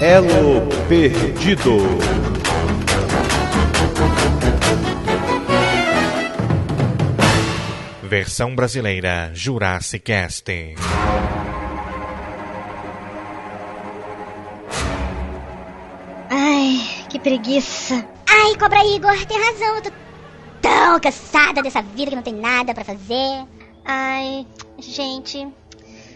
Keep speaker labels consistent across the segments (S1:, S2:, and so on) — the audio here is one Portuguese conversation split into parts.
S1: Elo Perdido.
S2: Versão brasileira Jurassic Cast.
S3: Ai, que preguiça. Ai, Cobra Igor, tem razão. Eu tô tão cansada dessa vida que não tem nada pra fazer. Ai, gente,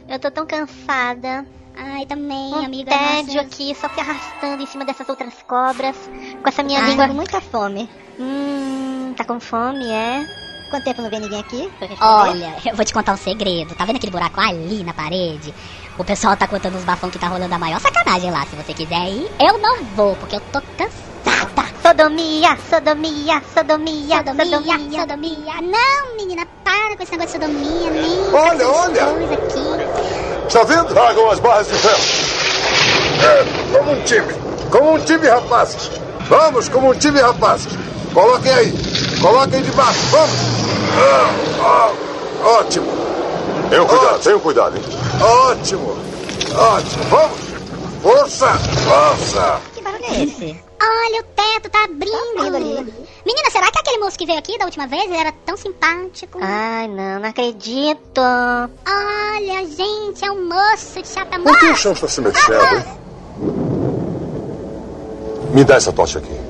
S3: eu tô tão cansada. Ai, também, um amiga. tédio aqui, só se arrastando em cima dessas outras cobras. Com essa minha
S4: Ai,
S3: língua.
S4: tô com muita fome.
S3: Hum, tá com fome, é?
S4: Quanto tempo não vê ninguém aqui? pra responder?
S5: Olha, eu vou te contar um segredo. Tá vendo aquele buraco ali na parede? O pessoal tá contando os bafão que tá rolando a maior sacanagem lá. Se você quiser ir, eu não vou, porque eu tô cansada.
S3: Sodomia, sodomia, sodomia, sodomia,
S5: Sodomia, sodomia. Não, menina, para com esse negócio de sodomia, nem.
S6: Olha, olha.
S5: Coisa aqui.
S6: Está vendo? Tragam as barras de ferro. É, como um time. Como um time, rapazes. Vamos, como um time, rapazes. Coloquem aí. Coloquem debaixo. Vamos. Ah, ah, ótimo. Tenho cuidado, tenho cuidado. Ótimo. Ótimo. Vamos. Força. Força.
S4: Que barulho é esse?
S5: Olha, o teto tá
S4: Tá
S5: abrindo.
S4: abrindo ali.
S5: Menina, será que aquele moço que veio aqui da última vez ele era tão simpático?
S3: Ai, não, não acredito.
S5: Olha, gente, é um moço de chapa
S6: Não tem
S5: mole.
S6: chão está se mexendo, hein? Me dá essa tocha aqui.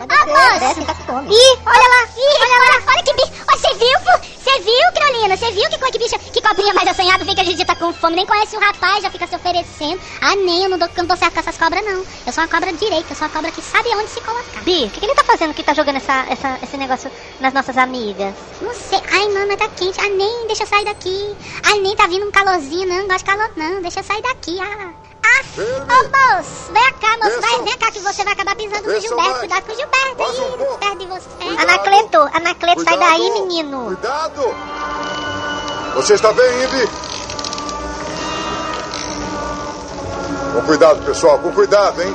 S4: Pode ser,
S5: moço.
S4: parece que tá com fome.
S5: Ih, olha lá! Ih, olha lá! Olha que bicho! Olha, você viu? Você viu, Carolina? Você viu que, co- que bicho, que cobrinha mais assanhada vem que a gente tá com fome, nem conhece o rapaz, já fica se oferecendo. Ah, nem, eu não dou, eu não dou certo com essas cobras, não. Eu sou uma cobra direita, eu sou uma cobra que sabe onde se colocar.
S3: Bi, o que, que ele tá fazendo que tá jogando essa, essa, esse negócio nas nossas amigas?
S5: Não sei. Ai, não, mas tá quente. Ah, nem, deixa eu sair daqui. Ai, nem, tá vindo um calorzinho, não, não gosto de calor, não. Deixa eu sair daqui, ah. Ah, ô moço, vem cá, moço, vai,
S6: Desçam.
S5: vem cá que você vai acabar pisando no
S6: Desçam
S5: Gilberto.
S6: mais.
S5: Cuidado com o Gilberto
S6: Mais um
S5: aí,
S6: pouco.
S5: perto de você.
S6: Cuidado.
S3: Anacleto, Anacleto, sai
S6: Cuidado.
S3: daí, menino.
S6: Cuidado. Você está bem, Ibi? Com cuidado, pessoal. Com cuidado, hein?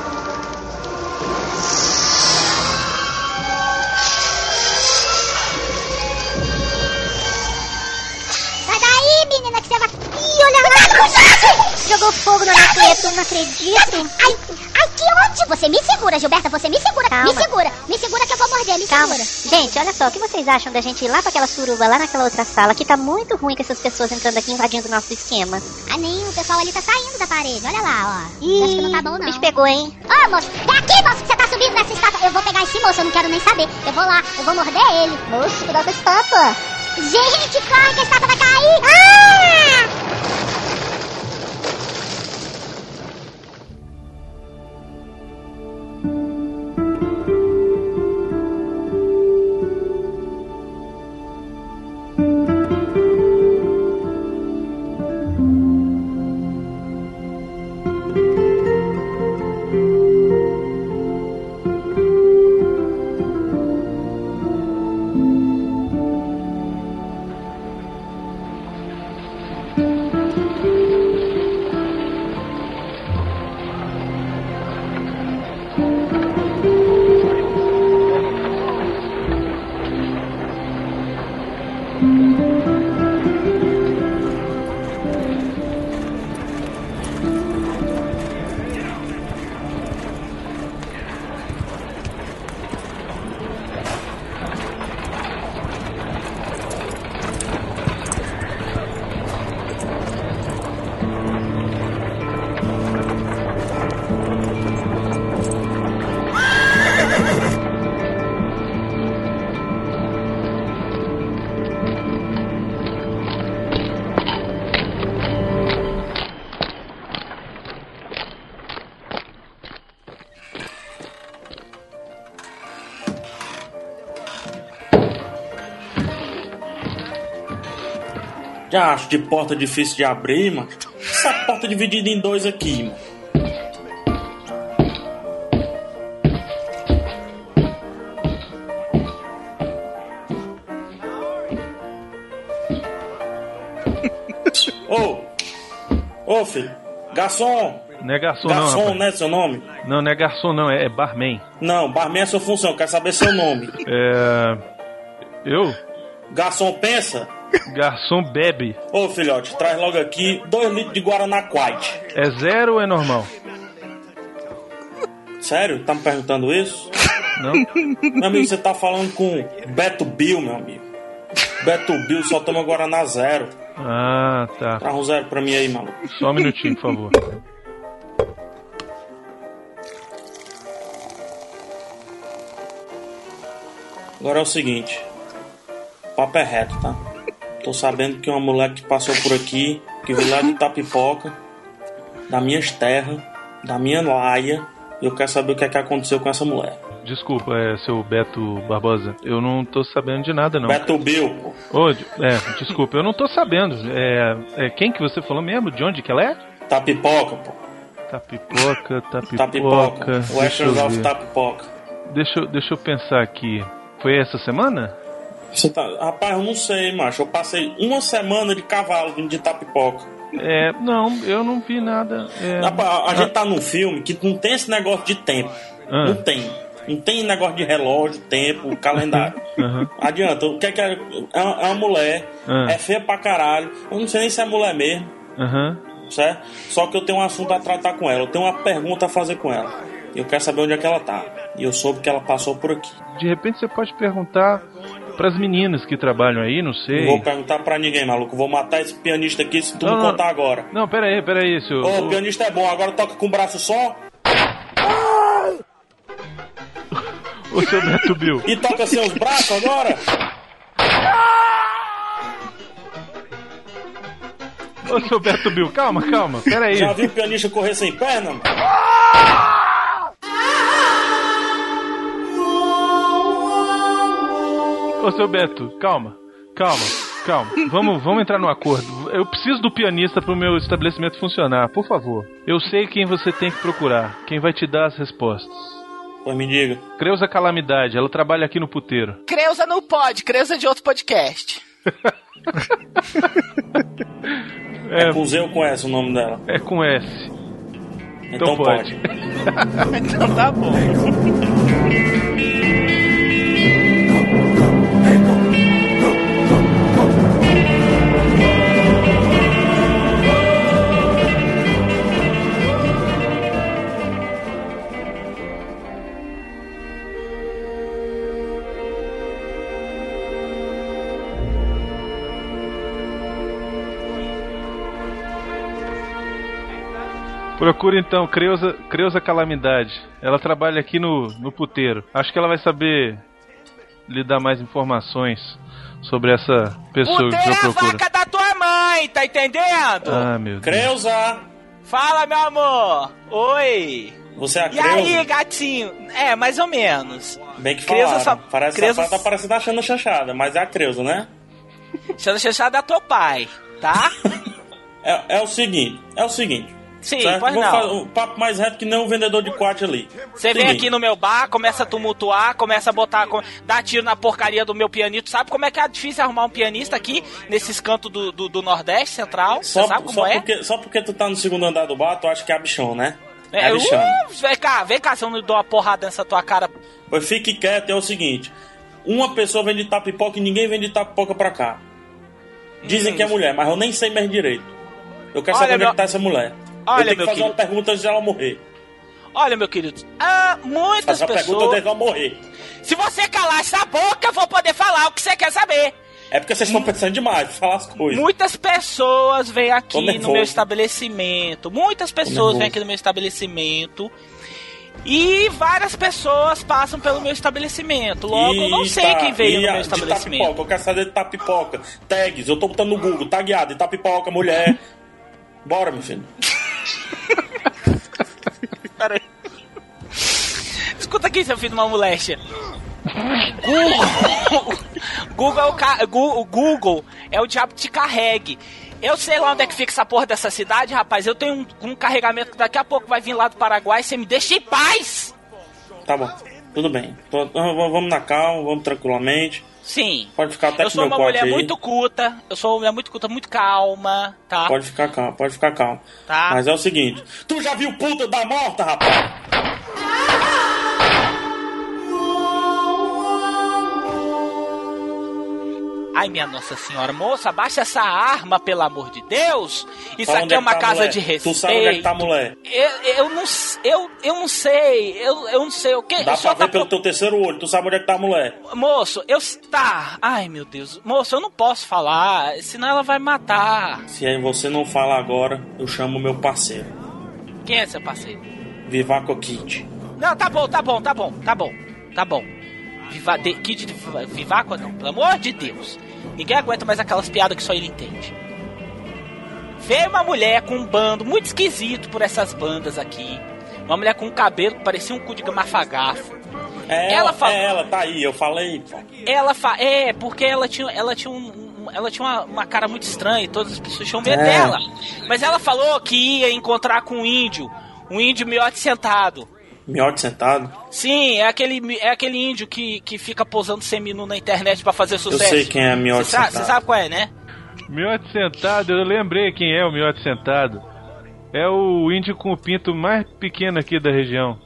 S5: Sai daí, menina, que você vai. Ih, olha lá! Jogou fogo no Anacleto, não acredito. Ai, ai, que ótimo! Você me segura, Gilberta, você me segura,
S3: Calma.
S5: me segura, me segura que eu vou morder, me
S3: Calma.
S5: segura.
S3: Gente, olha só, o que vocês acham da gente ir lá pra aquela suruba, lá naquela outra sala, que tá muito ruim com essas pessoas entrando aqui invadindo o nosso esquema?
S5: Ah, nem, o pessoal ali tá saindo da parede, olha lá, ó. Acho que não tá bom, não.
S3: bicho pegou, hein?
S5: Ô, moço, é aqui, moço, que você tá subindo nessa estátua. Eu vou pegar esse moço, eu não quero nem saber. Eu vou lá, eu vou morder ele.
S4: Moço, cuidado com a estátua.
S5: Gente, corre que a estátua vai cair! Ah!
S7: Já acho de porta difícil de abrir, mano. Essa porta dividida em dois aqui, mano. Ô! Ô, filho! Garçom!
S8: Não é garçom, não,
S7: Garçom,
S8: rapaz.
S7: né? Seu nome?
S8: Não, não é garçom, não. É, é barman.
S7: Não, barman é sua função, quero saber seu nome.
S8: É... Eu?
S7: Garçom, pensa?
S8: Garçom bebe.
S7: Ô filhote, traz logo aqui dois litros de Guaraná Quite.
S8: É zero ou é normal?
S7: Sério? Tá me perguntando isso?
S8: Não?
S7: Meu amigo, você tá falando com Beto Bill, meu amigo. Beto Bill só toma Guaraná zero.
S8: Ah, tá.
S7: Traz um zero pra mim aí, maluco.
S8: Só um minutinho, por favor.
S7: Agora é o seguinte. O papo é reto, tá? Tô sabendo que uma mulher que passou por aqui, que veio lá de Tapipoca, da minhas terras, da minha laia, e eu quero saber o que é que aconteceu com essa mulher.
S8: Desculpa, é, seu Beto Barbosa. Eu não tô sabendo de nada, não.
S7: Beto Bill, pô.
S8: Ô, de- é, desculpa, eu não tô sabendo. É, é, quem que você falou mesmo? De onde que ela é? Tá
S7: Tapipoca, pô.
S8: Tapipoca, tapipoca.
S7: Tapipoca.
S8: Deixa
S7: Tá Western
S8: eu,
S7: tá- of
S8: ver.
S7: Tapipoca.
S8: Deixa, eu- deixa eu pensar aqui. Foi essa semana?
S7: Você tá... Rapaz, eu não sei, macho. Eu passei uma semana de cavalo vindo de Tapipoca.
S8: É, não, eu não vi nada. É,
S7: Rapaz, a gente tá num filme que não tem esse negócio de tempo.
S8: Ah.
S7: Não tem. Não tem negócio de relógio, tempo, calendário.
S8: Aham.
S7: Adianta, o que é que é? É uma é uma mulher,
S8: Ah.
S7: é feia pra caralho. Eu não sei nem se é mulher mesmo,
S8: Aham.
S7: certo? Só que eu tenho um assunto a tratar com ela, eu tenho uma pergunta a fazer com ela. Eu quero saber onde é que ela tá. E eu soube que ela passou por aqui.
S8: De repente você pode perguntar pras meninas que trabalham aí, não sei.
S7: Não vou perguntar pra ninguém, maluco. Vou matar esse pianista aqui se tu
S8: Não,
S7: não,
S8: não.
S7: contar agora.
S8: Não, pera aí, pera aí, seu.
S7: Ô, o pianista é bom, agora toca com o braço só
S8: Ô, seu Beto Bill.
S7: e toca seus braços agora.
S8: Ô, seu Beto Bill, calma, calma, pera aí.
S7: Já viu o pianista correr sem perna? mano?
S8: Ô, seu Beto, calma, calma, calma. Vamos, vamos entrar num acordo. Eu preciso do pianista pro meu estabelecimento funcionar, por favor. Eu sei quem você tem que procurar, quem vai te dar as respostas.
S7: Pois me diga.
S8: Creuza Calamidade, ela trabalha aqui no puteiro.
S9: Creuza não pode, Creuza é de outro podcast.
S7: É, com Z eu conheço o nome dela.
S8: É com S.
S7: Então, pode.
S9: Então tá bom.
S8: Procura então, Creuza, Creuza Calamidade. Ela trabalha aqui no, no puteiro. Acho que ela vai saber lhe dar mais informações sobre essa pessoa que
S9: Puteira
S8: eu
S9: a
S8: procuro.
S9: vaca tá- da tua mãe, tá entendendo?
S8: Ah, meu Deus.
S7: Creuza!
S9: Fala, meu amor. Oi.
S7: Você é a
S9: E aí,
S7: Creuza?
S9: gatinho? É, mais ou menos.
S7: Bem que
S9: Creuza
S7: falaram.
S9: só-
S7: Parece que
S9: Creuza-
S7: ela tá parecendo a Xana Chanchada, mas é a Creuza, né?
S9: Deixa eu deixar da teu pai, tá?
S7: É, é o seguinte, é o seguinte.
S9: Sim,
S7: certo?
S9: pois
S7: Vou
S9: não.
S7: fazer um papo mais reto que não o vendedor de quarte ali.
S9: Você vem
S7: Seguinte,
S9: aqui no meu bar, começa a tumultuar, começa a botar, com- dá tiro na porcaria do meu pianista. Sabe como é que é difícil arrumar um pianista aqui, nesses cantos do, do, do Nordeste Central? Você
S7: Só,
S9: sabe como
S7: só
S9: é?
S7: porque, só porque tu tá no segundo andar do bar, tu acha que é bichão, né?
S9: É,
S7: bichão.
S9: uh, vem cá, vem cá, se eu não dou uma porrada nessa tua cara.
S7: Pois fique quieto, é o seguinte. Uma pessoa vende tapipoca e ninguém vende tapipoca pra cá. Dizem que é mulher, mas eu nem sei mais direito. Eu quero
S9: Olha,
S7: saber onde é
S9: meu-
S7: que tá essa mulher.
S9: Olha,
S7: eu tenho que
S9: meu
S7: fazer
S9: querido.
S7: uma pergunta antes dela morrer.
S9: Olha, meu querido, ah, muitas
S7: Essa pergunta antes
S9: pessoas.
S7: dela morrer.
S9: Se você calar essa boca, eu vou poder falar o que você quer saber.
S7: É porque vocês estão pensando demais, falar as coisas.
S9: Muitas pessoas vêm
S7: Tô
S9: aqui no
S7: nervoso.
S9: meu estabelecimento. Muitas pessoas
S7: nervoso.
S9: vêm aqui no meu estabelecimento. E várias pessoas passam pelo meu estabelecimento. Logo, eu não sei
S7: Eita,
S9: quem veio
S7: e
S9: no
S7: a-
S9: meu
S7: de
S9: estabelecimento.
S7: tapipoca, eu quero saber de tapipoca. Tags, eu tô botando no Google, tagueado, de tapipoca, mulher. Bora, meu filho.
S9: Peraí. Escuta aqui, seu filho de uma moléstia. Google. Google, é o ca- Gu- o Google é o diabo que te carregue. Eu sei lá onde é que fica essa porra dessa cidade, rapaz. Eu tenho um, um carregamento que daqui a pouco vai vir lá do Paraguai. Você me deixa em paz!
S7: Tá bom, tudo bem. Tô- ah, v- vamos na calma, vamos tranquilamente.
S9: Sim.
S7: Pode ficar até
S9: eu
S7: com
S9: sou
S7: Tá meu
S9: uma
S7: corte
S9: mulher
S7: aí.
S9: muito culta. Eu sou uma mulher muito culta, muito calma, tá?
S7: Pode ficar calmo, pode ficar calmo.
S9: Tá.
S7: Mas é o seguinte, tu já viu puta da morta, rapaz?
S9: Ai, minha Nossa Senhora, moça, abaixa essa arma, pelo amor de Deus. Isso
S7: Fala
S9: aqui
S7: onde
S9: é uma
S7: que tá a
S9: casa
S7: mulher.
S9: de respeito.
S7: Tu sabe onde é que tá a mulher?
S9: eu, eu não, s- eu, eu não sei, eu, eu não sei o que.
S7: Dá
S9: só
S7: pra
S9: tá
S7: ver pelo teu terceiro olho, tu sabe onde é que tá a mulher.
S9: Moço, eu. Tá. Ai, meu Deus. Moço, eu não posso falar, senão ela vai matar.
S7: Se aí você não fala agora, eu chamo meu parceiro.
S9: Quem é seu parceiro?
S7: Vivaco Kid.
S9: Não, tá bom, tá bom, tá bom, tá bom, tá bom. Viva, de, kid de Viva- Vivaco não, pelo amor de Deus. Ninguém aguenta mais aquelas piadas que só ele entende. Veio uma mulher com um bando muito esquisito por essas bandas aqui. Uma mulher com um cabelo que parecia um cu de gamafagafo.
S7: É
S9: Ela
S7: ela,
S9: fala-
S7: é ela, tá aí, eu falei. pô.
S9: Ela fa... É, porque ela tinha, ela tinha, um, um- ela tinha uma, uma cara muito estranha e todas as pessoas tinham medo
S7: É.
S9: dela. Mas ela falou que ia encontrar com um índio. Um índio miote sentado.
S7: Miote sentado.
S9: Sim, é aquele, mi- é aquele índio que, que fica posando seminu na internet pra fazer sucesso.
S7: sei quem é miote
S9: Você sabe,
S7: sentado.
S9: você sabe qual é, né?
S8: Miote sentado, eu lembrei quem é o miote sentado. É o índio com o pinto mais pequeno aqui da região.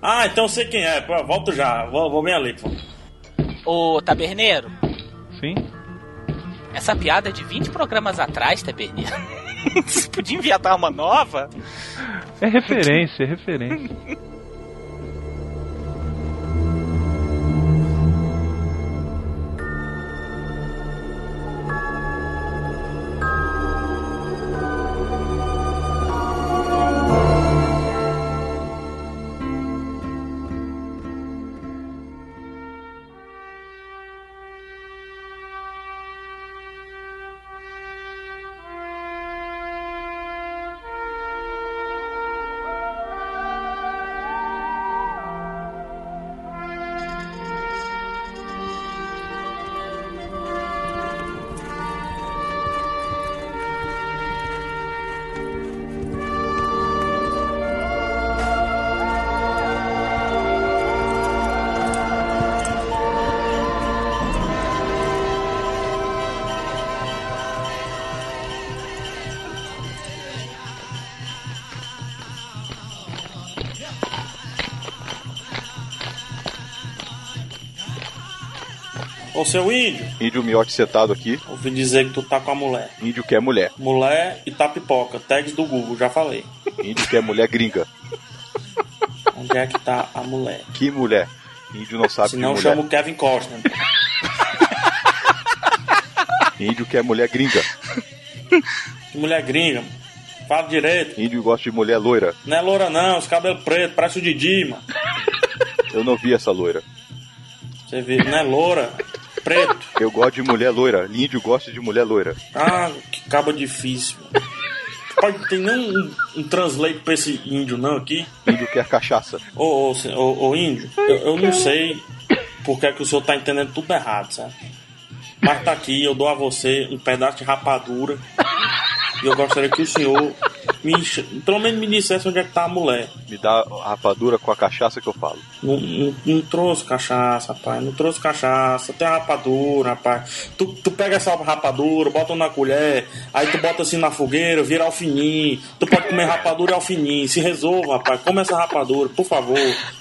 S7: Ah, então eu sei quem é. Pô, volto já, vou, vou bem ali. Pô.
S9: Ô, Taberneiro,
S8: Sim?
S9: essa piada é de 20 programas atrás, Taberneiro. Você podia inventar uma nova?
S8: É referência, é referência.
S7: Ô seu índio,
S6: Índio miote setado aqui.
S7: ouvi dizer que tu tá com a mulher.
S6: Índio que é mulher.
S7: Mulher e tá pipoca. Tags do Google, já falei.
S6: Índio que é mulher gringa.
S7: Onde é que tá a mulher?
S6: Que mulher. Índio não sabe
S7: Se
S6: que
S7: não,
S6: mulher.
S7: chama o Kevin Costner.
S6: Índio que é mulher gringa.
S7: Que mulher gringa. mano. Fala direito.
S6: Índio gosta de mulher loira.
S7: Não é loura não, os cabelos pretos, parece o Didi, mano.
S6: Eu não vi essa loira.
S7: Você viu, não é loura. Preto.
S6: Eu gosto de mulher loira. Índio gosta de mulher loira.
S7: Ah, que caba difícil. mano. Pai, tem nem um, um translate pra esse índio não aqui.
S6: Índio quer cachaça.
S7: Ô, ô, se- ô, ô, índio, eu, eu não sei porque é que o senhor tá entendendo tudo errado, sabe? Mas tá aqui, eu dou a você um pedaço de rapadura. E eu gostaria que o senhor me, enche- pelo menos me dissesse onde é que tá a mulher.
S6: Me dá a rapadura com a cachaça que eu falo.
S7: Não, não, não trouxe cachaça, rapaz. Não trouxe cachaça. Tem rapadura, rapaz. Tu, tu pega essa rapadura, bota na colher, aí tu bota assim na fogueira, vira alfinim. Tu pode comer rapadura e alfinim. Se resolva, rapaz. Come essa rapadura, por favor.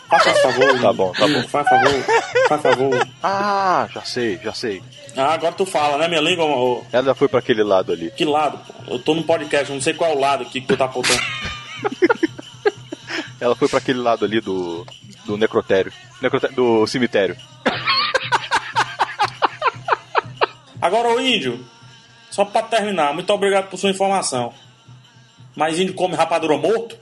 S7: Faça favor.
S6: Tá bom, tá bom.
S7: Faz favor, faz favor.
S6: Ah, já sei, já sei.
S7: Ah, agora tu fala, né, minha língua? ô?
S6: Ela já foi pra aquele lado ali.
S7: Que lado, pô? Eu tô no podcast, eu não sei qual é o lado aqui que tu tá apontando.
S6: Ela foi pra aquele lado ali do. do necrotério. Necrotério- do cemitério.
S7: Agora, o índio, só pra terminar, muito obrigado por sua informação. Mas índio come rapadura morto?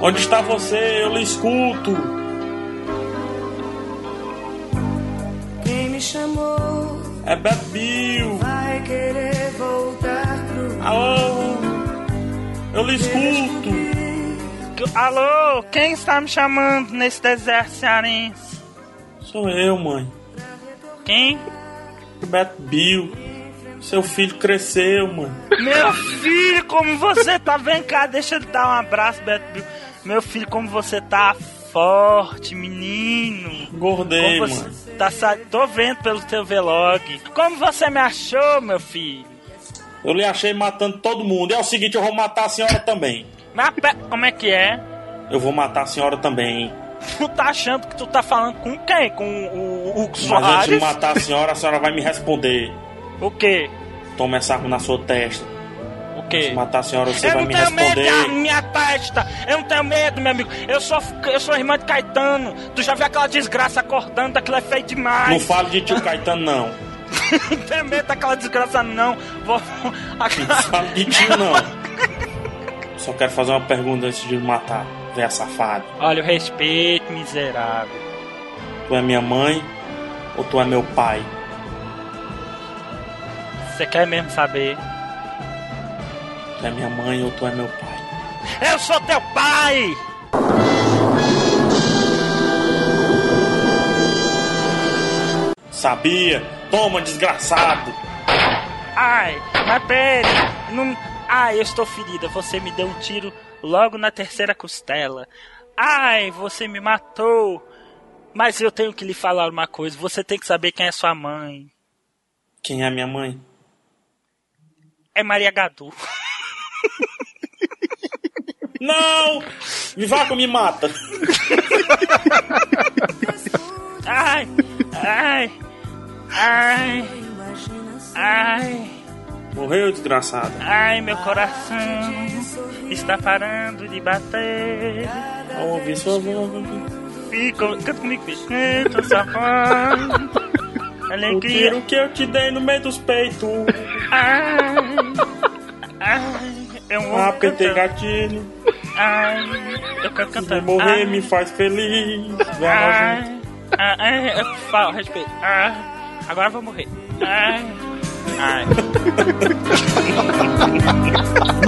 S7: Onde está você? Eu lhe escuto.
S10: Quem me chamou
S7: É Beto Bill.
S10: vai querer voltar pro
S7: Alô? Eu lhe escuto.
S9: Alô, quem está me chamando nesse deserto cearense?
S7: Sou eu, mãe.
S9: Quem?
S7: Beto Bill. Seu filho cresceu, mãe.
S9: Meu filho, como você tá? Vem cá, deixa eu lhe dar um abraço, Beto Bill. Meu filho, como você tá forte, menino.
S7: Engordei,
S9: Como
S7: mãe.
S9: você tá sa... Tô vendo pelo teu vlog. Como você me achou, meu filho?
S7: Eu lhe achei matando todo mundo. É o seguinte, eu vou matar a senhora também.
S9: Mas pe- como é que é?
S7: Eu vou matar a senhora também.
S9: Tu tá achando que tu tá falando com quem? Com o, o Hugo
S7: Mas antes de
S9: Soares?
S7: matar a senhora, a senhora vai me responder.
S9: O quê?
S7: Toma essa arma na sua testa.
S9: O
S7: Se
S9: quê?
S7: matar a senhora, você
S9: eu
S7: vai
S9: não
S7: me
S9: tenho medo da
S7: responder.
S9: minha testa. Eu não tenho medo, meu amigo. Eu sou, eu sou irmã de Caetano. Tu já viu aquela desgraça acordando? Aquilo é feio
S7: Não
S9: demais.
S7: fale de tio Caetano, não.
S9: Não, tenho medo daquela desgraça, não. Vou...
S7: Não fale de tio, não. Só quero fazer uma pergunta antes de me matar. Véia safado.
S9: Olha o respeito, miserável.
S7: Tu é minha mãe ou tu é meu pai?
S9: Você quer mesmo saber?
S7: Tu é minha mãe ou tu é meu pai?
S9: Eu sou teu pai!
S7: Sabia? Toma, desgraçado!
S9: Ai, mas pera, não... Ai, eu estou ferida, você me deu um tiro logo na terceira costela. Ai, você me matou. Mas eu tenho que lhe falar uma coisa, você tem que saber quem é sua mãe.
S7: Quem é minha mãe?
S9: É Maria Gadu.
S7: Não! Me vaca, me mata!
S9: Ai, ai, ai, ai,
S7: Morreu, desgraçado.
S9: ai, meu coração está parando de bater.
S7: Ao ouvir sua voz,
S9: Fica, canta comigo, filho. canta sua voz.
S7: o
S9: Alegria,
S7: tiro que eu te dei no meio dos peitos.
S9: Ai, é ai, eu amo
S7: Apertei
S9: cantar.
S7: Ah, gatilho,
S9: Ai, eu quero
S7: e
S9: cantar.
S7: morrer
S9: Ai,
S7: me faz feliz. Viaja.
S9: ai, ai, ai, eu falo, respeito. Ai, agora eu vou morrer. Ai, ai.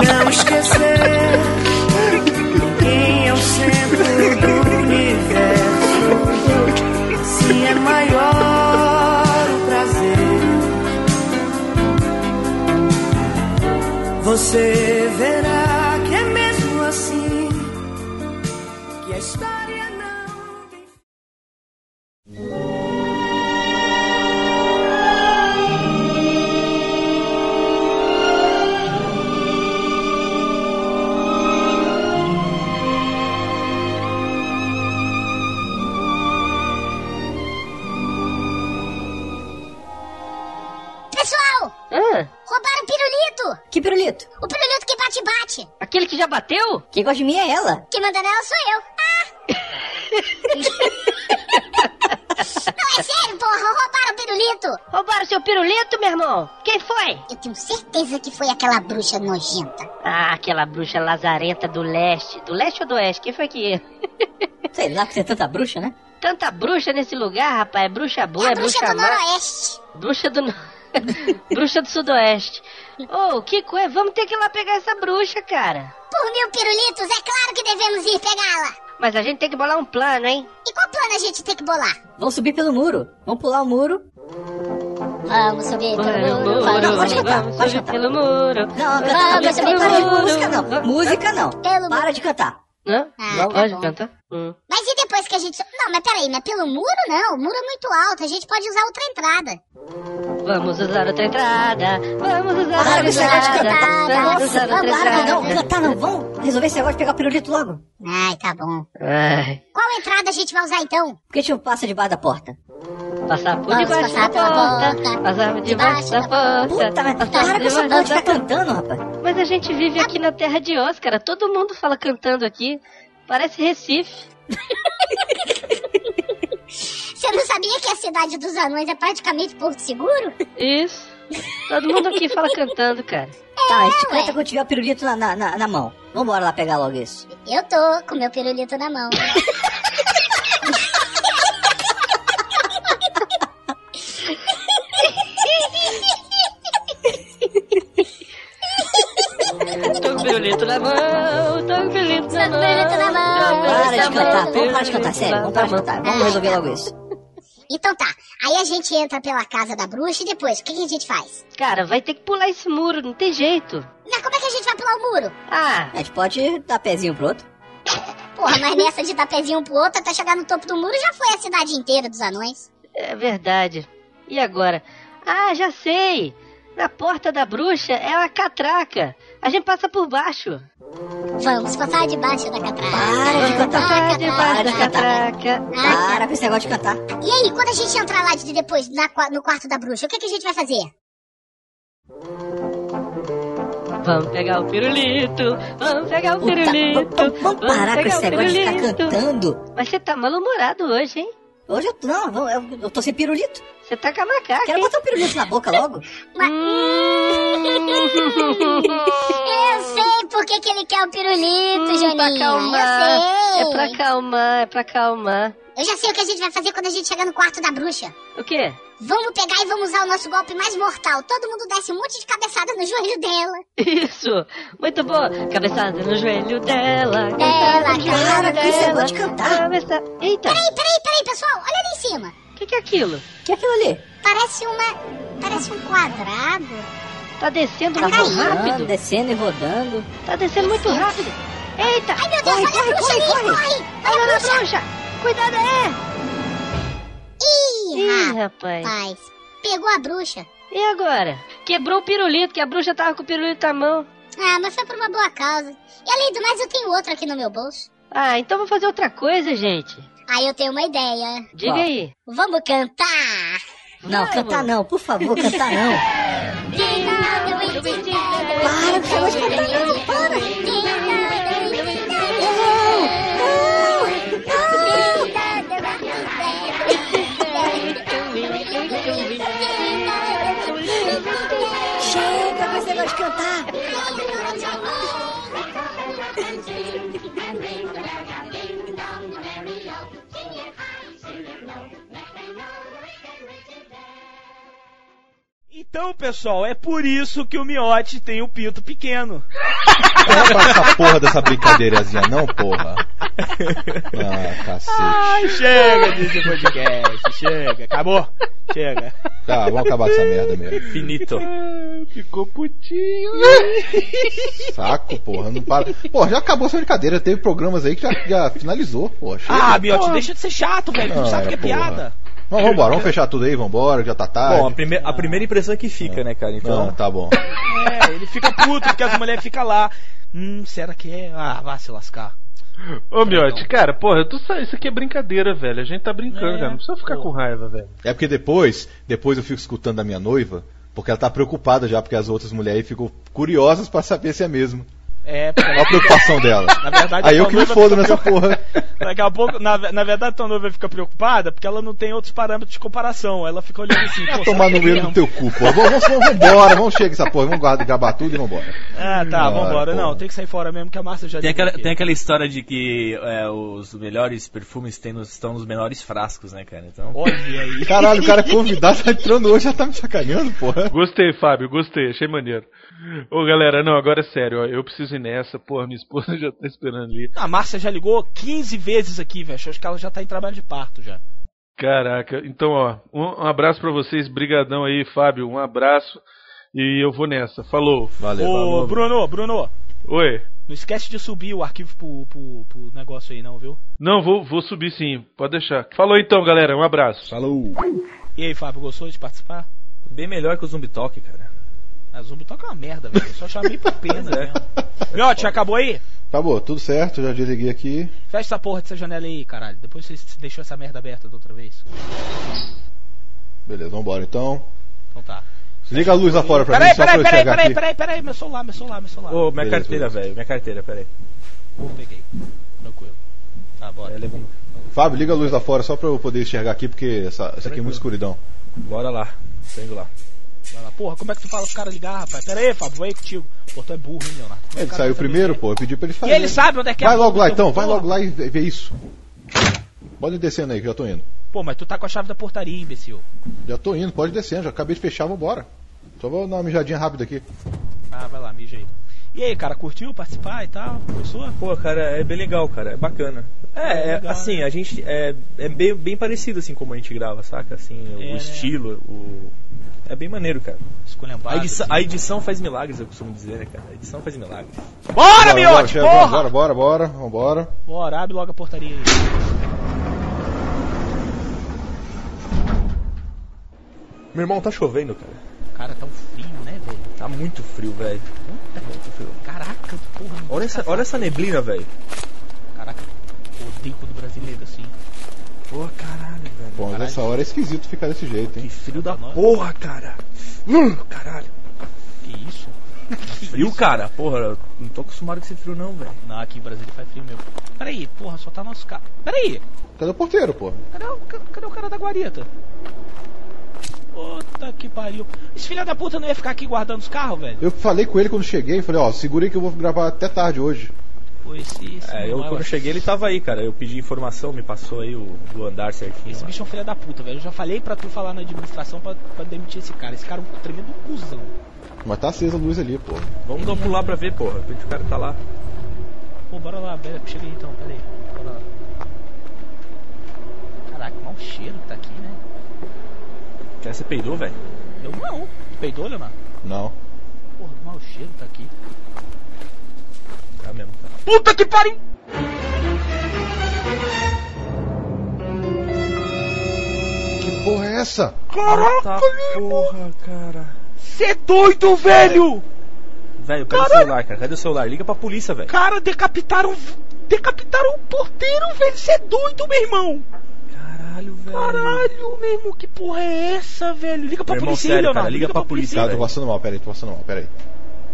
S11: Não esquecer quem é o centro do universo. Se é maior o prazer, você verá que é mesmo assim que a história não tem.
S5: Pessoal,
S3: Ah,
S5: roubaram o pirulito.
S3: que pirulito?
S5: O pirulito que bate-bate.
S3: Aquele que já bateu? Quem gosta de mim é ela.
S5: Quem manda nela sou eu. Ah! Não, é sério, porra. Roubaram o pirulito.
S3: Roubaram seu pirulito, meu irmão? Quem foi?
S5: Eu tenho certeza que foi aquela bruxa nojenta.
S11: Ah, aquela bruxa lazarenta do leste. Do leste ou do oeste? Quem foi que.
S3: Sei lá, que você é tanta bruxa, né?
S11: Tanta bruxa nesse lugar, rapaz. É bruxa boa,
S5: é
S11: é,
S5: a bruxa do
S11: má.
S5: noroeste.
S11: Bruxa do. no- bruxa do sudoeste. Ô, que coisa. Vamos ter que ir lá pegar essa bruxa, cara.
S5: Por mil pirulitos, é claro que devemos ir pegá-la.
S11: Mas a gente tem que
S3: É
S11: bolar um plano, hein?
S5: E qual plano a gente tem que bolar?
S3: Vão subir pelo muro. Vão pular o muro.
S5: Vamos subir pelo
S11: Pelo
S5: muro.
S11: muro,
S5: Vamos,
S3: pode cantar,
S11: vamos
S3: pode
S11: subir
S3: cantar.
S11: pelo muro.
S3: Não,
S5: Vamos subir
S3: para de
S5: pelo
S3: música, não. Música, não.
S5: Pelo
S3: Para de cantar.
S11: Hã?
S5: Ah,
S11: Não
S5: tá
S11: pode
S5: bom.
S11: cantar? Hum.
S5: Mas e depois que a gente... so- Não, mas peraí, mas pelo muro não. O muro é muito alto. A gente pode usar outra entrada.
S11: Vamos usar outra entrada. Vamos usar
S5: Para,
S11: outra
S5: bicho, para de
S11: entrada.
S5: cantar.
S11: Vamos
S5: Nossa,
S11: usar outra
S5: vambora,
S11: entrada.
S3: Não, cantar não. Vão tá resolver esse negócio de pegar o pirulito logo.
S5: Ai, tá bom.
S11: Ai,
S5: Qual entrada a gente vai usar então?
S3: Por que a gente não passa um debaixo da porta?
S11: passar por
S5: Vamos
S11: debaixo
S5: passar
S11: da
S5: pela
S11: porta.
S5: porta,
S11: Passar por debaixo
S5: tá
S11: da porta.
S3: Puta, mas
S11: passar por
S3: para com essa
S11: debaixo
S3: porra
S11: da
S3: de ficar cantando, rapaz.
S11: Mas a gente vive
S5: Tá
S11: aqui na terra de Oscar, todo mundo fala cantando aqui. Parece Recife.
S5: Você não sabia que a cidade dos anões é praticamente Porto Seguro?
S11: Isso. Todo mundo aqui fala cantando, cara.
S3: Tá, a gente
S5: É, ué.
S3: canta quando tiver o pirulito na, na, na, na mão. Vambora lá pegar logo isso.
S5: Eu tô com meu pirulito na mão.
S11: bonito um na mão, tão bonito na
S12: Tá
S11: mão.
S5: bonito na mão. Tá.
S11: tão bonito
S12: Para
S11: na
S12: de
S11: mão, tão
S12: cantar, vamos parar de cantar,
S11: bonito
S12: sério,
S11: na
S12: vamos parar de
S11: mão.
S12: cantar. Vamos resolver logo isso.
S5: Então tá, aí a gente entra pela casa da bruxa e depois, o que, que a gente faz?
S11: Cara, vai ter que pular esse muro, não tem jeito.
S5: Mas como é que a gente vai pular o muro?
S11: Ah,
S12: A gente pode dar pezinho pro outro.
S5: Porra, mas nessa de dar pezinho um pro outro até chegar no topo do muro já foi a cidade inteira dos anões.
S11: é verdade. E agora? Ah, já sei. Na porta da bruxa é uma catraca. A gente passa por baixo.
S5: Vamos passar debaixo da catraca.
S12: Para de cantar.
S11: Passa debaixo da
S12: catraca.
S11: catraca.
S12: Para com esse negócio de cantar.
S5: Né? E aí, quando a gente entrar lá de depois na qua- no quarto da bruxa, o que, que a gente vai fazer?
S11: Vamos pegar o pirulito, vamos pegar o
S12: Puta,
S11: pirulito.
S12: vamos- vamos parar com
S11: pegar
S12: esse
S11: o
S12: negócio de ficar
S11: pirulito.
S12: cantando.
S11: Mas você tá mal-humorado hoje, hein?
S12: Hoje eu, não, eu- eu, eu tô sem pirulito.
S11: Você tá com a macaca, hein?
S12: Quero
S11: Hum.
S12: botar um pirulito na boca logo.
S5: Eu sei por que, que ele quer o pirulito, Joninha.
S11: Hum, pra acalmar.
S5: Eu
S11: É
S5: sei.
S11: pra acalmar, é pra acalmar.
S5: Eu já sei o que a gente vai fazer quando a gente chegar no quarto da bruxa.
S11: O quê?
S5: Vamos pegar e vamos usar o nosso golpe mais mortal. Todo mundo desce um monte de cabeçada no joelho dela.
S11: Isso! Muito bom! Cabeçada no joelho dela!
S5: Dela,
S12: cara, que
S11: é
S12: você gosta de cantar.
S11: Cabeça... Eita!
S5: é Peraí, peraí, peraí, pessoal. Olha ali em cima.
S11: O que, que é aquilo?
S12: O que é aquilo ali?
S5: Parece uma... Parece um quadrado.
S11: Tá descendo
S5: Tá
S11: muito
S5: caindo.
S11: rápido!
S12: descendo e rodando.
S11: Tá descendo muito rápido! Eita!
S5: Ai, meu Deus, olha a bruxa ali, corre.
S11: Olha na bruxa! Cuidado aí!
S5: Ih,
S11: Ih, rapaz!
S5: rapaz. Pegou a bruxa.
S11: E agora? Quebrou o pirulito, que a bruxa tava com o pirulito na mão.
S5: Ah, mas foi por uma boa causa. E além do mais, eu tenho outro aqui no meu bolso.
S11: Ah, então vou fazer outra coisa, gente.
S5: Aí eu tenho uma ideia.
S11: Diga
S12: Qual?
S11: aí.
S5: Vamos cantar!
S12: Não, cantar não, por favor, cantar não.
S5: Para, que eu vou te
S12: tá
S5: cantar, não, para!
S12: Chega com esse negócio de cantar.
S9: Então, pessoal, é por isso que o miote tem o pinto pequeno.
S1: Acaba é essa porra dessa brincadeirazinha, não, porra. Ah, cacete.
S9: Ai, chega desse podcast, chega, acabou, chega.
S1: Tá, vamos acabar essa merda mesmo.
S9: Finito. Ficou putinho.
S1: Saco, porra, não para. Porra, já acabou essa brincadeira. Teve programas aí que já, já finalizou, poxa.
S9: Ah, miote, deixa de ser chato, velho, tu não
S1: Ah,
S9: sabe o que é
S1: porra.
S9: piada.
S1: Vamos embora, vamos fechar tudo aí, vambora, já tá tarde.
S13: Bom, a, prime a primeira impressão é que fica, né, cara? Então.
S1: Não, tá bom.
S9: É, ele fica puto porque as mulheres ficam lá. Hum, será que é? Ah, vá se lascar.
S8: Ô, Miotti, cara, porra, tu sa... isso aqui é brincadeira, velho. A gente tá brincando,
S9: É,
S8: cara. Não precisa ficar
S9: porra.
S8: com raiva, velho.
S1: É porque depois, depois eu fico escutando da minha noiva, porque ela tá preocupada já, porque as outras mulheres aí ficam curiosas pra saber se é mesmo.
S9: É, porque
S1: Olha a preocupação dela.
S9: na verdade.
S1: Aí
S9: tua
S1: eu que me
S9: noiva
S1: fodo
S9: fica
S1: nessa porra.
S9: Daqui a pouco, na, na verdade, tua noiva fica preocupada porque ela não tem outros parâmetros de comparação. Ela fica olhando assim, pô,
S1: Tomar
S9: será
S1: no
S9: que é
S1: meio do
S9: mesmo?
S1: teu cu, porra. Vamos, vamos, vamos embora, vamos chegar essa porra, vamos guardar, gravar tudo e vambora.
S9: Ah, tá,
S1: Bora,
S9: vambora. Não,
S1: Hum, porra.
S9: tem que sair fora mesmo que é. a Márcia
S13: Tem
S9: já deu
S13: aquela,
S9: aqui.
S13: tem aquela história de que é, os melhores perfumes tem nos- estão nos menores frascos, né, cara? Então.
S9: Olha aí.
S1: Caralho, o cara é convidado, tá entrando hoje, já tá me sacaneando, porra.
S8: Gostei, Fábio, gostei. Achei maneiro. Ô, galera, não, agora é sério, ó. Eu preciso ir nessa, porra. Minha esposa já tá esperando ali.
S9: A Márcia já ligou 15 vezes aqui, velho. Acho que ela já tá em trabalho de parto já.
S8: Caraca, então ó, um, um abraço pra vocês, brigadão aí, Fábio, um abraço e eu vou nessa. Falou.
S1: Valeu,
S9: Ô,
S1: valeu.
S9: Bruno, Bruno,
S8: Oi.
S9: não esquece de subir o arquivo pro, pro, pro negócio aí, não, viu?
S8: Não, vou, vou subir sim, pode deixar. Falou então, galera, um abraço.
S1: Falou.
S9: E aí, Fábio, gostou de participar?
S13: Bem melhor que o Zumbi Talk, cara.
S9: A Zumbi toca uma merda, velho. Eu só chamei por pena
S1: é.
S9: mesmo. Miote, acabou aí?
S1: Acabou, tudo certo, já desliguei aqui.
S9: Fecha essa porra dessa janela aí, caralho. Depois você deixou essa merda aberta da outra vez.
S1: Beleza, vambora então.
S9: Então tá.
S1: Liga a luz lá fora pra mim,
S9: Peraí,
S1: só pra
S9: peraí,
S1: eu
S9: peraí,
S1: chegar
S9: peraí,
S1: aqui. é
S9: peraí, peraí, meu celular, meu celular, meu celular.
S13: Ô, minha
S1: Beleza,
S13: carteira,
S1: beleza.
S13: velho. Minha carteira, peraí.
S9: Peguei. Tranquilo. Tá, bora.
S13: É, leva um-
S1: Fábio, liga a luz lá fora só pra eu poder enxergar aqui, porque essa, isso aqui é muito escuridão.
S13: Bora lá. Tô indo lá.
S9: Vai lá. Porra, como é que tu fala pro cara ligar, rapaz? Pera aí, Fábio, vou aí contigo. Pô, tu é burro, hein, Leonardo? Como é que o cara
S1: Ele saiu
S9: tá sabendo
S1: primeiro,
S9: isso
S1: pô, eu pedi pra ele
S9: aí?
S1: fazer.
S9: E ele sabe onde é que é.
S1: Vai
S9: a-
S1: logo lá então, vai
S9: Porra.
S1: logo lá e vê vê isso. Pode ir descendo aí, que eu já tô indo.
S9: Pô, mas tu tá com a chave da portaria, imbecil.
S1: Já tô indo, pode ir descendo, já acabei de fechar, vambora. Só vou dar uma mijadinha rápida aqui.
S9: Ah, vai lá, mija aí. E aí, cara, curtiu participar e tal? Gostou?
S13: Pô, cara, é bem legal, cara. É bacana. É, é
S9: legal, né?
S13: assim, a gente. É, é bem, bem parecido assim como a gente grava, saca? Assim,
S9: É,
S13: o
S9: né?
S13: estilo, o. É bem maneiro, cara.
S9: Esculhambado,
S13: A edição, a edição faz milagres, eu costumo dizer, né, cara? A edição faz milagres.
S9: Bora,
S1: bora,
S9: Miote,
S1: chega,
S9: porra!
S1: bora, bora, bora, bora, vambora.
S9: Bora, abre logo a portaria aí.
S13: Meu irmão, tá chovendo, cara.
S14: Cara,
S9: tá
S14: tão
S9: um
S14: frio, né, velho?
S13: Tá muito frio, velho. Tá Muito frio.
S14: Caraca, porra. não
S13: Olha essa,
S14: fica
S13: olha essa neblina, velho.
S14: fácil. Caraca, odeio quando brasileiro assim.
S13: Pô, caralho, velho.
S1: Bom, mas essa hora é esquisito ficar desse jeito, hein? Que
S13: frio da Porra, cara. Hum, caralho.
S9: Que isso?
S13: Frio, cara. Porra, eu não tô acostumado com esse frio, não, velho.
S9: Não, aqui em Brasília faz frio mesmo. Peraí, porra, só tá nosso carro. Peraí,
S1: Tá do porteiro, pô.
S9: cadê o, ca- cadê o cara da guarita? Puta que pariu. Esse filho da puta não ia ficar aqui guardando os carros, velho?
S1: Eu falei com ele quando cheguei, falei, ó, segura aí que eu vou gravar até tarde hoje.
S9: Pô, esse, esse
S13: É, eu
S9: manual
S13: quando cheguei ele tava aí, cara. Eu pedi informação, me passou aí o, o andar certinho.
S9: Esse
S13: lá.
S9: bicho é um filho da puta, velho. Eu já falei pra tu falar na administração pra, pra demitir esse cara. Esse cara é um tremendo cuzão.
S1: Mas tá acesa a luz ali, pô.
S13: Vamos dar um pulo
S9: é
S13: lá pra ver, porra. De repente o cara tá lá.
S9: Pô, bora lá, velho. Chega aí então, peraí. Bora lá. Caraca, mau cheiro que tá aqui, né?
S13: Cara, você peidou, velho?
S9: Eu não. Tu peidou, Leonardo?
S1: Não.
S9: Porra, mau cheiro tá aqui.
S13: Tá mesmo, cara.
S9: Puta que pariu!
S1: Que porra é essa?
S13: Tá porra, cara.
S9: Cê é doido, velho!
S13: Velho, cadê o celular, cara? Cadê o celular? Liga pra polícia, velho.
S9: Cara, decapitaram. Decapitaram o porteiro, velho. Cê é doido, meu irmão!
S13: Caralho, velho.
S9: Caralho, meu irmão, que porra é essa, velho? Liga pra
S13: Meu irmão,
S9: polícia aí,
S13: sério,
S9: Leonardo.
S13: cara, liga pra polícia,
S1: Cara, Tá, tô
S13: velho.
S1: passando mal, peraí, tô passando mal, peraí.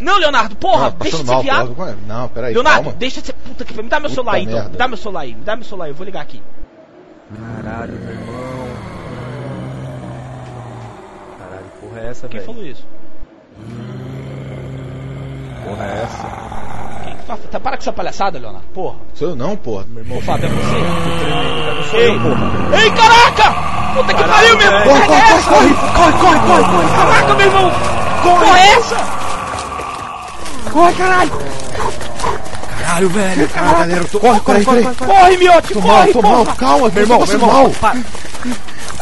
S9: Não, Leonardo, porra,
S1: Não,
S9: deixa
S1: passando
S9: de
S1: mal,
S9: ser viado.
S1: porra, como é? Não, peraí,
S9: Leonardo,
S1: calma.
S9: deixa de ser puta que pariu. Me dá meu
S1: Puta
S9: celular aí, então.
S1: merda.
S9: Me dá meu celular aí, me dá meu celular aí, eu vou ligar aqui.
S13: Caralho, meu irmão. Caralho, que porra é essa,
S9: Quem
S13: velho?
S9: falou isso?
S1: Porra é essa?
S9: Quem que fa- tá- Para com essa palhaçada, Leonardo, porra.
S1: Sou eu não, porra. Meu irmão,
S9: Ô, Fábio, é você.
S13: Ei, porra.
S9: Ei, caraca! Puta que pariu, meu irmão!
S1: Corre,
S9: Porra, é
S1: corre, corre,
S9: essa?
S1: corre, corre, corre, corre, corre,
S9: Caraca, meu irmão! Porra, é essa? Corre, caralho!
S13: Caralho, velho.
S1: Ah, galera, eu tô... corre, corre, corre, corre.
S9: Corre, miote,
S1: Tô mal,
S9: corre,
S1: tô mal,
S9: porra!
S1: calma, meu irmão, meu irmão.
S13: Para.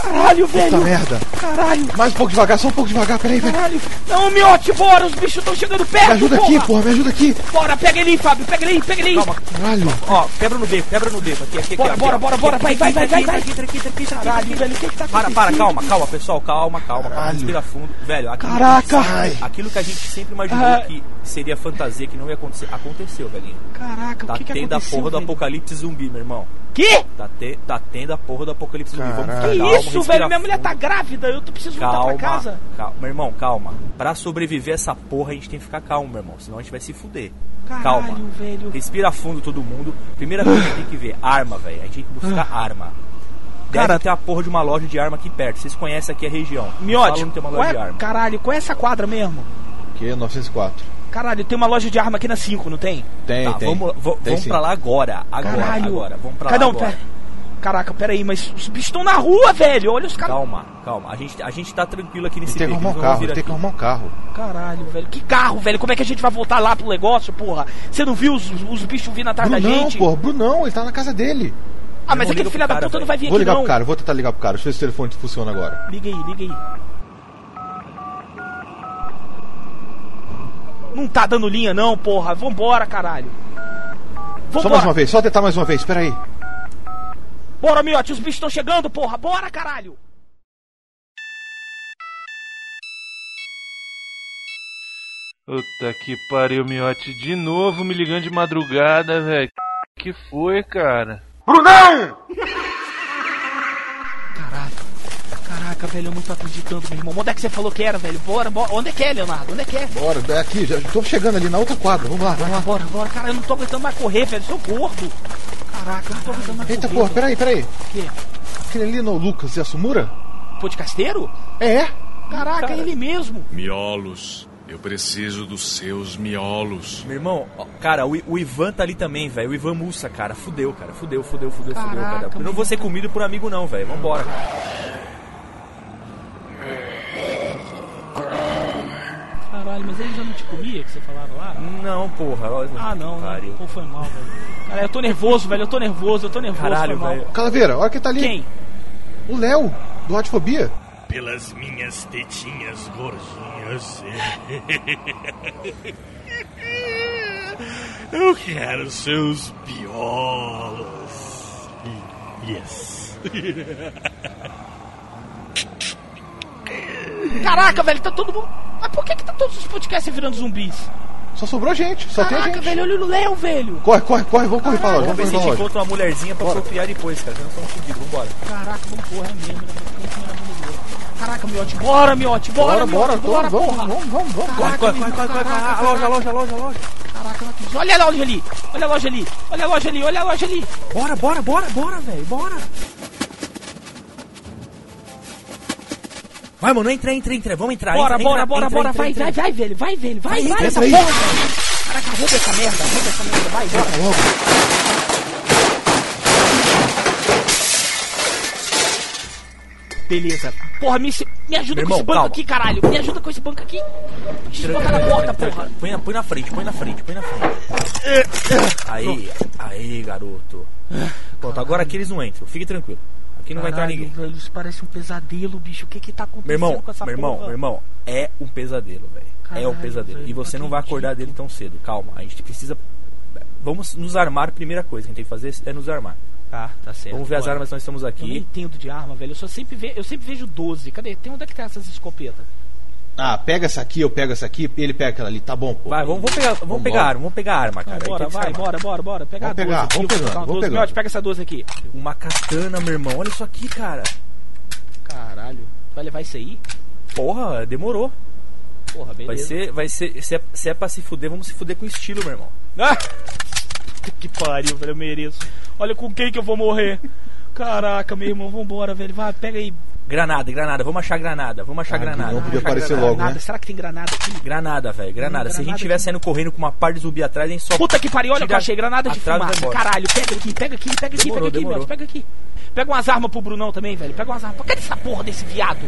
S9: Caralho,
S1: Puta
S9: velho!
S1: merda.
S9: Caralho,
S1: Mais um pouco devagar, só um pouco devagar, peraí, velho.
S9: caralho! Não, miote, bora! Os bichos estão chegando perto,
S1: Me ajuda aqui, porra, me ajuda aqui.
S9: Bora, pega ele aí, Fábio, pega ele aí, pega ele aí!
S13: Calma.
S1: Caralho.
S13: Ó, quebra no beco, quebra no beco. Aqui, aqui, aqui.
S9: Bora,
S13: aqui,
S9: bora,
S13: ó.
S9: bora, bora, vai, vai, vai, vai, vai.
S13: Aqui, aqui, aqui, aqui, aqui, aqui,
S9: Caralho,
S13: aqui.
S9: velho, o que que tá
S13: Para,
S9: acontecendo?
S13: para, calma, calma, pessoal, calma, calma, calma.
S1: Caralho.
S13: Respira fundo, velho. Aquilo
S9: Caraca!
S13: Que, aquilo que a gente sempre imaginou
S9: Ah.
S13: que seria fantasia, que não ia acontecer, aconteceu, velhinho.
S9: Caraca,
S13: Da
S9: o que que
S13: tenda
S9: aconteceu,
S13: porra do
S9: velho?
S13: apocalipse zumbi, meu irmão.
S9: Que?
S13: Da, te, da tenda porra do apocalipse zumbi. Vamos
S1: Caralho.
S13: ficar
S9: Que
S13: calmo,
S9: isso,
S13: respira
S9: velho? Minha mulher
S13: fundo.
S9: tá grávida, eu tô preciso voltar
S13: Calma,
S9: pra casa.
S13: calma, meu irmão, calma. Pra sobreviver essa porra, a gente tem que ficar calmo, meu irmão. Senão a gente vai se fuder.
S9: Caralho,
S13: calma.
S9: velho.
S13: Respira fundo todo mundo. Primeira coisa que tem que ver, arma, velho. A gente tem que buscar arma. Deve
S9: Ah. Cara-
S13: ter a porra de uma loja de arma aqui perto. Vocês conhecem aqui a região.
S9: Miote,
S13: Falam que tem uma
S9: qual
S13: loja
S9: é-
S13: de arma.
S9: caralho, qual é essa quadra mesmo?
S1: Que 904.
S9: Caralho, tem uma loja de arma aqui na 5, não tem?
S1: Tem,
S13: Tá,
S1: tem.
S13: vamos, vo-
S1: tem
S13: vamos
S1: sim.
S13: pra lá agora. Agora,
S9: Caralho.
S13: agora. Vamos pra
S9: Cada
S13: lá
S9: um,
S13: agora.
S9: pera- Caraca, peraí, mas os bichos estão na rua, velho. Olha os caras.
S13: Calma, calma. A gente, a gente tá tranquilo aqui
S1: E
S13: nesse
S1: tem que
S13: beco,
S1: arrumar um
S13: eles vão
S1: carro,
S13: vir
S1: tem que
S13: aqui.
S1: arrumar um carro.
S9: Caralho, velho. Que carro, velho. Como é que a gente vai voltar lá pro negócio, porra? Você não viu os, os bichos vindo atrás da
S1: Brunão,
S9: gente?
S1: porho, Brunão, ele tá na casa dele.
S9: Ah, mas
S13: Irmão,
S9: aquele
S13: liga
S9: filho
S13: pro
S9: da
S13: cara,
S9: puta não
S13: velho.
S9: vai vir
S1: Vou
S9: aqui,
S1: ligar pro
S9: não.
S1: cara, vou tentar ligar pro cara, deixa eu ver se o telefone funciona agora.
S9: Liga aí, liga aí. Não tá dando linha, não, porra. Vambora, caralho.
S1: Só mais
S9: Vambora.
S1: uma vez, só tentar mais uma vez, peraí.
S9: Bora, miote, os bichos estão chegando, porra! Bora, caralho!
S8: Puta que pariu, Miote. De novo me ligando de madrugada, velho. Que foi, cara?
S12: Brunão!
S9: Caraca, caraca, velho, eu não tô acreditando, meu irmão. Onde é que você falou que era, velho? Bora, bora. Onde é que é, Leonardo? Onde é que é?
S1: Bora, é aqui, já tô chegando ali na outra quadra, vamos lá, vamos lá.
S9: Bora, bora, cara, eu não tô aguentando mais correr, velho. Seu gordo! Caraca, eu não tô aguentando mais
S1: Eita
S9: correr.
S1: porra, peraí, peraí.
S9: velho. Quê?
S1: Aquele ali no Lucas e a Sumura?
S9: Pô de casteiro?
S1: É?
S9: Caraca, ele mesmo!
S15: Miolos, eu preciso dos seus miolos.
S13: Meu irmão, ó, cara, o, I- o Ivan tá ali também, velho. O Ivan Mussa, cara. Fudeu, cara. Fudeu, fudeu, fudeu, fudeu, cara. Eu não vou ser comido por amigo, não, velho. Vambora, cara.
S9: Caralho, Caralho, mas ele já não te comia que você falava lá?
S13: Não, porra.
S9: Ah, não,
S13: Pariu.
S9: não. Pô, foi mal, velho. Cara, eu tô nervoso, velho. Eu tô nervoso, eu tô nervoso.
S13: Caralho,
S9: foi mal.
S13: velho.
S1: Calaveira, olha quem tá ali.
S9: Quem?
S1: O Léo, do Radiofobia.
S7: Pelas minhas tetinhas gordinhas. Eu quero seus biolos. Yes.
S9: Caraca, velho, tá todo mundo. Mas por que, que tá todos os podcasts virando zumbis?
S1: Só sobrou gente, só
S9: Caraca,
S1: tem gente.
S9: velho, olha o Léo, velho.
S1: Corre, corre, corre, vamos correr pra loja.
S13: Vamos ver se
S1: Vamos
S13: a gente
S1: correr pra loja.
S13: encontra uma mulherzinha pra apropriar depois, cara. que Nós estamos fodidos, vambora.
S9: Caraca, vamos correr é mesmo. né? Vamos correr na bunda do Léo. Caraca, miote, bora, miote, bora,
S1: Bora,
S9: miote, bora,
S1: bora, todos,
S9: porra.
S1: vamos, vamos, vamos.
S9: Caraca,
S1: Corre, corre,
S9: meu,
S1: corre, corre, corre.
S9: caraca,
S1: Ah, loja,
S9: caraca.
S1: loja, loja, loja.
S9: Caraca, não acredito. Olha a loja ali, olha a loja ali, olha a loja ali, olha a loja ali. Bora, bora, bora, bora, velho, bora.
S13: Vai, mano, entra, entra, entra. Vamos entrar.
S9: Bora,
S13: entra,
S9: bora,
S13: entra,
S9: bora,
S13: entra,
S9: bora,
S13: entra,
S9: vai,
S13: entra,
S9: vai,
S13: entra.
S9: vai, velho, vai, velho, vai,
S13: Entra,
S9: vai,
S13: entra
S9: essa
S13: aí.
S9: porra. velho. Caraca, rouba essa merda, rouba essa merda, vai, bora. Beleza. Porra, me, me
S13: Meu
S9: ajuda com
S13: irmão,
S9: esse banco
S13: calma.
S9: aqui, caralho. Me ajuda com esse banco aqui. Desloca na porta, porra.
S13: Põe na, põe na frente, põe na frente, põe na frente. Aí, aí, garoto. Pronto, agora aqui eles não entram. Fique tranquilo. Aqui não vai entrar
S9: Caralho,
S13: ninguém.
S9: velho, isso parece um pesadelo, bicho. O que que tá acontecendo
S13: Meu irmão,
S9: com essa
S13: meu irmão,
S9: porra?
S13: meu irmão, é um pesadelo, velho. É um
S9: Caralho,
S13: pesadelo.
S9: velho,
S13: E você não vai acordar dele tão cedo. Calma, a gente precisa. Vamos nos armar. Primeira coisa que a gente tem que fazer é nos armar.
S9: Tá, tá certo.
S13: Vamos ver as
S9: Bora.
S13: armas que nós estamos
S9: Eu nem
S13: aqui.
S9: entendo de arma, velho. Eu, só sempre ve... eu sempre vejo 12. Cadê? Tem onde é que tá essas escopetas?
S1: Ah, pega essa aqui, eu pego essa aqui, ele pega aquela ali, tá bom, pô.
S13: Vai, vamos, vamos pegar, vamos
S1: Vambora.
S13: pegar a arma, vamos pegar a arma, cara.
S9: bora,
S13: Tem que se
S9: vai,
S13: armar.
S9: bora, bora, bora. Pega
S13: Vamos
S9: a 12
S13: pegar,
S9: aqui.
S13: vamos
S9: vou
S13: pegando,
S9: botar uma
S13: vamos
S9: 12.
S13: pegando.
S9: Miote, pega essa 12 aqui.
S13: Uma katana, meu irmão. Olha isso aqui, cara.
S9: Caralho. Vai levar isso aí?
S13: Porra, demorou.
S9: Porra, beleza.
S13: Vai ser, vai ser, se é, se é pra se fuder, vamos se fuder com estilo, meu irmão.
S9: Ah! Puta Que pariu, velho, eu mereço. Olha com quem que eu vou morrer. Caraca, meu irmão, vambora, velho. Vai, pega aí.
S13: Granada, granada, vamos achar granada, vamos achar granada.
S1: Ah, não
S13: Vamos
S1: podia
S13: achar
S1: aparecer
S13: granada.
S1: logo, né?
S9: Será que tem granada aqui?
S13: Granada, velho, granada. Se a gente
S9: Hum, granada
S13: tiver saindo correndo com uma par de zumbi atrás, a gente só.
S9: Puta que pariu, olha o que eu
S13: tira
S9: achei. Granada de
S13: atrás e vai
S9: fumaça.
S13: embora.
S9: Caralho, pega aqui, pega aqui, pega aqui,
S13: Demorou,
S9: pega aqui,
S13: demorou.
S9: mano. Pega aqui. Pega umas armas pro Brunão também, velho. Pega umas armas. Cadê essa porra desse viado?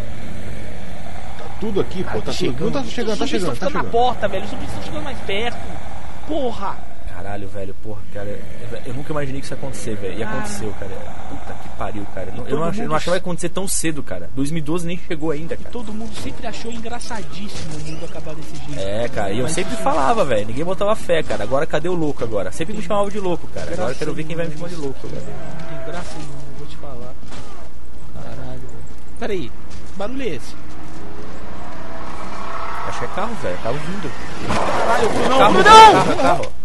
S1: Tudo aqui, pô, tá chegando. Tá chegando, tá
S9: Os zumbis
S1: chegando, tá
S9: estão ficando na
S1: chegando.
S9: porta, velho. Os zumbis estão chegando mais perto. Porra.
S13: Caralho, velho, porra, cara. eu- Eu nunca imaginei que isso ia acontecer, velho. E
S9: Cara.
S13: aconteceu, cara. Puta que pariu, cara. Eu,
S9: Ah. todo
S13: não, ach- eu
S9: mundo-
S13: não achava que ia acontecer tão cedo, cara. 2012 nem chegou ainda, cara.
S9: Todo mundo sempre achou engraçadíssimo o mundo acabar desse jeito.
S13: É, cara, e eu
S9: Mas
S13: sempre
S9: isso-
S13: falava, velho. Ninguém botava fé, cara. Agora cadê o louco agora? Sempre me chamava de louco, cara. Agora eu quero ver quem vai me chamar de louco, velho.
S9: Não tem graça nenhuma, vou te falar. Caralho, velho. Peraí, que barulho é esse?
S13: Acho que é carro, velho. Carro vindo.
S9: Caralho, Brunão,
S13: Carro,
S9: Brunão!
S13: Carro, carro.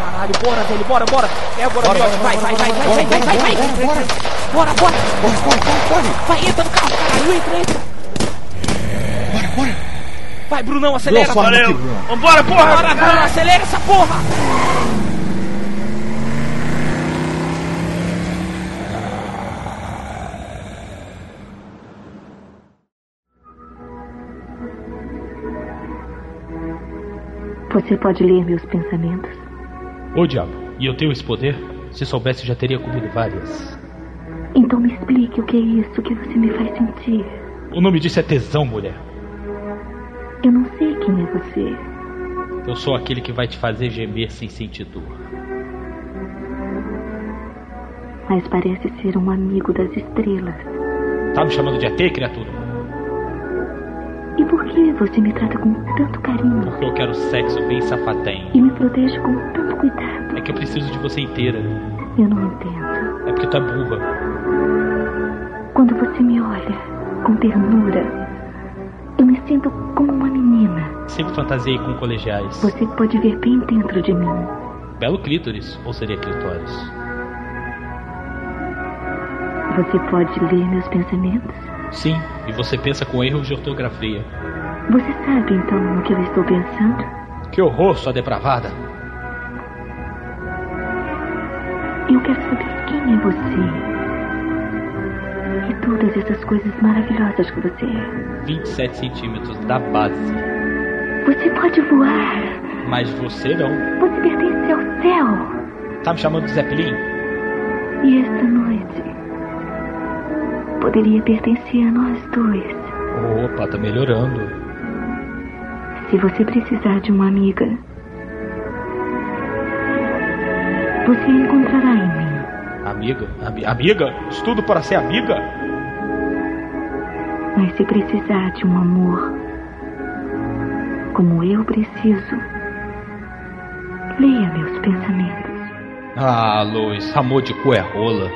S9: Caralho, bora, velho, bora, bora. É agora,
S13: Bora,
S9: Miotti.
S13: bora,
S9: Vai, vai,
S13: bora,
S9: vai,
S13: bora,
S9: vai, vai,
S13: bora,
S9: vai, vai, vai. Bora, bora.
S1: Corre, corre, corre, corre.
S9: Vai, entra no carro, caralho, entra, entra.
S1: Bora, bora.
S9: Vai, Brunão, acelera.
S1: Não, só
S9: Valeu.
S1: aqui, Bruno.
S9: Vambora, porra. Bora, bora, acelera essa porra.
S12: Você pode ler meus pensamentos?
S9: Ô, diabo, e eu tenho esse poder? Se soubesse, já teria comido várias.
S12: Então me explique o que é isso que você me faz sentir.
S9: O nome disso é tesão, mulher.
S12: Eu não sei quem é você.
S9: Eu sou aquele que vai te fazer gemer sem sentir dor.
S12: Mas parece ser um amigo das estrelas.
S9: Tá me chamando de ET, criatura?
S12: E por que você me trata com tanto carinho
S9: Porque eu quero sexo bem safadém.
S12: e me protege com tanto cuidado?
S9: É que eu preciso de você inteira.
S12: Eu não entendo.
S9: É porque tu é burra.
S12: Quando você me olha com ternura, eu me sinto como uma menina.
S9: Sempre fantasiei com colegiais.
S12: Você pode ver bem dentro de mim.
S9: Belo clítoris, ou seria clitóris?
S12: Você pode ler meus pensamentos?
S9: Sim, e você pensa com erros de ortografia.
S12: Você sabe então o que eu estou pensando?
S9: Que horror, sua depravada!
S12: Eu quero saber quem é você. E todas essas coisas maravilhosas que você é.
S9: 27 centímetros da base.
S12: Você pode voar.
S9: Mas você não.
S12: Você pertence ao céu.
S9: Tá me chamando de Zeppelin?
S12: E esta noite poderia pertencer a nós dois.
S16: Opa, tá melhorando.
S11: Se você precisar de uma amiga, você encontrará em mim.
S16: Amiga? Ami- amiga? Estudo para ser amiga?
S11: Mas se precisar de um amor, como eu preciso, leia meus pensamentos.
S16: Ah, Luiz, amor de cu é rola.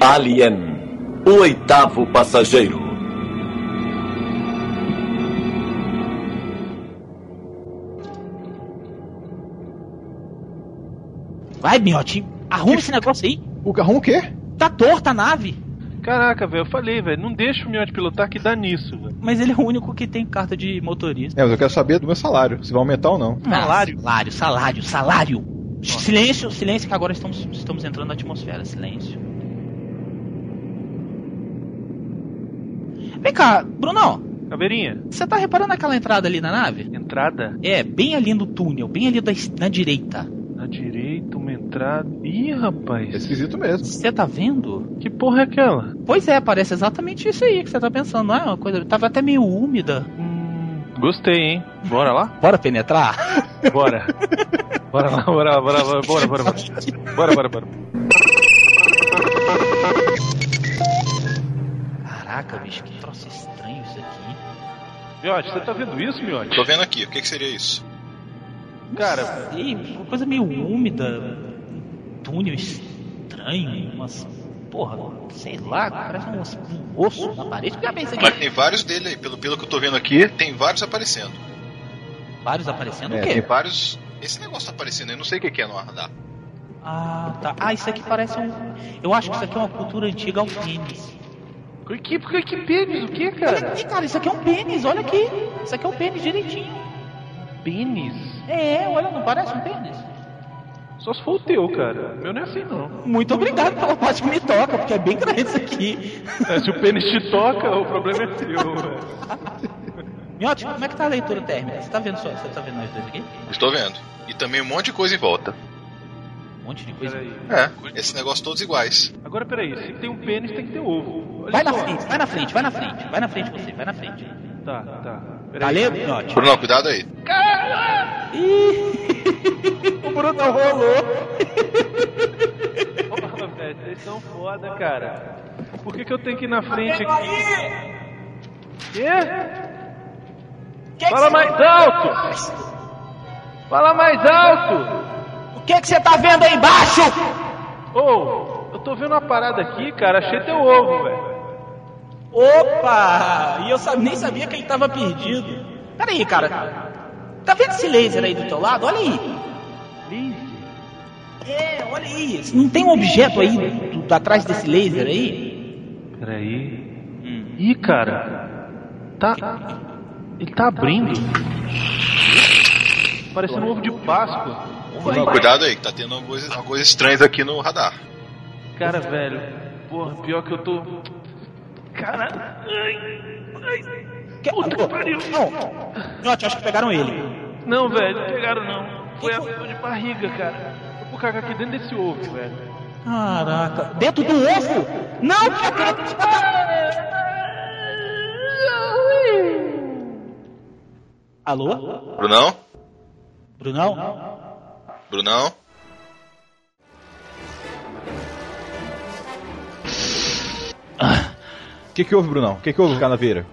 S17: Alien, o oitavo passageiro.
S9: Vai, Miotti, arruma esse negócio aí.
S6: O arruma o quê?
S9: Tá torta a nave.
S8: Caraca, velho, eu falei, velho, não deixa o Miotti pilotar que dá nisso, velho.
S9: Mas ele é o único que tem carta de motorista.
S6: É, mas eu quero saber do meu salário, se vai aumentar ou não.
S9: Salário. Salário, salário, salário. Silêncio, silêncio, que agora estamos, estamos entrando na atmosfera. Silêncio. Vem cá, Brunão.
S8: Caveirinha.
S9: Você tá reparando aquela entrada ali na nave?
S8: Entrada?
S9: É, bem ali no túnel, bem ali da, es- na direita.
S8: Na direita, uma entrada. Ih, rapaz.
S6: É esquisito mesmo.
S9: Você tá vendo?
S8: Que porra é aquela?
S9: Pois é, parece exatamente isso aí que você tá pensando, não é? Uma coisa, tava até meio úmida.
S8: Gostei, hein? Bora lá?
S9: Bora penetrar?
S8: Bora. Bora lá, bora lá, bora lá, bora, bora, bora. Bora, bora, bora.
S9: Caraca, bicho, que troço estranho isso aqui.
S8: Miotti, você tá vendo isso, Miotti?
S1: Tô vendo aqui, o que, que seria isso?
S8: Cara,
S9: Ih, uma coisa meio úmida, um túnel estranho, umas. Porra, sei lá, parece uns- um osso na parede. Que diabo é isso
S1: Mas
S9: aqui?
S1: tem vários dele aí, pelo, pelo que eu tô vendo aqui, tem vários aparecendo.
S9: Vários aparecendo o
S1: É,
S9: quê?
S1: tem vários. Esse negócio tá aparecendo, eu não sei o que, que é no radar.
S9: Ah, tá. Ah, isso aqui parece um. Eu acho que isso aqui é uma cultura antiga, é um pênis.
S8: Que, que, que pênis? O que,
S9: Olha aqui, cara, isso aqui é um pênis, olha aqui. Isso aqui é um pênis direitinho.
S8: Pênis?
S9: É, olha, não parece um pênis?
S8: Só se for o teu, cara. O meu não é assim, não.
S9: Muito obrigado pela parte que me toca, porque é bem grande isso aqui.
S8: É, se o pênis te toca, o problema é teu, velho.
S9: Miotti, como é que tá a leitura térmica? Você tá vendo só? Você tá vendo nós dois aqui?
S1: Estou vendo. E também um monte de coisa em volta.
S9: Um monte de coisa.
S1: É, esse negócio todos iguais.
S8: Agora peraí, se tem um pênis, tem que ter ovo. Olha
S9: Vai na
S8: só.
S9: frente, vai na frente, vai na frente, vai na frente você, vai na frente.
S8: Tá, tá.
S9: Tá lendo, Miotti?
S1: Bruno, cuidado aí.
S9: O Bruno rolou.
S8: Porra, velho, vocês são foda, cara. Por que, que eu tenho que ir na frente aqui?
S16: É.
S8: Quê? Fala mais alto! Fala mais alto!
S9: O que que você tá vendo aí embaixo?
S8: Ô, eu tô vendo uma parada aqui, cara, achei teu ovo, velho.
S9: Opa! E eu sa- nem sabia que ele tava perdido. Peraí, cara. Tá vendo esse laser aí do teu lado? Olha aí. É, olha aí. Não tem um objeto aí do- do- atrás desse laser aí? Hum.
S8: Peraí. Ih, cara. Tá. Ele tá abrindo. Parecendo um ovo de Páscoa.
S1: Bruno, cuidado aí, que tá tendo alguma coisa, alguma coisa estranha aqui no radar.
S8: Cara, velho. Porra, pior que eu tô. Cara.
S9: Que- Pô, Não, Miotti, acho que pegaram ele.
S8: Não, velho, não pegaram não. Foi a dor de barriga, cara. Eu vou cagar aqui dentro desse ovo, velho.
S9: Caraca. Dentro do ovo? Não, Alô?
S1: Brunão?
S9: Brunão?
S1: Brunão?
S6: O que, que houve, Brunão? O que, que houve, Canaveira?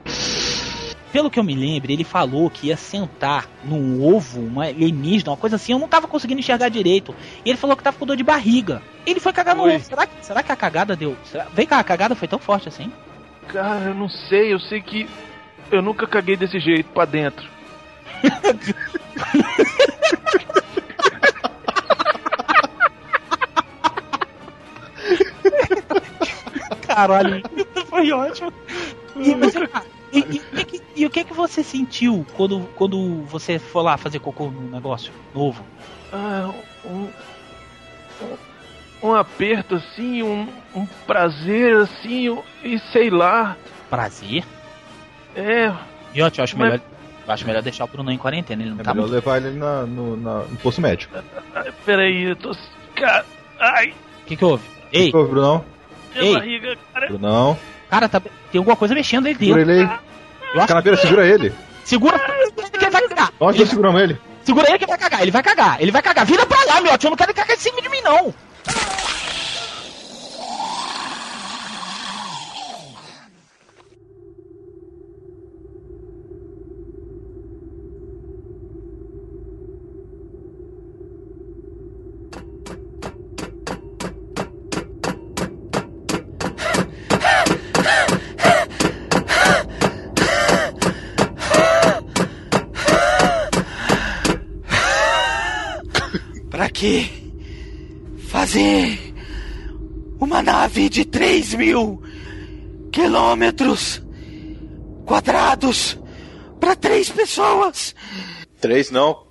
S9: Pelo que eu me lembro, ele falou que ia sentar num ovo, uma alienígena, uma coisa assim. Eu não tava conseguindo enxergar direito. E ele falou que tava com dor de barriga. Ele foi cagar no ovo. Será que, será que a cagada deu? será- Vem cá, a cagada foi tão forte assim?
S8: Cara, eu não sei, eu sei que. Eu nunca caguei desse jeito pra dentro.
S9: Caralho, foi ótimo. E, mas, E, e, e, que- e o que que você sentiu quando, quando você foi lá fazer cocô no negócio novo?
S8: Ah, um, um, um aperto assim, um, um prazer assim, um- e sei lá.
S9: Prazer.
S8: É,
S9: E ó, tio, eu acho
S8: Mas-
S9: melhor. Eu acho melhor deixar o Bruno em quarentena, ele não
S1: É
S9: tá
S1: melhor
S9: muito.
S1: levar ele na- no, na- no posto médico.
S8: ai, Ah, peraí, eu tô. Cara, ai,
S9: O que, que houve? Ei!
S1: Ô, Brunão,
S8: minha
S9: Ei.
S8: barriga, cara. Ah.
S1: Brunão,
S9: Cara, tá- tem alguma coisa mexendo aí dentro.
S1: segura ele aí.
S9: Eu acho-
S1: Canaveira, segura ele.
S9: Segura segura que ele vai cagar.
S1: Nós dois seguramos ele.
S9: Segura ele que ele vai cagar, ele vai cagar, ele vai cagar. Vira pra lá, meu tio, eu não quero cagar em cima de mim, não.
S6: Pra que fazer uma nave de 3 mil quilômetros quadrados pra três pessoas?
S1: Três não.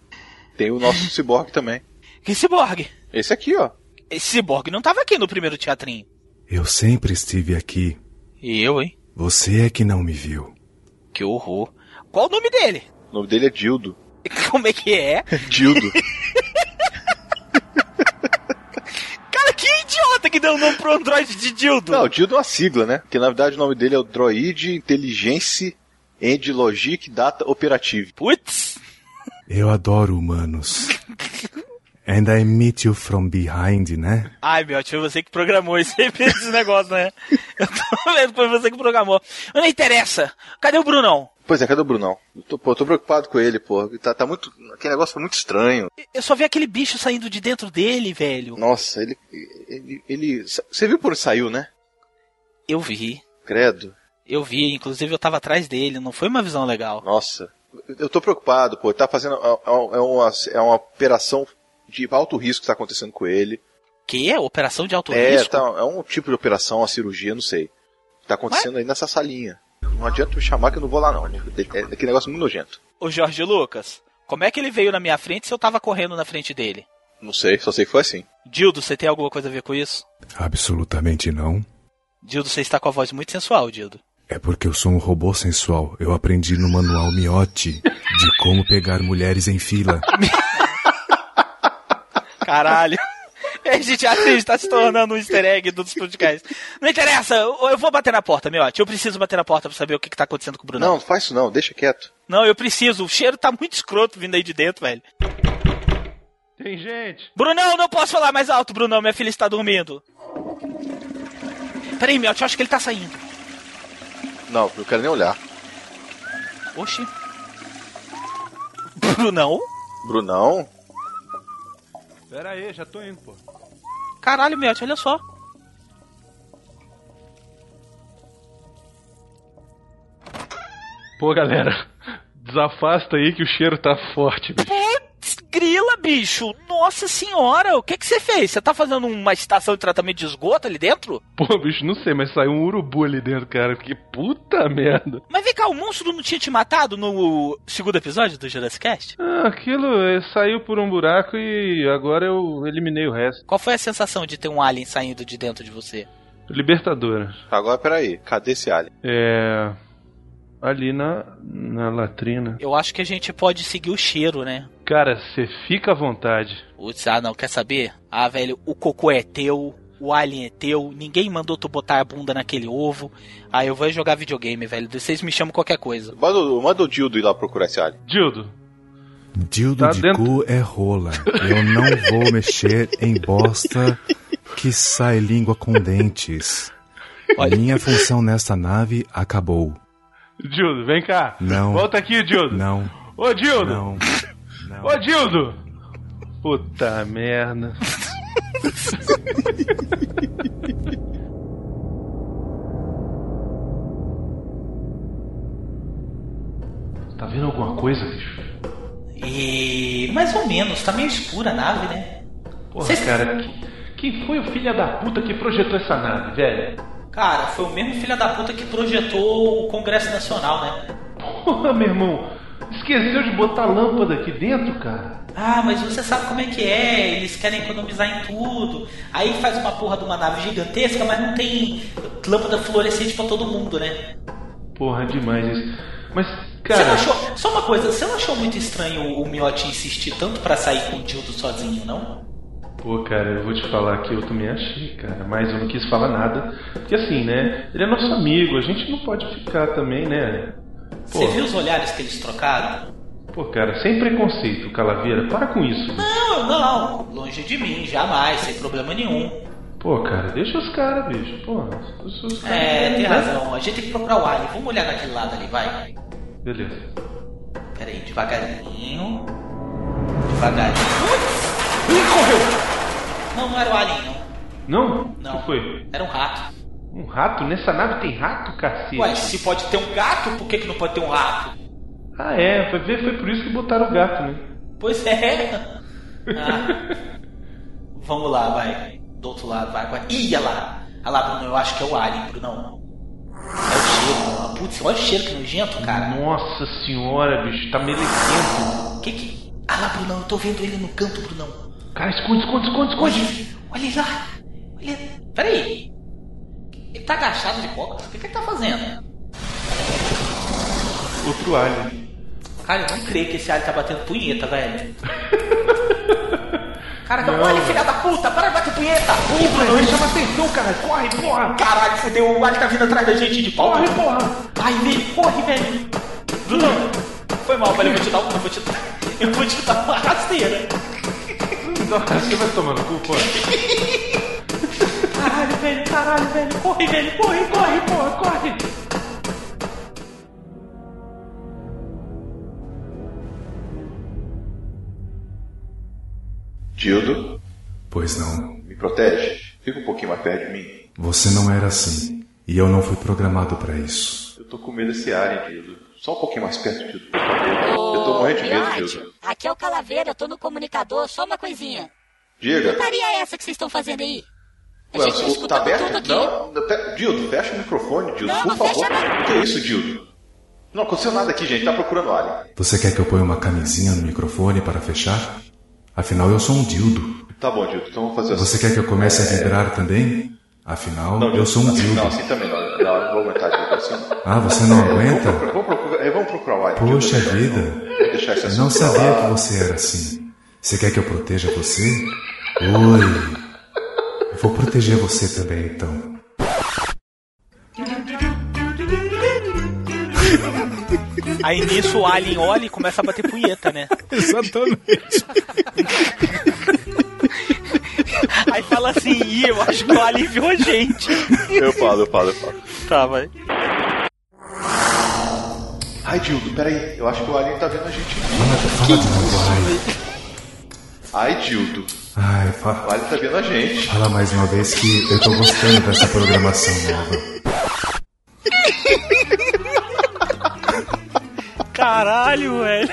S1: Tem o nosso ciborgue também.
S9: Que ciborgue?
S1: Esse aqui, ó.
S9: Esse ciborgue não tava aqui no primeiro teatrinho.
S18: Eu sempre estive aqui.
S9: E eu, hein?
S18: Você é que não me viu.
S9: Que horror. Qual o nome dele?
S1: O nome dele é Dildo.
S9: Como é que é?
S1: Dildo.
S9: Cara, que idiota que deu o nome pro Android de Dildo.
S1: Não, Dildo é uma sigla, né? Que na verdade o nome dele é o Droid Intelligence End Logic Data Operative.
S9: Putz!
S18: Eu adoro humanos. And I meet you from behind, né?
S19: Ai, meu, foi você que programou esse, esse negócio, né? Eu tô vendo que foi você que programou. Mas não interessa. Cadê o Brunão?
S1: Pois é, cadê o Brunão? Eu tô, pô, eu tô preocupado com ele, pô. Tá, tá muito. Aquele negócio foi muito estranho.
S9: Eu só vi aquele bicho saindo de dentro dele, velho.
S1: Nossa, ele. ele. ele- Você viu por onde saiu, né?
S9: Eu vi.
S1: Credo.
S9: Eu vi, inclusive eu tava atrás dele, não foi uma visão legal.
S1: Nossa. Eu tô preocupado, pô. Ele tá fazendo. É é uma, é uma operação de alto risco que tá acontecendo com ele.
S9: Que é? Operação de alto
S1: é,
S9: risco?
S1: tá- é um tipo de operação, uma cirurgia, não sei. Tá acontecendo aí nessa salinha. Não adianta me chamar que eu não vou lá, não. É, é aquele negócio muito nojento.
S9: O Jorge Lucas, como é que ele veio na minha frente se eu tava correndo na frente dele?
S1: Não sei, só sei que foi assim.
S9: Dildo, você tem alguma coisa a ver com isso?
S18: Absolutamente não.
S9: Dildo, você está com a voz muito sensual, Dildo.
S18: É porque eu sou um robô sensual. Eu aprendi no manual Miotti de como pegar mulheres em fila.
S19: Caralho.
S9: A gente assiste, tá se tornando um easter egg dos podcasts. Não interessa, eu eu vou bater na porta, meu. Eu preciso bater na porta pra saber o que, que tá acontecendo com o Bruno.
S1: Não, não faz isso não, deixa quieto.
S9: Não, eu preciso. O cheiro tá muito escroto vindo aí de dentro, velho.
S8: Tem gente.
S9: Brunão, não posso falar mais alto, Brunão. Minha filha está dormindo. Peraí, meu, eu acho que ele tá saindo.
S1: Não, não quero nem olhar.
S9: Oxi. Brunão?
S1: Brunão?
S8: Pera aí, já tô indo, pô.
S9: Caralho, Miotti, olha só.
S8: Pô, galera, desafasta aí que o cheiro tá forte, bicho.
S9: Putz, grila, bicho. Nossa senhora, o que que você fez? Você tá fazendo uma estação de tratamento de esgoto ali dentro?
S8: Pô, bicho, não sei, mas saiu um urubu ali dentro, cara. Que puta merda.
S9: Mas vem cá, o monstro não tinha te matado no segundo episódio do Jurassic Cast?
S8: Ah, aquilo eh, saiu por um buraco e agora eu eliminei o resto.
S9: Qual foi a sensação de ter um alien saindo de dentro de você?
S8: Libertadora.
S1: Agora peraí, cadê esse alien?
S8: É. Ali na, na latrina.
S9: Eu acho que a gente pode seguir o cheiro, né?
S8: Cara, você fica à vontade.
S9: Putz, ah não, quer saber? Ah, velho, o cocô é teu, o alien é teu, ninguém mandou tu botar a bunda naquele ovo. Ah, eu vou jogar videogame, velho. Vocês me chamam qualquer coisa.
S1: Manda, o- manda o Dildo ir lá procurar esse alien.
S8: Dildo.
S18: Dildo de cu é rola. Eu não vou mexer em bosta que sai língua com dentes. Minha função nesta nave acabou.
S8: Dildo, vem cá.
S18: Não.
S8: Volta aqui, Dildo.
S18: Não.
S8: Ô, Dildo.
S18: Não.
S8: Ô, Dildo. Puta merda. Tá vendo alguma coisa, bicho?
S9: E mais ou menos, tá meio escura a nave, né?
S8: Porra, cara, que- quem foi o filho da puta que projetou essa nave, velho?
S9: Cara, foi o mesmo filho da puta que projetou o Congresso Nacional, né?
S8: Porra, meu irmão. Esqueceu de botar lâmpada aqui dentro, cara?
S9: Ah, mas você sabe como é que é, eles querem economizar em tudo. Aí faz uma porra de uma nave gigantesca, mas não tem lâmpada fluorescente pra todo mundo, né?
S8: Porra, é demais isso. Mas, cara.
S9: Você achou, só uma coisa, você não achou muito estranho o Miotti insistir tanto pra sair com o Dildo sozinho, não?
S8: Pô, cara, eu vou te falar que eu também achei, cara, mas eu não quis falar nada. Porque assim, né? Ele é nosso amigo, a gente não pode ficar também, né?
S9: Pô. Você viu os olhares que eles trocaram?
S8: Pô, cara, sem preconceito, Calaveira, para com isso.
S9: Não, não, longe de mim, jamais, sem problema nenhum.
S8: Pô, cara, deixa os caras, bicho, pô. Os, os
S9: cara, é, tem né? razão, a gente tem que procurar o alien, vamos olhar daquele lado ali, vai.
S8: Beleza.
S9: Pera aí, devagarinho. Devagarinho. Ih, correu! Não, não era o alien,
S8: não. Não?
S9: Não. O
S8: que foi?
S9: Era um rato.
S8: Um rato? Nessa nave tem rato, cacete?
S9: Ué, se pode ter um gato, por que, que não pode ter um rato?
S8: Ah, é, foi, foi por isso que botaram o gato, né?
S9: Pois é. Ah. Vamos lá, vai. Do outro lado, vai. vai. Ih, olha lá. Olha lá, Bruno, eu acho que é o alien, Bruno. É o cheiro, mano. Putz, olha o cheiro que nojento, cara.
S8: Nossa senhora, bicho, tá melequento.
S9: Que que. Ah lá, Brunão, eu tô vendo ele no canto, Brunão.
S8: Cara, esconde, esconde, esconde, esconde.
S9: Olha, olha lá. Olha. Peraí. Ele tá agachado de cócoras? O que, que ele tá fazendo?
S8: Outro alien.
S9: Cara, eu não creio que esse alien tá batendo punheta, velho. Caraca, não. olha, filha da puta, para de bater punheta!
S8: Ih, Bruno, ele chama atenção, cara, corre, porra!
S9: Caralho, fudeu, o alien tá vindo atrás da gente de pau!
S8: Corre, porra!
S9: Vai, me corre, velho! Bruno, foi mal, velho, eu vou te dar um. Eu vou te dar, eu vou te dar uma rasteira!
S8: Nossa, você vai tomando cu, porra!
S9: Caralho, velho, caralho, velho. Corre, velho, corre, corre, porra, corre.
S1: Dildo?
S18: Pois não.
S1: Me protege. Fica um pouquinho mais perto de mim.
S18: Você não era assim. E eu não fui programado para isso.
S1: Eu tô com medo desse alien, Dildo. Só um pouquinho mais perto, Dildo. Oh, eu tô morrendo de medo, Dildo.
S11: Aqui é o Calaveira, eu tô no comunicador. Só uma coisinha.
S1: Diga.
S11: Que putaria é essa que vocês estão fazendo aí?
S1: Ué, o, tá aberto? Não, pe... Dildo, fecha o microfone, Dildo,
S11: não,
S1: por
S11: não
S1: favor.
S11: Fecha não.
S1: O que é isso, Dildo? Não aconteceu nada aqui, gente, tá procurando alien.
S18: Você quer que eu ponha uma camisinha no microfone para fechar? Afinal, eu sou um dildo.
S1: Tá bom, Dildo, então vamos fazer
S18: Você assim. quer que eu comece a vibrar também? Afinal,
S1: não,
S18: eu sou um dildo.
S1: Não, assim também não. Não, não vou aguentar, Dildo, assim não.
S18: Ah, você não aguenta?
S1: Vamos, vamos procurar, vamos procurar o alien.
S18: Poxa Dildo, vida.
S1: Deixar assim. esse
S18: não sabia que você era assim. Você quer que eu proteja você? Oi. Vou proteger você também, então.
S9: Aí nisso o Alien olha e começa a bater punheta, né?
S20: Exatamente.
S9: Aí fala assim, Ih, eu acho que o Alien viu a gente.
S1: Eu falo, eu falo, eu falo.
S9: Tá, vai.
S1: Ai, Dildo, peraí, eu acho que o Alien tá vendo a gente.
S18: Fala, fala de novo, Alien.
S1: Ai, Dildo.
S18: Ai, fala.
S1: Vale tá vendo a gente.
S18: Fala mais uma vez que eu tô gostando dessa programação nova.
S9: Caralho, velho.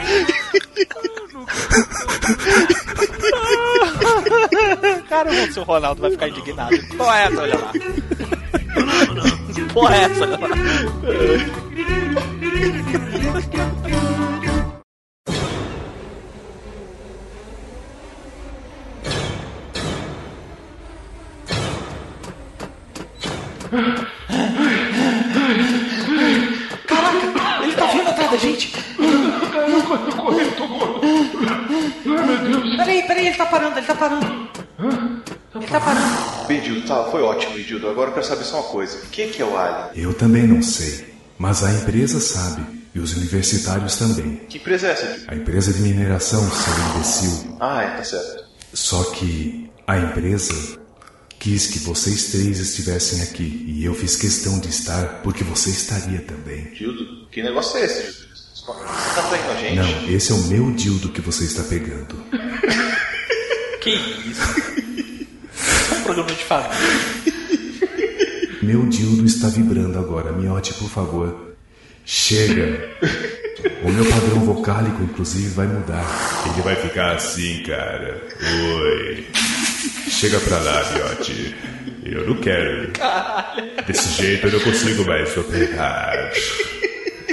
S9: Cara, o seu Ronaldo vai ficar indignado. Qual é essa, olha lá? Qual é essa, olha lá? Caraca, ele tá vindo atrás da gente.
S8: Tô correndo, tô correndo. Ai, meu Deus.
S9: Peraí, peraí, ele tá parando, ele tá parando. Ele tá parando.
S1: Bidildo, tá, foi ótimo, Bidildo. Agora eu quero saber só uma coisa. O que, que é o Alien?
S18: Eu também não sei, mas a empresa sabe. E os universitários também.
S1: Que empresa é essa? Bidildo?
S18: A empresa de mineração, seu imbecil.
S1: Ah, é, tá certo.
S18: Só que a empresa Quis que vocês três estivessem aqui e eu fiz questão de estar porque você estaria também.
S1: Dildo? Que negócio é esse, Dildo? Você tá traindo a gente?
S18: Não, esse é o meu dildo que você está pegando.
S9: que isso? isso é um programa de família.
S18: Meu dildo está vibrando agora. Miote, por favor. Chega. O meu padrão vocálico, inclusive, vai mudar.
S15: Ele vai ficar assim, cara. Oi. Chega pra lá, Biote. Eu não quero.
S9: Caralho.
S15: Desse jeito eu não consigo mais operar.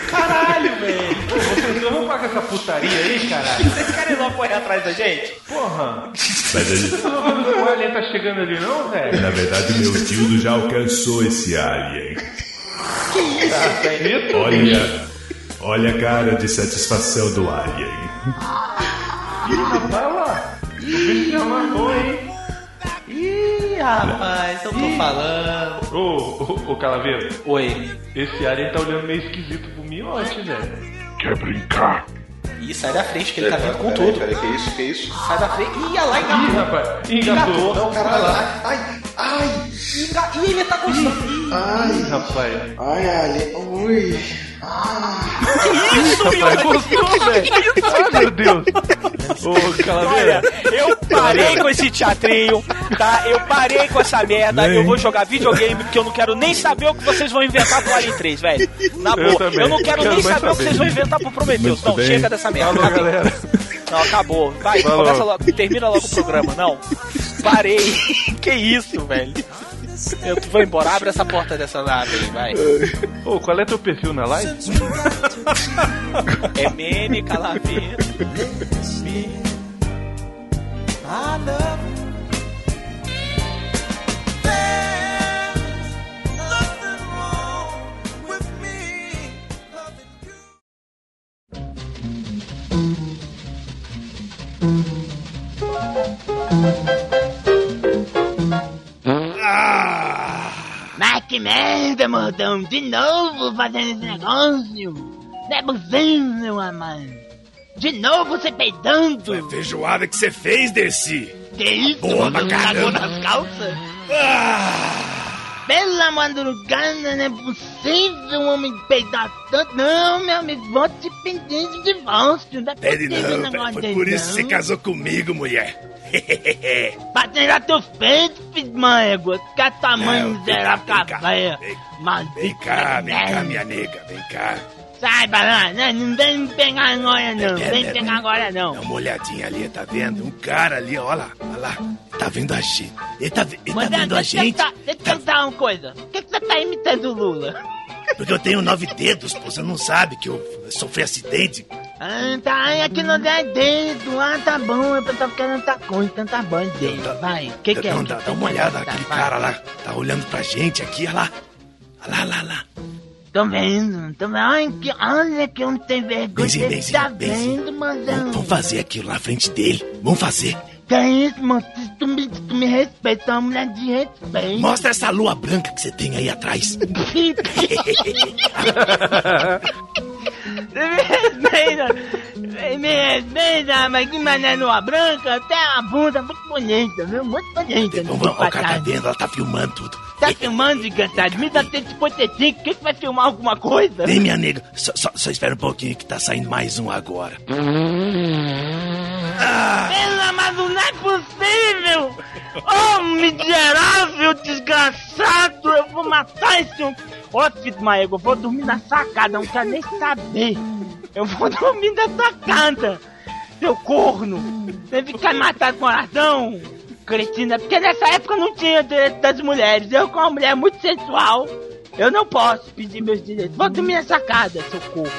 S9: Caralho, velho. Pô, Vocês não vão pagar essa putaria aí, caralho? Vocês querem não correr atrás da gente?
S8: Porra.
S15: Mas ele-
S8: Vocês não vão ver o alien tá chegando ali, não, velho?
S15: na verdade, meu dildo já alcançou esse alien.
S9: Que isso,
S8: Tá,
S9: velho?
S15: Olha, olha a cara de satisfação do alien.
S9: Ih, rapaz, lá. Ih, já matou, hein? Ih, rapaz, eu tô falando.
S8: Ô, ô, ô, Calaveira.
S9: Oi.
S8: Esse alien tá olhando meio esquisito pro miote, né? velho.
S15: Quer brincar?
S9: Ih, sai da frente, que ele tá
S1: Peraí,
S9: vindo com
S1: peraí,
S9: tudo.
S1: Peraí, que isso, que isso?
S9: Sai da frente. Ih, olha lá, engatou.
S8: Ih, rapaz. Ih,
S9: Engatou.
S8: engatou.
S1: Não, caralho. Ai,
S9: Ai, enga... Ih, ele tá com sangue.
S1: ai,
S8: Rapaz.
S1: ai, ai, ui.
S8: Isso, rapaz, gostou, velho. Ai, meu Deus. Ô, Calaveira.
S9: Eu parei com esse teatrinho, tá? Eu parei com essa merda.
S13: Bem.
S9: Eu vou jogar videogame porque eu não quero nem saber o que vocês vão inventar pro Alien 3, velho. Na
S8: Eu
S9: boa. Eu,
S8: também.
S9: não quero, nem
S8: Quero mais
S9: saber, o que
S8: saber.
S9: vocês vão inventar pro Prometheus.
S13: Muito
S9: tá Não,
S13: bem.
S9: chega dessa merda.
S8: Falou,
S9: Acabei.
S8: galera.
S9: Não, acabou. Vai,
S8: Falou.
S9: começa logo, termina logo o programa. Não, parei. que isso, velho. Eu vou embora, abre essa porta dessa nave aí, vai.
S8: Ô, qual é teu perfil na live?
S9: É meme, calaveira.
S6: Mas que merda, mordão! De novo fazendo esse negócio! Não é possível, meu amado! De novo você peidando!
S4: Feijoada que você fez, Dercy.
S6: Que é isso?
S4: Boa pra
S6: mordão? Cagou
S4: caramba.
S6: nas calças? Pela madrugada, não é possível um homem peidar tanto! Não, meu amigo, vou te pedir de divórcio! Não é
S4: Pede
S6: possível um
S4: não, velho.
S6: negócio
S4: Foi
S6: desse,
S4: por isso que você
S6: não.
S4: casou comigo, mulher.
S6: Pra tirar teu peito, filho de uma égua! Que tamanho
S4: Não, vem cá,
S6: miserável
S4: vem cá,
S6: café! Maldito!
S4: Vem cá, vem cá,
S6: merda.
S4: minha nega, vem cá.
S6: Sai, lá, né? não vem me pegar agora não,
S4: É,
S6: vem
S4: né,
S6: pegar agora não.
S4: Dá uma olhadinha ali, tá vendo? Um cara ali, ó lá, ó lá. Tá vendo a gente. Ele tá, ve- ele tá
S6: Mandando,
S4: vendo a
S6: deixa eu
S4: gente. Tá.
S6: perguntar- Deixa eu perguntar uma coisa. Por que, que você tá imitando o Lula?
S4: Porque eu tenho nove dedos, pô. Você não sabe que eu sofri acidente.
S6: Ah, tá, ai, aqui não é dedo. Ah, tá bom, eu tô ficando tanta coisa, tanta banha dedo. Vai, o que que é?
S4: Então, dá, dá uma olhada, aquele cara lá. Tá olhando pra gente aqui, ó lá. Ó lá, lá, lá.
S6: Tô vendo, tô vendo. Ai, que, olha que eu não tenho vergonha.
S4: Benzinho,
S6: Ele
S4: benzinho,
S6: tá
S4: benzinho.
S6: vendo, mozão?
S4: Vamos fazer aquilo na frente dele. Vamos fazer.
S6: Que é isso, mano? Se Tu me, tu me respeita, é uma mulher de respeito.
S4: Mostra essa lua branca que você tem aí atrás.
S6: é Me respeita, me respeita, mas que mané lua branca, até a bunda muito bonita, viu? Muito bonita.
S4: Vamos, vamos, ó, o cara tá
S6: Passagem.
S4: vendo, ela tá filmando tudo.
S6: Tá filmando, encantado? Me dá 155, quem que vai filmar alguma coisa?
S4: Vem, minha nega, só, só- só espera um pouquinho que tá saindo mais um agora.
S6: Pela, mas não é possível! Ô, miserável, desgraçado, eu vou matar esse homem! Ô, filho de Maego, eu vou dormir na sacada, não quero nem saber! Eu vou dormir na sacada, seu corno! Você fica matado coração, cretina, porque nessa época não tinha direito das mulheres, eu com uma mulher muito sensual, eu não posso pedir meus direitos, vou dormir na sacada, seu corno!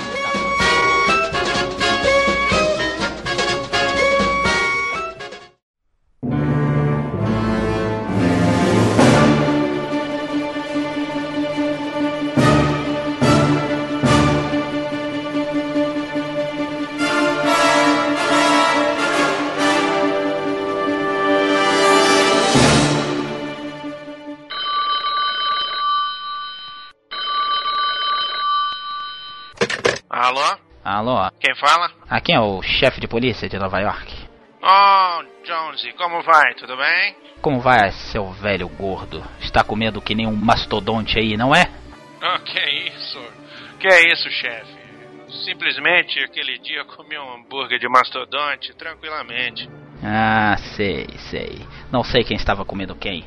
S10: Alô?
S14: Alô,
S10: Quem fala?
S9: Ah,
S14: aqui é o chefe de polícia de Nova York.
S10: Oh, Jonesy, como vai? Tudo bem?
S14: Como vai, seu velho gordo? Está comendo que nem um mastodonte aí, não é?
S10: Ah, que isso? Que é isso, chefe? Simplesmente aquele dia eu comi um hambúrguer de mastodonte tranquilamente.
S14: Ah, sei, sei. Não sei quem estava comendo quem.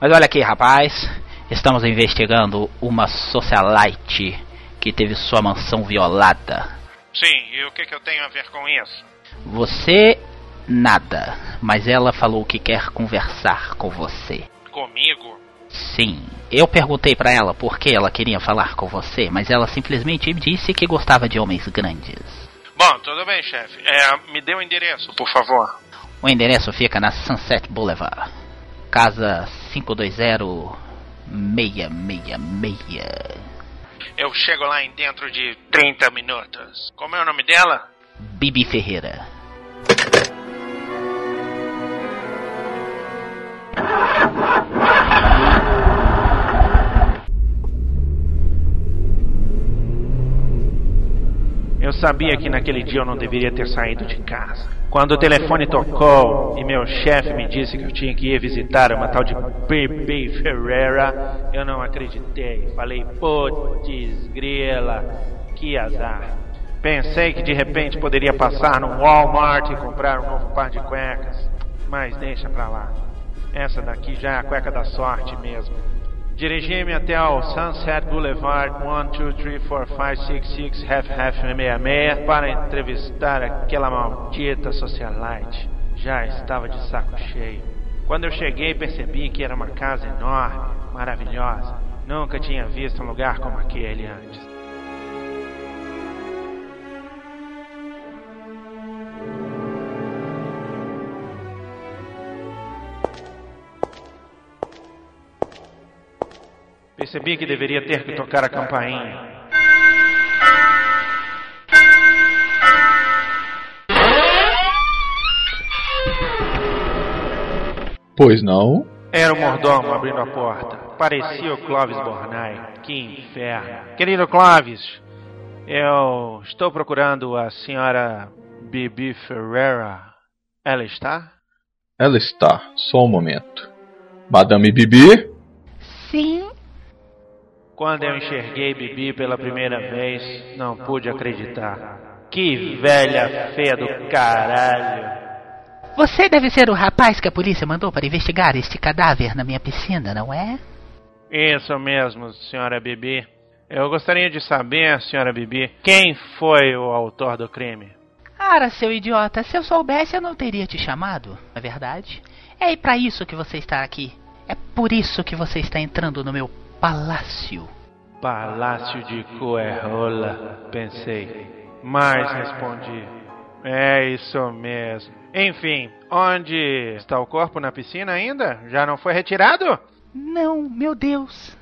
S14: Mas olha aqui, rapaz. Estamos investigando uma socialite que teve sua mansão violada.
S10: Sim, e o que, que eu tenho a ver com isso?
S14: Você nada,
S21: mas ela falou que quer conversar com você.
S10: Comigo?
S21: Sim. Eu perguntei para ela por que ela queria falar com você, mas ela simplesmente disse que gostava de homens grandes.
S10: Bom, tudo bem, chefe. É, me dê o um endereço, por favor.
S21: O endereço fica na Sunset Boulevard, casa 520666.
S10: Eu chego lá em dentro de 30 minutos. Como é o nome dela?
S21: Bibi Ferreira.
S10: Eu sabia que naquele dia eu não deveria ter saído de casa. Quando o telefone tocou e meu chefe me disse que eu tinha que ir visitar uma tal de Bebê Ferreira, eu não acreditei. Falei, putz, grela, que azar. Pensei que de repente poderia passar no Walmart e comprar um novo par de cuecas, mas deixa pra lá. Essa daqui já é a cueca da sorte mesmo. Dirigi-me até o Sunset Boulevard 12345666 half half 66 para entrevistar aquela maldita socialite. Já estava de saco cheio. Quando eu cheguei, percebi que era uma casa enorme, maravilhosa. Nunca tinha visto um lugar como aquele antes. Percebi que deveria ter que tocar a campainha.
S5: Pois não?
S10: Era o mordomo abrindo a porta. Parecia o Clóvis Bornai. Que inferno. Querido Clóvis, eu estou procurando a senhora Bibi Ferreira. Ela está?
S5: Ela está. Só um momento. Madame Bibi?
S22: Sim.
S10: Quando eu enxerguei Bibi pela primeira vez, não pude acreditar. Que velha feia do caralho!
S22: Você deve ser o rapaz que a polícia mandou para investigar este cadáver na minha piscina, não é?
S10: Isso mesmo, senhora Bibi. Eu gostaria de saber, senhora Bibi, quem foi o autor do crime.
S22: Cara, seu idiota, se eu soubesse eu não teria te chamado, na verdade. É para isso que você está aqui. É por isso que você está entrando no meu palácio.
S10: Palácio de Coerrola, pensei. Mas respondi: É isso mesmo. Enfim, onde está o corpo na piscina ainda? Já não foi retirado?
S22: Não, meu Deus.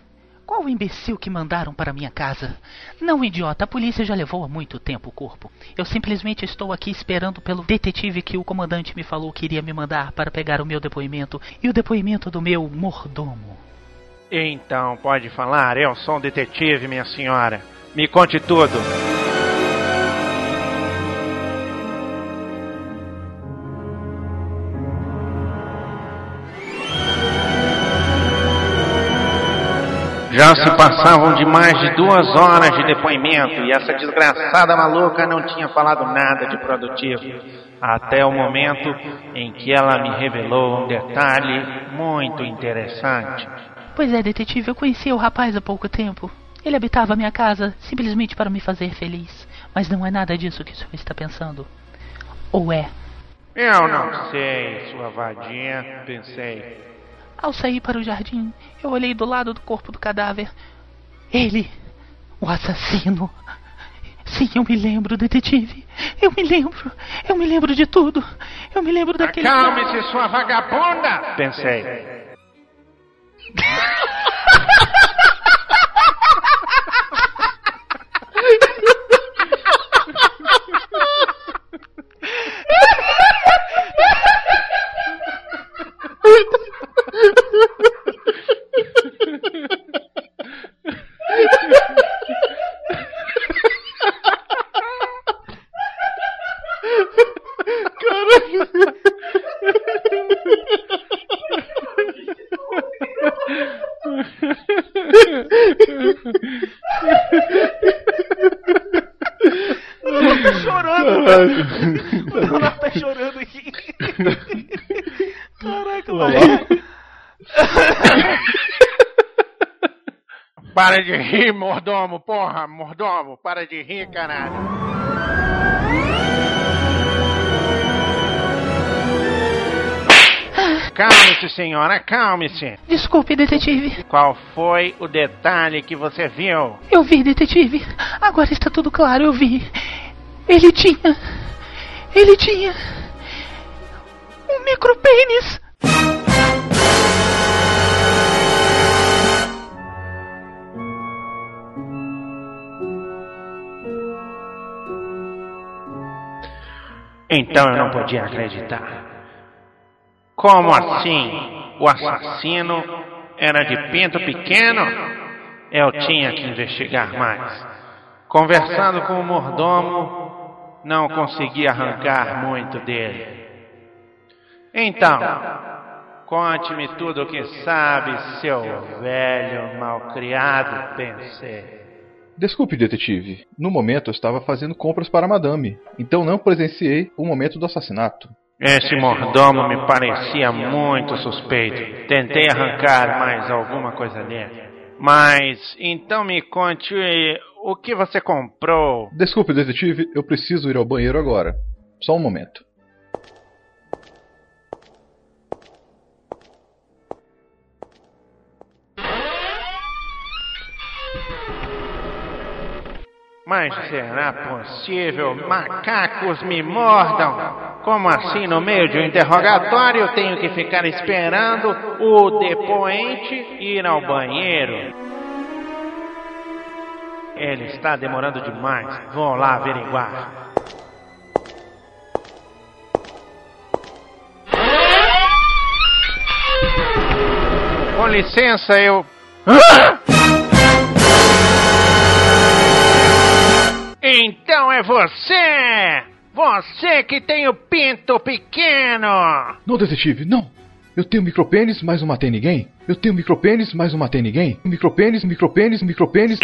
S22: Qual o imbecil que mandaram para minha casa? Não, idiota, a polícia já levou há muito tempo o corpo. Eu simplesmente estou aqui esperando pelo detetive que o comandante me falou que iria me mandar para pegar o meu depoimento e o depoimento do meu mordomo.
S10: Então, pode falar, eu sou um detetive, minha senhora. Me conte tudo. Já se passavam de mais de duas horas de depoimento e essa desgraçada maluca não tinha falado nada de produtivo, até o momento em que ela me revelou um detalhe muito interessante.
S22: Pois é, detetive, eu conhecia o rapaz há pouco tempo. Ele habitava minha casa simplesmente para me fazer feliz. Mas não é nada disso que o senhor está pensando. Ou é?
S10: Eu não sei, sua vadinha, pensei.
S22: Ao sair para o jardim, eu olhei do lado do corpo do cadáver. Ele, o assassino. Sim, eu me lembro, detetive. Eu me lembro. Eu me lembro de tudo. Eu me lembro daquele.
S10: Calme-se, sua vagabunda! Pensei. Para de rir, mordomo, porra, mordomo, para de rir, caralho. Acalme-se, senhora, acalme-se.
S22: Desculpe, detetive.
S10: Qual foi o detalhe que você viu?
S22: Eu vi, detetive. Agora está tudo claro, eu vi. Ele tinha. Ele tinha. Um micropênis.
S10: Então eu não podia acreditar. Como assim? O assassino era de pinto pequeno? Eu tinha que investigar mais. Conversando com o mordomo, não consegui arrancar muito dele. Então, conte-me tudo o que sabe, seu velho malcriado, pensei.
S5: Desculpe, detetive. No momento eu estava fazendo compras para a madame, então não presenciei o momento do assassinato.
S10: Esse mordomo me parecia muito suspeito. Tentei arrancar mais alguma coisa dele. Mas então me conte o que você comprou.
S5: Desculpe, detetive, eu preciso ir ao banheiro agora. Só um momento.
S10: Mas será possível? Macacos me mordam! Como assim, no meio de um interrogatório, eu tenho que ficar esperando o depoente ir ao banheiro? Ele está demorando demais. Vou lá averiguar. Com licença, eu. Então é você! Você que tem o pinto pequeno!
S5: Não, detetive, não! Eu tenho micropênis, mas não matei ninguém. Eu tenho micropênis, mas não matei ninguém. Micropênis, micropênis, micropênis.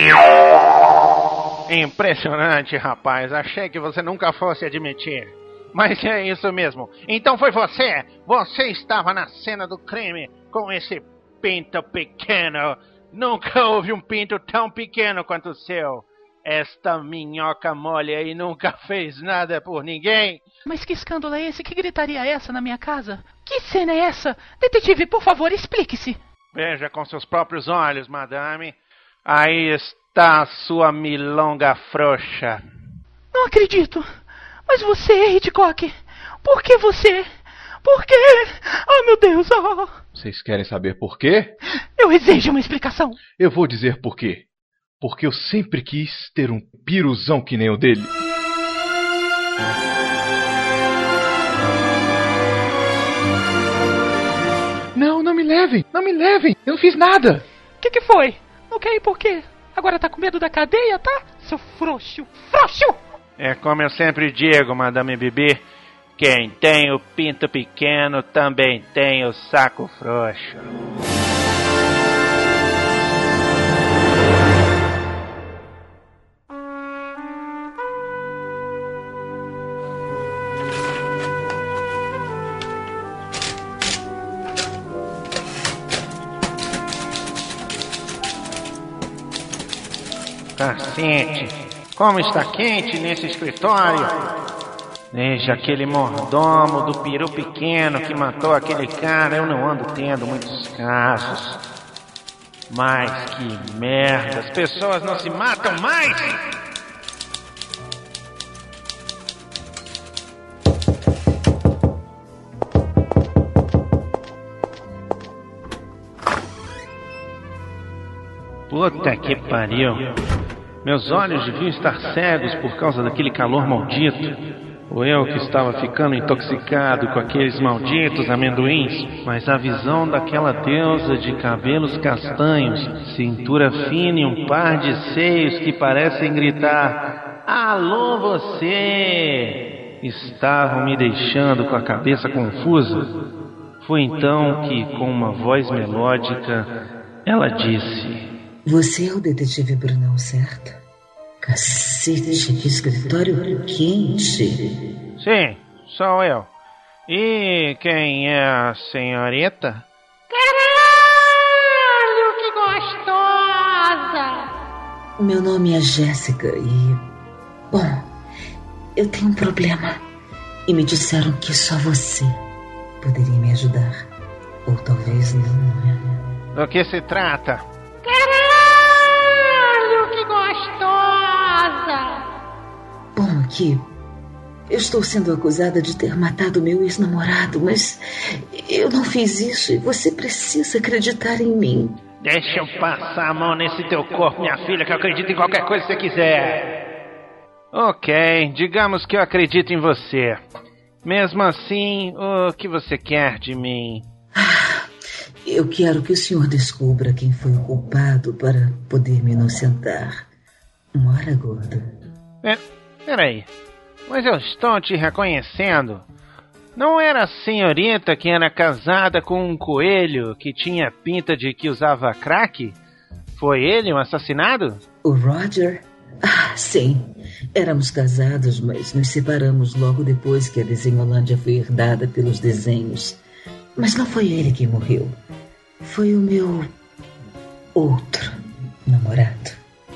S10: Impressionante, rapaz. Achei que você nunca fosse admitir. Mas é isso mesmo. Então foi você! Você estava na cena do crime com esse pinto pequeno. Nunca houve um pinto tão pequeno quanto o seu. Esta minhoca mole aí nunca fez nada por ninguém.
S22: Mas que escândalo é esse? Que gritaria é essa na minha casa? Que cena é essa? Detetive, por favor, explique-se.
S10: Veja com seus próprios olhos, madame. Aí está a sua milonga frouxa.
S22: Não acredito. Mas você, é Hitchcock. Por que você? Por quê? Oh, meu Deus! Oh.
S5: Vocês querem saber por quê?
S22: Eu exijo uma explicação.
S5: Eu vou dizer por quê porque eu sempre quis ter um piruzão que nem o dele.
S16: Não, não me levem! Não me levem! Eu não fiz nada!
S22: O que, que foi? Não quer ir por quê? Agora tá com medo da cadeia, tá? Seu frouxo! Frouxo!
S10: É como eu sempre digo, Madame Bibi, quem tem o pinto pequeno também tem o saco frouxo. Cacete, Tá como está quente nesse escritório. Desde aquele mordomo do peru pequeno que matou aquele cara, eu não ando tendo muitos casos. Mas que merda, as pessoas não se matam mais! Puta que pariu! Meus olhos deviam estar cegos por causa daquele calor maldito. Ou eu que estava ficando intoxicado com aqueles malditos amendoins, mas a visão daquela deusa de cabelos castanhos, cintura fina e um par de seios que parecem gritar: Alô, você! Estavam me deixando com a cabeça confusa. Foi então que, com uma voz melódica, ela disse.
S23: Você é o detetive Brunão, certo? Cacete, que escritório quente.
S10: Sim, sou eu. E quem é a senhorita?
S12: Caralho, que gostosa!
S23: Meu nome é Jéssica e. Bom, eu tenho um problema. E me disseram que só você poderia me ajudar. Ou talvez não, né?
S10: Do que se trata?
S12: Caralho, que gostosa!
S23: Bom, aqui. Eu estou sendo acusada de ter matado meu ex-namorado, mas eu não fiz isso e você precisa acreditar em mim.
S10: Deixa eu passar a mão nesse teu corpo, minha filha, que eu acredito em qualquer coisa que você quiser. Ok, digamos que eu acredito em você. Mesmo assim, o que você quer de mim?
S23: Eu quero que o senhor descubra quem foi o culpado para poder me inocentar. Mora, gordo.
S10: É, peraí, mas eu estou te reconhecendo. Não era a senhorita que era casada com um coelho que tinha pinta de que usava crack? Foi ele o assassinado?
S23: O Roger? Ah, sim. Éramos casados, mas nos separamos logo depois que a Desenholândia foi herdada pelos desenhos. Mas não foi ele que morreu. Foi o meu outro namorado.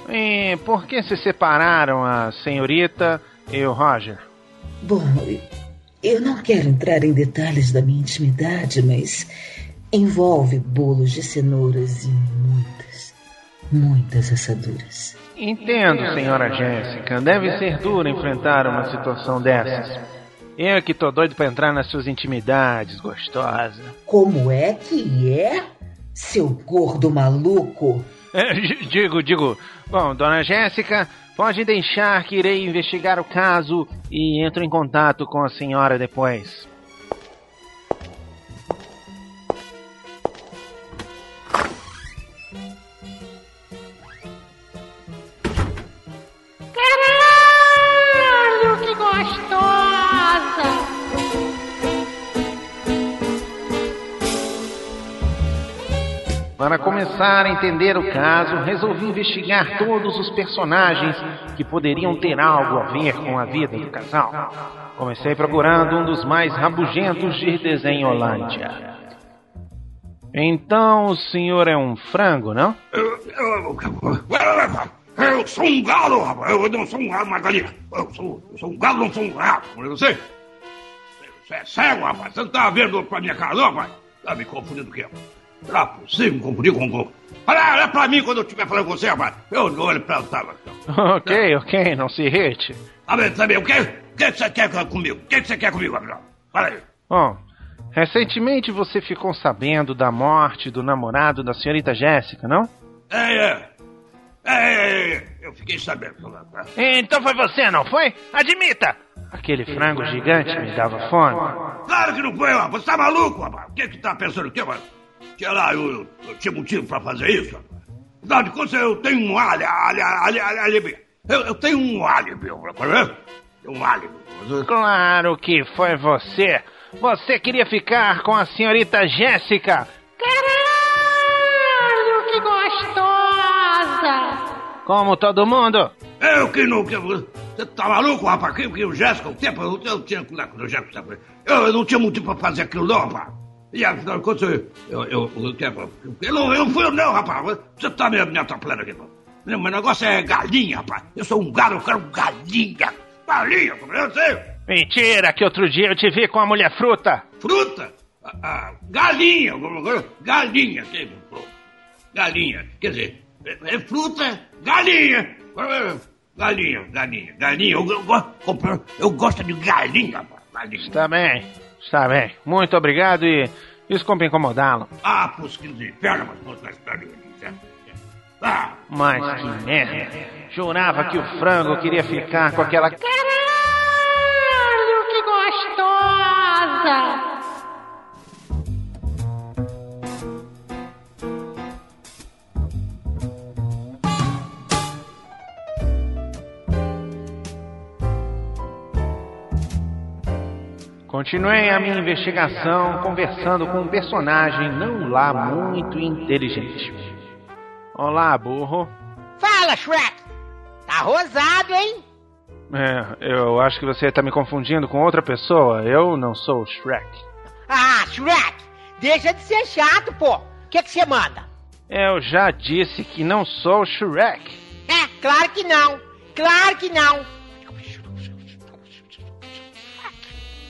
S10: E por que se separaram a senhorita e o Roger?
S23: Bom, eu não quero entrar em detalhes da minha intimidade, mas envolve bolos de cenouras e muitas, muitas assaduras.
S10: Entendo, senhora Jéssica. Deve ser duro enfrentar uma situação dessas. Eu é que tô doido pra entrar nas suas intimidades, gostosa.
S23: Como é que é, seu gordo maluco?
S10: É, d- digo, digo. Bom, dona Jéssica, pode deixar que irei investigar o caso e entro em contato com a senhora depois.
S12: Caralho, que gostosa!
S10: Para começar a entender o caso, resolvi investigar todos os personagens que poderiam ter algo a ver com a vida do casal. Comecei procurando um dos mais rabugentos de desenho Holândia. Então o senhor é um frango, não?
S4: Eu sou um galo, rapaz. Eu não sou um galo, Margarida. Eu sou, eu sou um galo, não sou um rato. Eu sei. Você é cego, rapaz. Você não tá vendo pra minha cara, não, rapaz? Tá me confundindo o quê? Não é possível me confundir com o Goku. Olha, olha pra mim quando eu estiver falando com você, rapaz. Eu não olho pra você, rapaz.
S10: ok, ok, não se irrite.
S4: Ah, mas também, o que, o que você quer comigo? O que você quer comigo, rapaz? Fala aí.
S10: Bom, recentemente você ficou sabendo da morte do namorado da senhorita Jéssica, não?
S4: É, é. É, é, é. Eu fiquei sabendo. rapaz.
S10: Então foi você, não foi? Admita! Aquele frango gigante me dava fome.
S4: Claro que não foi, rapaz. Você tá maluco, rapaz? O que que tá pensando aqui, rapaz? Sei lá, eu, eu, eu tinha motivo pra fazer isso, rapaz. Afinal de contas, eu tenho um alho, alho, alho, alho, alho. Eu, eu tenho um alho, meu. Tá vendo? Tenho um alho.
S10: Claro que foi você. Você queria ficar com a senhorita Jéssica.
S12: Caralho, que gostosa!
S10: Como todo mundo.
S4: Eu que não. que- Você tá maluco, rapaz? Que, que o Jéssica, o tempo, eu, eu tinha cuidado com o Jéssica. sabe? Eu, eu não tinha motivo pra fazer aquilo, não, rapaz. E afinal de contas, eu. Eu, eu, eu, eu, eu não, eu não fui eu, não, rapaz. Você tá me, me atrapalhando aqui, pô. Meu meu negócio é galinha, rapaz. Eu sou um galo, eu quero galinha. Galinha, pô, eu sei.
S10: Mentira, que outro dia eu te vi com a mulher fruta.
S4: Fruta? Ah, ah, galinha, alguma coisa? Galinha, que- pô. galinha. Quer dizer, é, é fruta, galinha. Ah, Galinha, galinha, galinha. Eu, eu, gosto- eu gosto de galinha, rapaz. Galinha.
S10: Está Tá bem, está bem. Muito obrigado e desculpe incomodá-lo.
S4: Ah, pros que de perna, mas tá pros das pernas. Ah,
S10: Mas que merda. Jurava que o frango queria ficar com aquela.
S12: Caralho, que gostosa!
S10: Continuei a minha investigação conversando com um personagem não lá muito inteligente. Olá, burro.
S6: Fala, Shrek! Tá rosado, hein?
S10: É, eu acho que você está me confundindo com outra pessoa. Eu não sou o Shrek.
S6: Ah, Shrek! Deixa de ser chato, pô! O que que você manda?
S10: É, Eu já disse que não sou o Shrek.
S6: É, claro que não! Claro que não!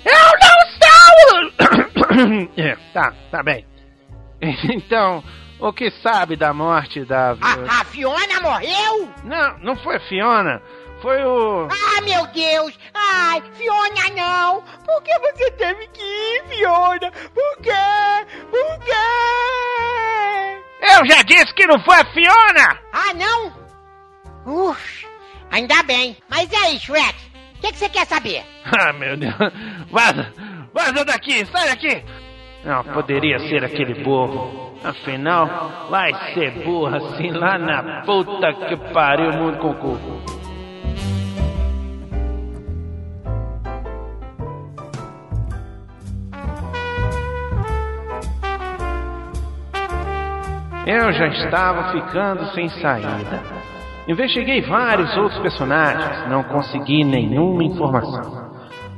S10: Eu não sou! o- É, tá, tá bem. Então, o que sabe da morte da.
S24: A, a Fiona morreu?
S10: Não, não foi a Fiona. Foi o.
S24: Ah, meu Deus! Ai, Fiona, não! Por que você teve que ir, Fiona? Por quê? Por quê?
S10: Eu já disse que não foi a Fiona!
S24: Ah, não? Uf, ainda bem. Mas e aí, Shrek? O que, que você quer saber?
S10: Ah, meu Deus! Vaza! Vaza daqui! Sai daqui! Não, poderia ser aquele burro. Afinal, vai ser burro assim lá na puta que pariu o mundo com cu. Eu já estava ficando sem saída. Investiguei vários outros personagens, não consegui nenhuma informação.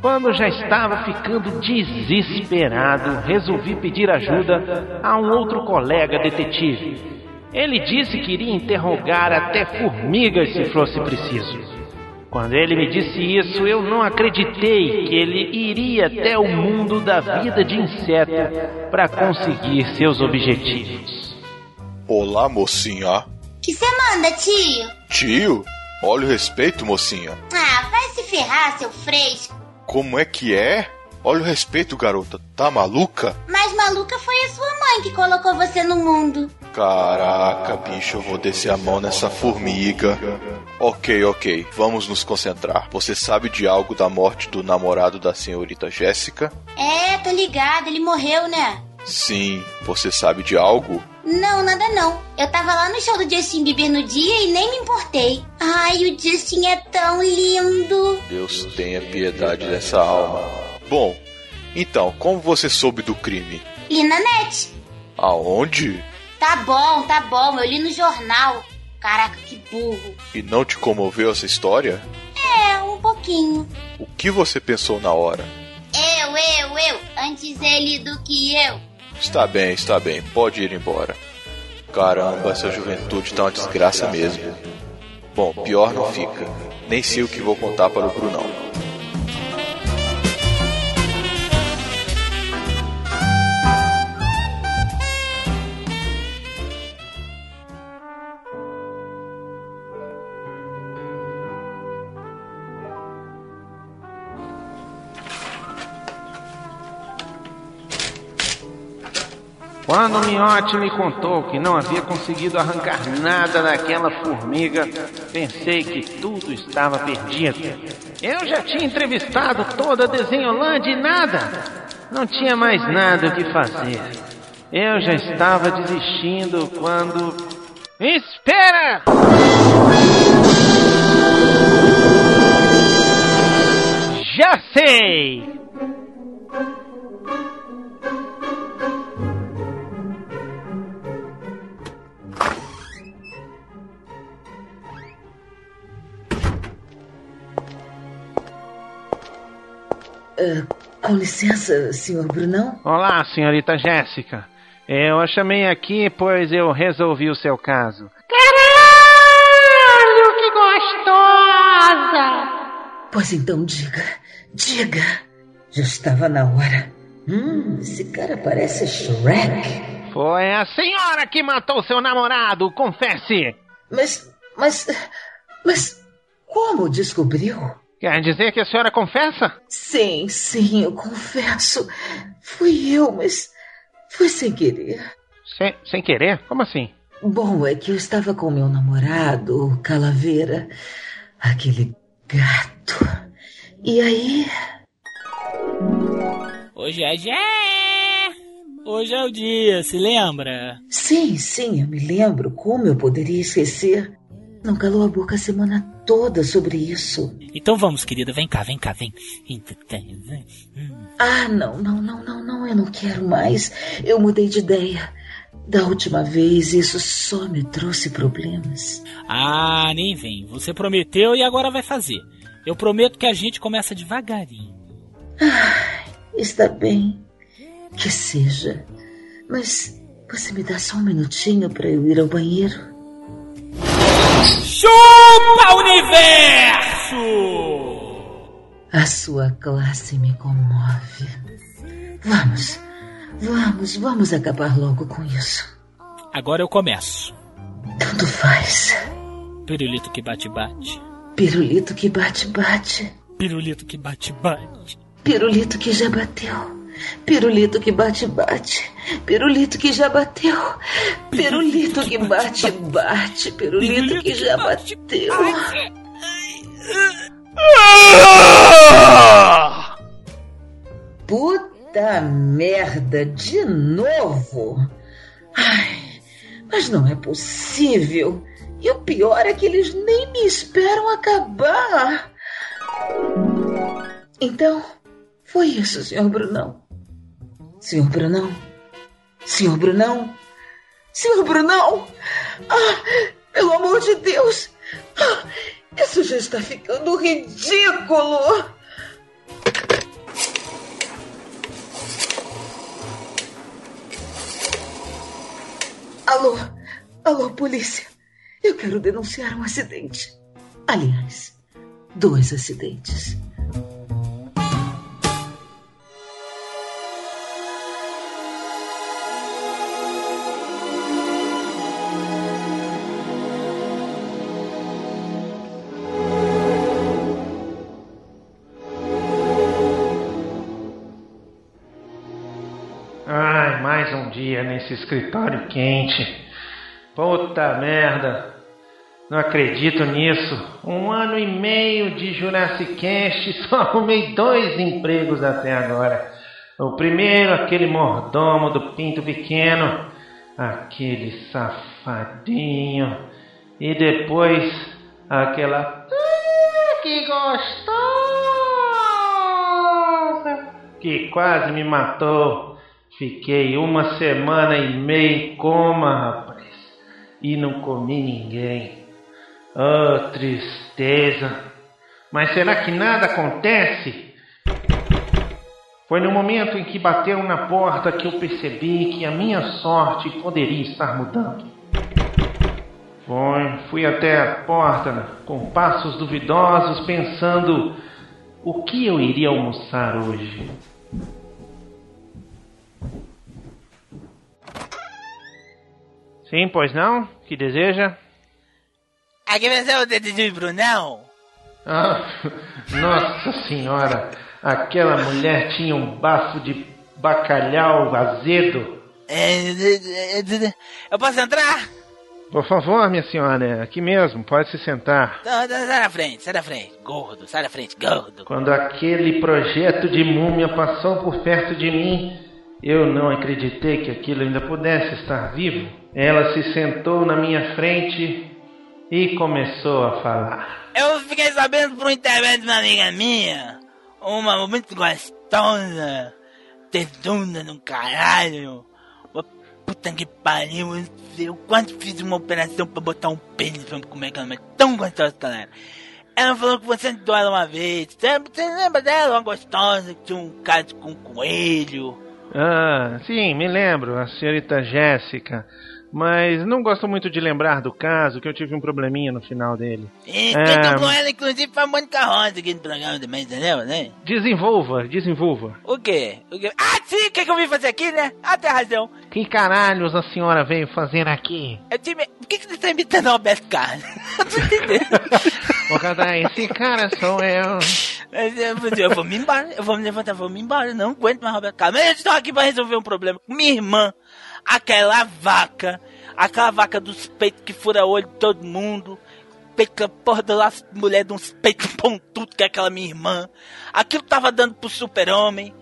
S10: Quando já estava ficando desesperado, resolvi pedir ajuda a um outro colega detetive. Ele disse que iria interrogar até formigas se fosse preciso. Quando ele me disse isso, eu não acreditei que ele iria até o mundo da vida de inseto para conseguir seus objetivos.
S1: Olá, mocinha.
S25: Que você manda, tio?
S1: Tio? Olha o respeito, mocinha.
S25: Ah, vai se ferrar, seu fresco.
S1: Como é que é? Olha o respeito, garota. Tá maluca?
S25: Mas maluca foi a sua mãe que colocou você no mundo.
S1: Caraca, bicho, eu vou descer a mão nessa formiga. Ok, ok, vamos nos concentrar. Você sabe de algo da morte do namorado da senhorita Jéssica?
S25: É, tô ligado, ele morreu, né?
S1: Sim, você sabe de algo?
S25: Não, nada não. Eu tava lá no show do Justin Bieber no dia e nem me importei. Ai, o Justin é tão lindo.
S1: Deus tenha piedade dessa alma. Bom, então, como você soube do crime?
S25: Li na net.
S1: Aonde?
S25: Tá bom, tá bom, eu li no jornal. Caraca, que burro.
S1: E não te comoveu essa história?
S25: É, um pouquinho.
S1: O que você pensou na hora?
S25: Eu, eu, eu, antes ele do que eu.
S1: Está bem, está bem, pode ir embora. Caramba, essa juventude tá uma desgraça mesmo. Bom, pior não fica. Nem sei o que vou contar para o Brunão.
S10: Quando o Miotti me contou que não havia conseguido arrancar nada daquela formiga, pensei que tudo estava perdido. Eu já tinha entrevistado toda a Desenholândia e nada. Não tinha mais nada o que fazer. Eu já estava desistindo quando. Espera! Já sei!
S23: Uh, com licença, senhor Brunão?
S10: Olá, senhorita Jéssica. Eu a chamei aqui pois eu resolvi o seu caso.
S12: Caralho, que gostosa!
S23: Pois então, diga, diga. Já estava na hora. Hum, esse cara parece Shrek.
S10: Foi a senhora que matou seu namorado, confesse!
S23: Mas, mas, mas, como descobriu?
S10: Quer dizer que a senhora confessa?
S23: Sim, sim, eu confesso. Fui eu, mas foi sem querer.
S10: Sem, sem querer? Como assim?
S23: Bom, é que eu estava com meu namorado, o Calaveira, aquele gato. E aí.
S9: Hoje é dia! Hoje é o dia, se lembra?
S23: Sim, sim, eu me lembro. Como eu poderia esquecer? Não calou a boca a semana toda sobre isso.
S9: Então vamos, querida, vem cá, vem cá, vem.
S23: Ah, não, não, não, não, não, eu não quero mais. Eu mudei de ideia. Da última vez, isso só me trouxe problemas.
S9: Ah, nem vem. Você prometeu e agora vai fazer. Eu prometo que a gente começa devagarinho.
S23: Ah, está bem. Que seja. Mas você me dá só um minutinho para eu ir ao banheiro?
S9: Chupa universo!
S23: A sua classe me comove. Vamos, Vamos, vamos acabar logo com isso.
S9: Agora eu começo.
S23: Tanto faz.
S9: Pirulito que bate-bate.
S23: Pirulito que bate-bate.
S9: Pirulito que bate-bate.
S23: Pirulito que já bateu. Pirulito que bate-bate. Pirulito que já bateu. Pirulito que bate-bate. Pirulito que já bateu. Puta merda, de novo? Ai, mas não é possível. E o pior é que eles nem me esperam acabar. Então, foi isso, senhor Brunão. Senhor Brunão? Senhor Brunão? Senhor Brunão? Ah, pelo amor de Deus! Ah, isso já está ficando ridículo! Alô? Alô, polícia! Eu quero denunciar um acidente. Aliás, dois acidentes.
S10: Ai, mais um dia nesse escritório quente. Puta merda. Não acredito nisso. Um ano e meio de Jurassic Cast, só arrumei dois empregos até agora. O primeiro, aquele mordomo do Pinto Pequeno, aquele safadinho. E depois, aquela. "Ah, que gostosa! Que quase me matou. Fiquei uma semana e meia em coma, rapaz, e não comi ninguém. Oh, tristeza! Mas será que nada acontece? Foi no momento em que bateu na porta que eu percebi que a minha sorte poderia estar mudando. Foi, fui até a porta com passos duvidosos, pensando o que eu iria almoçar hoje. Sim, pois não? Que deseja?
S9: Aqui vai ser o detetive Brunão.
S10: Ah, nossa senhora, aquela mulher tinha um bafo de bacalhau azedo.
S9: Eu posso entrar?
S10: Por favor, minha senhora, aqui mesmo, pode se sentar.
S9: Não, não, Sai da frente, sai da frente. Gordo, sai da frente, gordo.
S10: Quando aquele projeto de múmia passou por perto de mim, eu não acreditei que aquilo ainda pudesse estar vivo. Ela se sentou na minha frente e começou a falar.
S9: Eu fiquei sabendo por um intermédio de uma amiga minha, uma muito gostosa, tedunda no caralho. Uma Puta que pariu, eu quase fiz uma operação pra botar um pênis pra me comer, que ela é tão gostosa, galera. Ela falou que você sentou ela uma vez, você você lembra dela? Uma gostosa que tinha um caso com um coelho.
S10: Ah, sim, me lembro, a senhorita Jéssica. Mas não gosto muito de lembrar do caso, que eu tive um probleminha no final dele.
S9: E
S10: Ah,
S9: quem dublou ela, inclusive, foi a Mônica Rosa aqui no programa também, entendeu, né?
S10: Desenvolva, desenvolva.
S9: O quê? O quê? Ah, sim, o que, que eu vim fazer aqui, né? Ah, tem razão.
S10: Que caralhos a senhora veio fazer aqui?
S9: Eu tive... Por que, que você tá imitando o Alberto Carlos?
S10: Por causa esse cara sou eu.
S9: Mas Eu vou, dizer, eu vou me embora, eu vou me levantar, vou me embora, eu não aguento mais Roberto Carlos. Mas eu estou aqui pra resolver um problema. Minha irmã, aquela vaca, aquela vaca dos peitos que fura olho de todo mundo, peito que a porra da mulher de uns peitos pontudos que é aquela minha irmã, aquilo tava dando pro super-homem,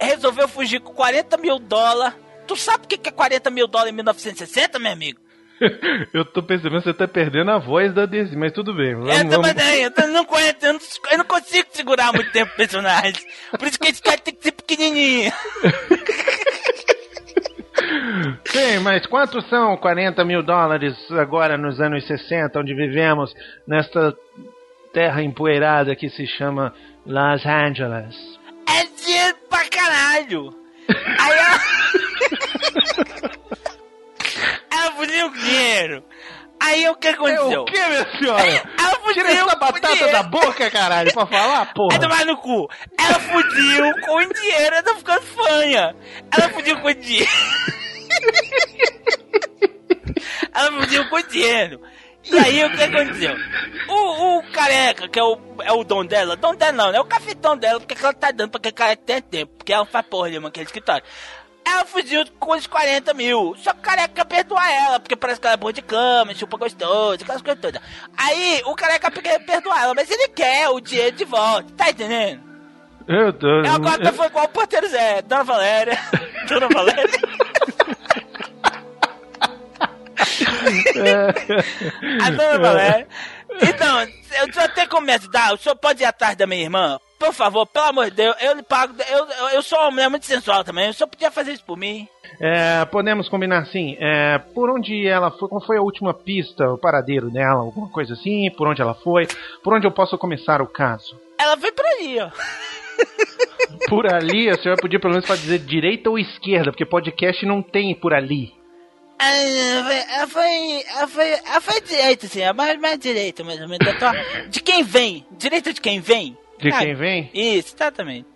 S9: resolveu fugir com 40 mil dólares. Tu sabe o que que é 40 mil dólares em 1960, meu amigo?
S8: Eu tô percebendo que você tá perdendo a voz da Disney, mas tudo bem. Vamos,
S9: Eu também
S8: vamos-
S9: não, eu tam- não aguento, eu não, eu não consigo segurar muito tempo o personagem. Por isso que esse cara tem que ser pequenininho.
S10: Sim, mas quantos são 40 mil dólares agora nos anos 60, onde vivemos nesta terra empoeirada que se chama Los Angeles?
S9: É dinheiro pra caralho. Aí ela... ela fugiu com dinheiro. Aí o que aconteceu?
S10: É o que, minha senhora?
S9: Ela fugiu.
S10: Tira essa batata
S9: dinheiro.
S10: da boca, caralho, pra
S6: É
S10: falar,
S9: Vai
S10: porra.
S9: tomar no cu. Ela fudiu com o dinheiro, ela tá ficando fanha. Ela fudiu com o dinheiro. ela fudiu com o dinheiro. E aí, o que aconteceu? O, o careca, que é o, é o dom dela, dom dela não, né? O cafetão dela, porque que ela tá dando pra que careca tem tempo, porque ela não faz porra nenhuma naquele escritório. Ela fugiu com os 40 mil. Só que o careca quer perdoar ela, porque parece que ela é boa de cama, chupa gostoso, aquelas coisas todas. Aí o careca quer perdoar ela, mas ele quer o dinheiro de volta, tá entendendo?
S10: Eu tô.
S9: Ela agora tá foi igual o porteiro Zé, Dona Valéria. Dona Valéria.
S10: É.
S9: A dona Valéria. Então, eu só tenho como me ajudar. O senhor pode ir atrás da minha irmã? Por favor, pelo amor de Deus, eu lhe pago. Eu, eu, eu sou uma mulher muito sensual também. O senhor podia fazer isso por mim?
S10: É, podemos combinar assim, é, por onde ela foi, qual foi a última pista, o paradeiro dela, alguma coisa assim, por onde ela foi, por onde eu posso começar o caso.
S9: Ela veio por ali, ó.
S10: Por ali, a senhora podia pelo menos pra dizer direita ou esquerda, porque podcast não tem por ali.
S9: Ah, Ela foi. Ela foi. Ela foi direita, assim, é mais, mais direita, mais ou menos. da tua- então, tá, De quem vem? Direita de quem vem?
S10: De
S9: Ah,
S10: quem vem?
S9: Isso, exatamente.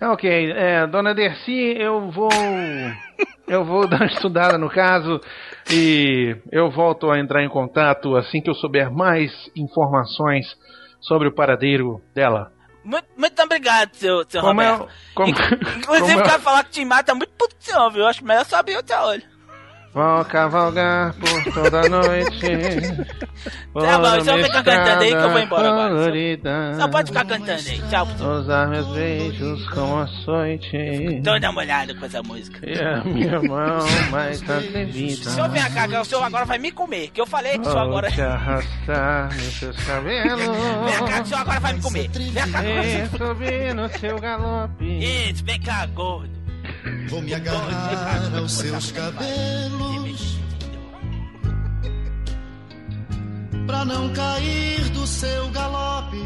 S10: Ah, Ok, é, dona Dercy, eu vou. Eu vou dar uma estudada no caso e eu volto a entrar em contato assim que eu souber mais informações sobre o paradeiro dela.
S9: Muito, muito obrigado, seu, seu
S10: Como é o-
S9: Roberto.
S10: como-
S9: Inclusive,
S10: como é o-
S9: quero falar que o Tim Maia tá muito puto com o senhor, viu? Eu acho melhor só abrir o teu olho.
S10: Vou cavalgar por toda noite.
S9: Tá bom, então fica cantando aí que eu vou embora agora.
S10: Colorida,
S9: Só pode ficar cantando aí. Tchau. pro senhor.
S10: Usar meus beijos com açoite.
S9: Tô dando uma olhada com essa música.
S10: E a minha mão mais atrevida.
S9: O senhor vem cá, que o senhor agora vai me comer. Que eu falei que o senhor agora.
S10: Vou te arrastar nos seus cabelos.
S9: Vem cá, que o senhor agora vai me comer. Vem cá,
S10: Vem
S9: gordo.
S10: subir no seu galope.
S9: Isso, vem cá, gordo.
S6: Vou me agarrar aos seus cabelos Pra não cair do seu galope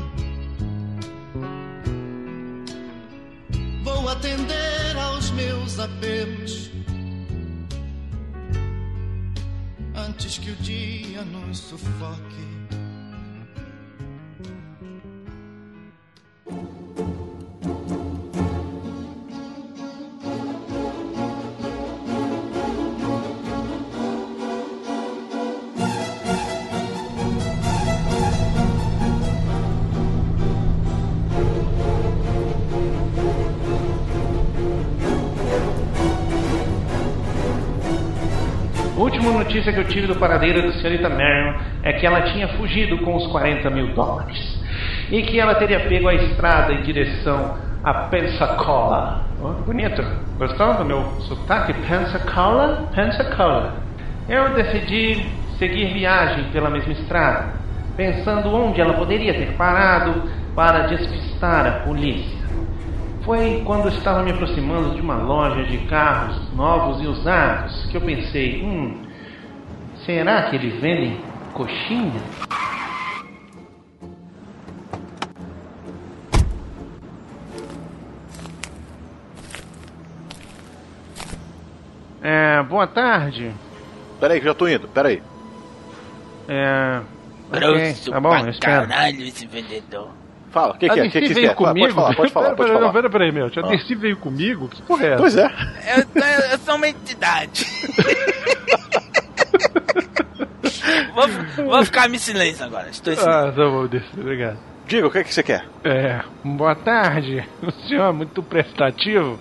S6: Vou atender aos meus apelos Antes que o dia nos sufoque
S10: Última notícia que eu tive do paradeiro da senhorita Marion é que ela tinha fugido com os 40 mil dólares e que ela teria pego a estrada em direção a Pensacola. Ó, bonito. Gostou do meu sotaque? Pensacola? Pensacola. Eu decidi seguir viagem pela mesma estrada, pensando onde ela poderia ter parado para despistar a polícia. Foi quando estava me aproximando de uma loja de carros novos e usados que eu pensei: hum, será que eles vendem coxinha? É, boa tarde.
S1: Peraí, que já tô indo, peraí.
S10: É.
S9: Grosso
S10: ok, tá bom, eu
S9: pra
S10: espero.
S9: caralho esse vendedor.
S1: Fala, o que, que é? O que, que você
S10: veio
S1: quer? Fala,
S10: comigo?
S1: Pode falar, pode falar, pode
S10: Pera,
S1: falar.
S10: não, pera, pera aí, meu. A
S1: Ah.
S10: Dercy veio comigo? Que porra é essa?
S1: Pois é.
S9: Eu, eu- eu sou uma entidade. vou, vou ficar me silêncio agora. Estou em silêncio.
S10: Ah, tá bom, Dercy, obrigado.
S1: Diga, o que, que você quer?
S10: É, boa tarde. O senhor é muito prestativo.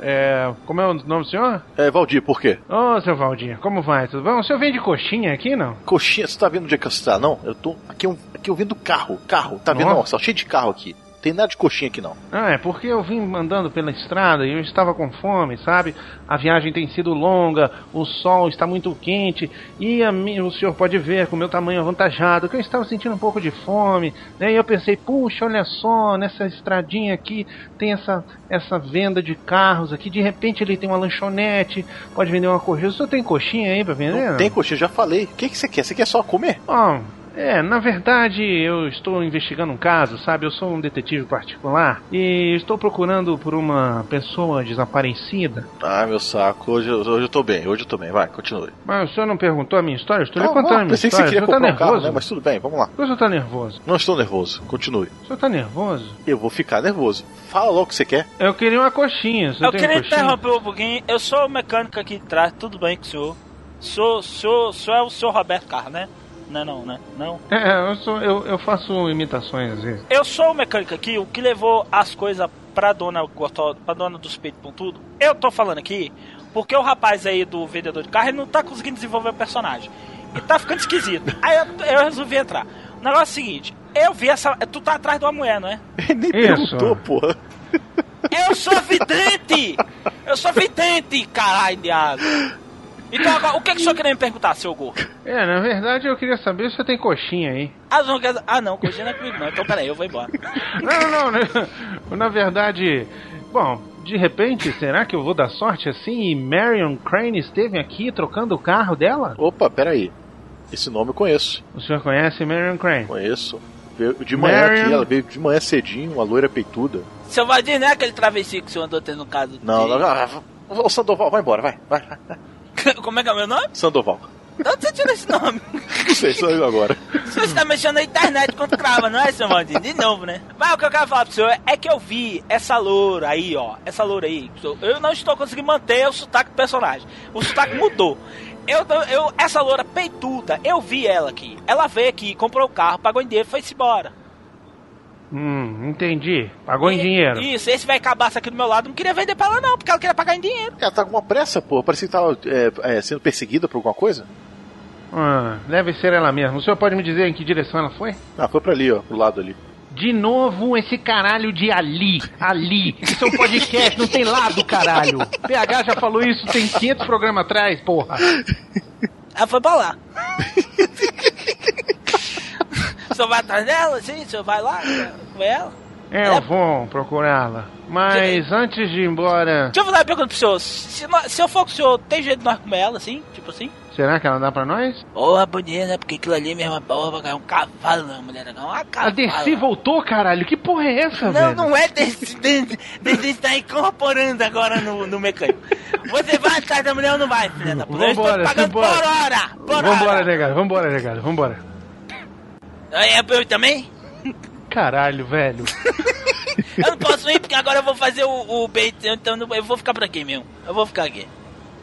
S10: É, como é o nome do senhor?
S1: É, Valdir, por quê?
S10: Ô, seu Valdir, como vai? Tudo bom? O senhor vende coxinha aqui, não?
S1: Coxinha, você tá vendo onde é que você tá? Não, eu tô. Aqui eu, aqui eu vendo carro, carro. Tá vendo?
S10: Ó.
S1: Nossa, cheio de carro aqui. Tem nada de coxinha aqui não.
S10: Ah, é porque eu vim andando pela estrada e eu estava com fome, sabe? A viagem tem sido longa, o sol está muito quente e a mi- o senhor pode ver com o meu tamanho avantajado que eu estava sentindo um pouco de fome, né? E eu pensei, puxa, olha só, nessa estradinha aqui tem essa, essa venda de carros aqui, de repente ele tem uma lanchonete, pode vender uma coxinha. O senhor tem coxinha aí pra vender?
S1: Não tem coxinha, já falei. O que, que você quer? Você quer só comer?
S10: Bom, É, na verdade, eu estou investigando um caso, sabe? Eu sou um detetive particular e estou procurando por uma pessoa desaparecida.
S1: Ah, meu saco, hoje, eu- hoje eu tô bem, hoje eu tô bem, vai, continue.
S10: Mas o senhor não perguntou a minha história? Eu estou lhe
S1: Ah,
S10: contando
S1: ah,
S10: a minha
S1: pensei que
S10: história.
S1: você queria
S10: o senhor tá
S1: comprar um carro,
S10: nervoso?
S1: né? Mas tudo bem, vamos lá.
S10: O senhor tá nervoso?
S1: Não estou nervoso, continue.
S10: O senhor tá nervoso?
S1: Eu vou ficar nervoso. Fala logo o que você quer.
S10: Eu queria uma coxinha, você
S9: Eu
S10: tem
S9: queria
S10: coxinha?
S9: interromper um pouquinho. Eu sou o mecânico aqui de trás, tudo bem com o senhor. Sou, sou, sou é o senhor Roberto Carlos, né? Não, é não, né? Não.
S10: É, eu, sou, eu, eu faço imitações às vezes.
S9: Eu sou o mecânico aqui, o que levou as coisas pra dona Gotó, pra dona dos peitos pontudo. Eu tô falando aqui porque o rapaz aí do vendedor de carro ele não tá conseguindo desenvolver o personagem. E tá ficando esquisito. Aí eu, eu resolvi entrar. O negócio é o seguinte, eu vi essa. Tu tá atrás de uma mulher, não é?
S1: Nem
S10: perguntou,
S1: porra.
S9: Eu sou vidente! Eu sou vidente, caralho de água! Então agora, o que, que o senhor queria me perguntar, seu gordo?
S10: É, na verdade eu queria saber se você tem coxinha aí.
S9: Ah, não, quer- ah, não, coxinha não é comigo não, então peraí, eu vou embora.
S10: Não, não, não, né? Na verdade, bom, de repente, será que eu vou dar sorte assim e Marion Crane esteve aqui trocando o carro dela?
S1: Opa, peraí. Esse nome eu conheço.
S10: O senhor conhece Marion Crane?
S1: Conheço. Veio de manhã
S9: Marion.
S1: aqui, ela veio de manhã cedinho, uma loira peituda.
S9: O Seu Valdir, não é aquele travesti que o senhor andou tendo no caso?
S1: Não,
S9: dele?
S1: não, não. Ô Sandoval, vai embora, vai, vai, vai.
S9: Como é que é o meu nome?
S1: Sandoval.
S9: De onde você tirou esse nome?
S1: Não sei, só eu agora.
S9: Você está tá mexendo na internet com crava, não é, seu Valdir? De novo, né? Mas o que eu quero falar pro senhor é que eu vi essa loura aí, ó. Essa loura aí. Eu não estou conseguindo manter o sotaque do personagem. O sotaque mudou. Eu, eu, essa loura peituda, eu vi ela aqui. Ela veio aqui, comprou o carro, pagou em dinheiro e foi-se embora.
S10: Hum, entendi. Pagou em dinheiro.
S9: Isso, esse vai cabaço aqui do meu lado não queria vender pra ela, não, porque ela queria pagar em dinheiro.
S1: Ela tá com uma pressa, pô. Parecia que tava é, é, sendo perseguida por alguma coisa.
S10: Ah, deve ser ela mesma. O senhor pode me dizer em que direção ela foi?
S1: Ah, foi pra ali, ó, pro lado ali.
S10: De novo esse caralho de ali, ali. Isso é um podcast, não tem lado, caralho. PH já falou isso tem 500 programas atrás, porra.
S9: Ela foi pra lá. o senhor vai atrás dela, sim? O senhor vai lá com ela?
S10: Eu vou procurá-la. Mas antes de ir embora,
S9: Deixa eu fazer uma pergunta pro senhor. Se, nó- se eu for com o senhor, tem jeito de nós comer ela, assim? Tipo assim?
S10: será que ela dá pra nós?
S9: Porra, bonita, né? Porque aquilo ali mesmo é porra, é um cavalo, não, mulher, não. É um
S10: A
S9: cavalo.
S10: DC voltou, caralho. Que porra é essa,
S9: Não,
S10: velho?
S9: não é desse. Desse está incorporando agora no, no mecânico. Você vai atrás da mulher ou não vai, filha da puta? Eu estou
S10: Vambora,
S9: pagando por
S10: vambora.
S9: hora! Por hora!
S10: Vambora, negado, vambora, negado, vambora.
S9: Aí é pra eu também?
S10: Caralho, velho.
S9: Eu não posso ir porque agora eu vou fazer o, o bait, então eu não- eu vou ficar por aqui mesmo. Eu vou ficar aqui.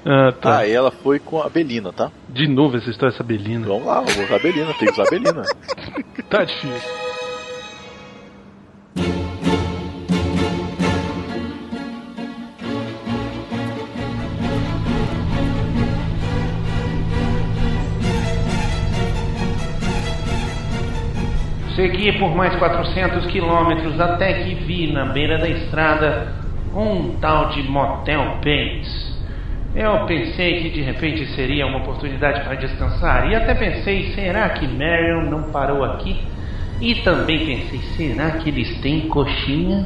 S10: Ah,
S1: tá. Ah, e ela foi com a Belina, tá?
S10: De novo essa história, essa Belina.
S1: Vamos lá, eu vou usar a Belina, tem que usar a Belina.
S10: Tá difícil. Segui por mais 400 quilômetros até que vi na beira da estrada um tal de Motel Pace. Eu pensei que de repente seria uma oportunidade para descansar e até pensei, será que Marion não parou aqui? E também pensei, será que eles têm coxinha?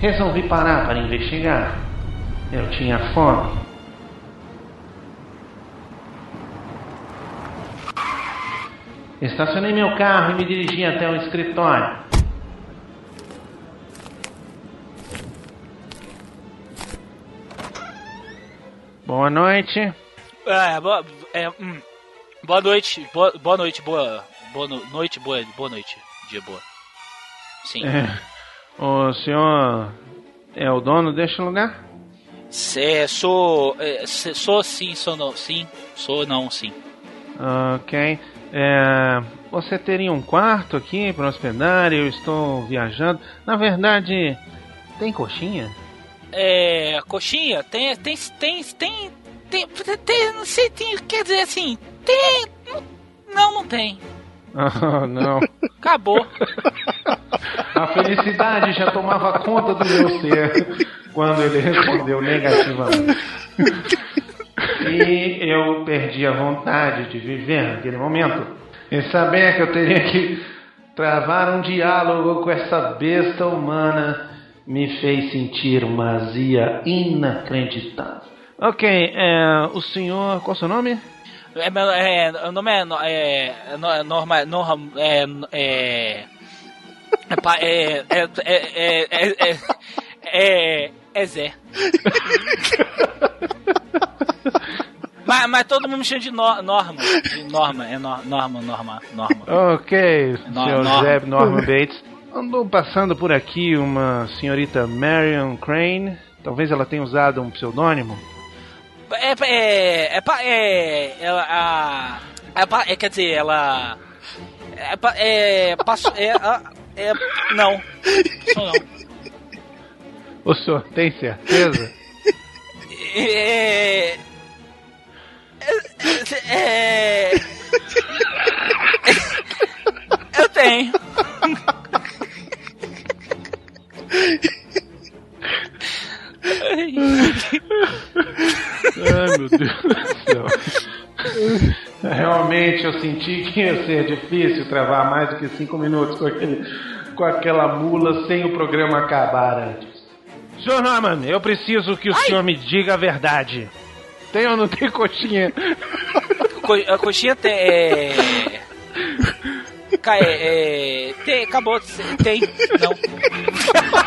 S10: Resolvi parar para investigar. Eu tinha fome. Estacionei meu carro e me dirigi até o escritório. Boa noite.
S9: É, boa, é, hum. boa noite, boa, boa noite, boa, boa no- noite, boa, boa noite, dia boa. Sim.
S10: É. O senhor é o dono deste lugar?
S9: Cê, sou, é, cê- sou sim, sou não, sim, sou não, sim.
S10: Ok. É, você teria um quarto aqui para hospedar? Eu estou viajando. Na verdade, tem coxinha?
S9: É, coxinha, tem, tem, tem, tem, tem, tem, tem- não sei, tem, quer dizer assim, tem, não, não tem,
S10: Ah, não.
S9: acabou.
S10: A felicidade já tomava conta do meu ser quando ele respondeu negativamente. E eu perdi a vontade de viver naquele momento. E saber que eu teria que travar um diálogo com essa besta humana me fez sentir uma azia inacreditável. Ok, é, o senhor. Qual o seu nome?
S9: É, meu- é, o nome é, no- é, no- é, norma, norma, é, é, é, pa- é, é, é, é, é, é, é, é Zé. mas, mas todo mundo me chama de no, Norma, de Norma, é no, Norma, Norma, Norma.
S10: Ok,
S9: Nor-
S10: senhor
S9: Norma.
S10: Zeb Norman Bates. Andou passando por aqui uma senhorita Marion Crane. Talvez ela tenha usado um pseudônimo.
S9: É, é, é, pa- é, ela, a, é, pa- é, quer dizer, ela, é, pa- é, passou, é, a- é, não, sou não.
S10: O senhor tem certeza?
S9: É, é, é, eu tenho.
S10: Ai, meu Deus do céu.
S13: É,
S10: Realmente eu senti que ia ser difícil travar mais do que cinco minutos com, aquele, com aquela mula sem o programa acabar antes. Sr. Norman, eu preciso que o senhor me diga a verdade. Tem ou não tem coxinha?
S9: Co, a coxinha tem, é, ca- é, é, tem, acabou, tem, não.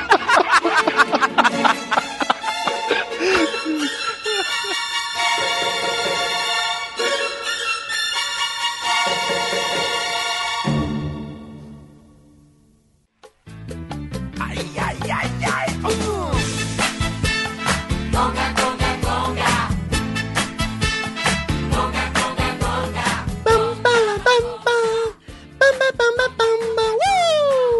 S12: Ai, ai, ai, ai. Uh! Conga, conga, conga. Conga, conga, conga. Bamba, bamba. Bamba, bamba, bamba. Uh!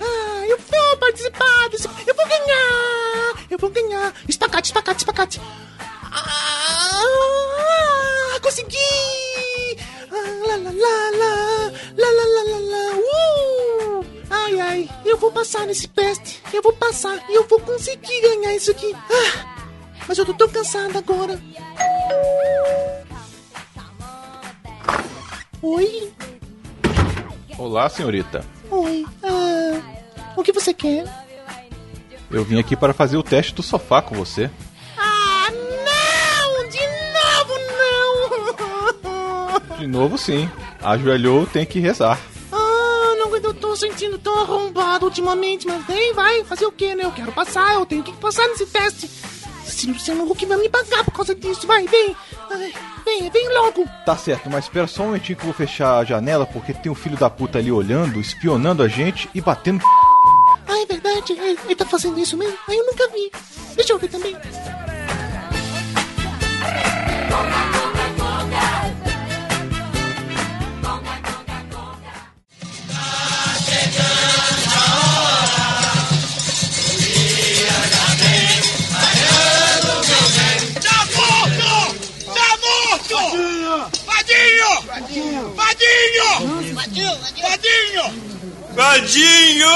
S12: Ah, eu vou participar desse... Eu vou ganhar. Eu vou ganhar. Espacate, espacate, espacate. Ah, consegui! Ah, lá, lá, lá, lá, lá, lá, lá, lá, lá. Uh! Ai, ai, eu vou passar nesse teste. Eu vou passar e eu vou conseguir ganhar isso aqui. Ah, mas eu tô tão cansada agora. Oi,
S1: Olá, senhorita.
S12: oi. Ah, o que você quer?
S1: Eu vim aqui para fazer o teste do sofá com você.
S12: Ah, não! De novo, não!
S1: De novo, sim. Ajoelhou, tem que rezar.
S12: Ah, não aguento, eu tô sentindo tão arrombado ultimamente, mas vem, vai, fazer o quê, né? Eu quero passar, eu tenho que passar nesse teste. Se o Luciano Huck vai me pagar por causa disso, vai, vem, Ai, vem, vem logo.
S1: Tá certo, mas espera só um momentinho que eu vou fechar a janela porque tem um filho da puta ali olhando, espionando a gente e batendo.
S12: Ah, é verdade, é, ele tá fazendo isso mesmo? Ah, eu nunca vi. Deixa eu ver também.
S26: Tá Tá morto! Tá morto! Vadinho! Vadinho! Vadinho! Vadinho! Vadinho!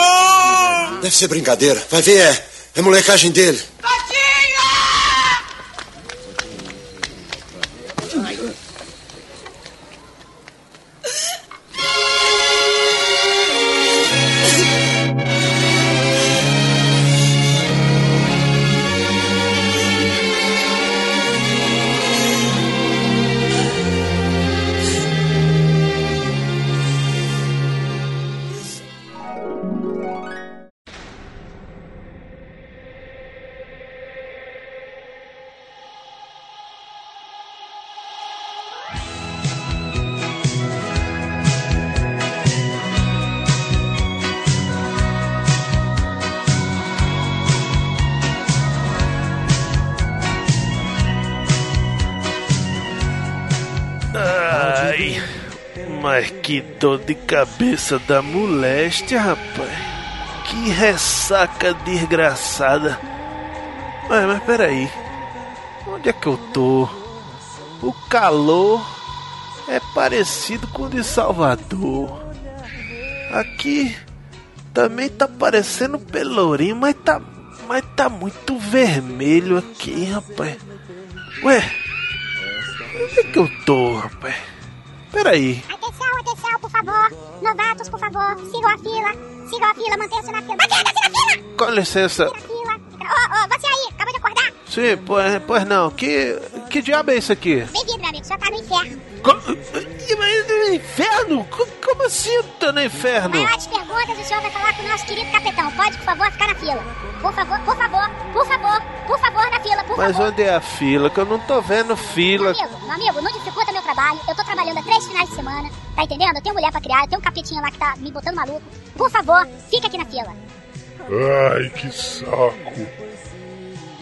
S4: Deve ser brincadeira. Vai ver, é, é molecagem dele.
S8: Ai, mas que dor de cabeça da moléstia, rapaz. Que ressaca desgraçada. Mas, mas peraí. Onde é que eu tô? O calor é parecido com o de Salvador. Aqui também tá parecendo pelourinho, mas tá, mas tá muito vermelho aqui, rapaz. Ué, onde é que eu tô, rapaz? Peraí.
S5: Atenção, atenção, por favor. Novatos, por favor, sigam a fila. Sigam a fila, mantenham-se na fila. Mantenha-se na fila!
S8: Com licença.
S5: Ô, ô, você aí, acabou de acordar?
S8: Sim, pois, pois não. Que, que diabo é isso aqui?
S5: Bem-vindo, meu amigo, o senhor tá no inferno.
S8: Mas no inferno? Co- Como assim eu tô no inferno?
S3: Maiores perguntas, o senhor vai falar com o nosso querido capitão. Pode, por favor, ficar na fila. Por favor, por favor, por favor, por favor, na fila, por
S8: Mas
S3: favor.
S8: onde é a fila? Que eu não tô vendo
S3: Meu
S8: fila.
S3: amigo, meu amigo, não dificulta meu trabalho. Eu tô trabalhando há três finais de semana, tá entendendo? Eu tenho mulher pra criar, eu tenho um capetinha lá que tá me botando maluco. Por favor, fica aqui na fila.
S27: Ai, que saco.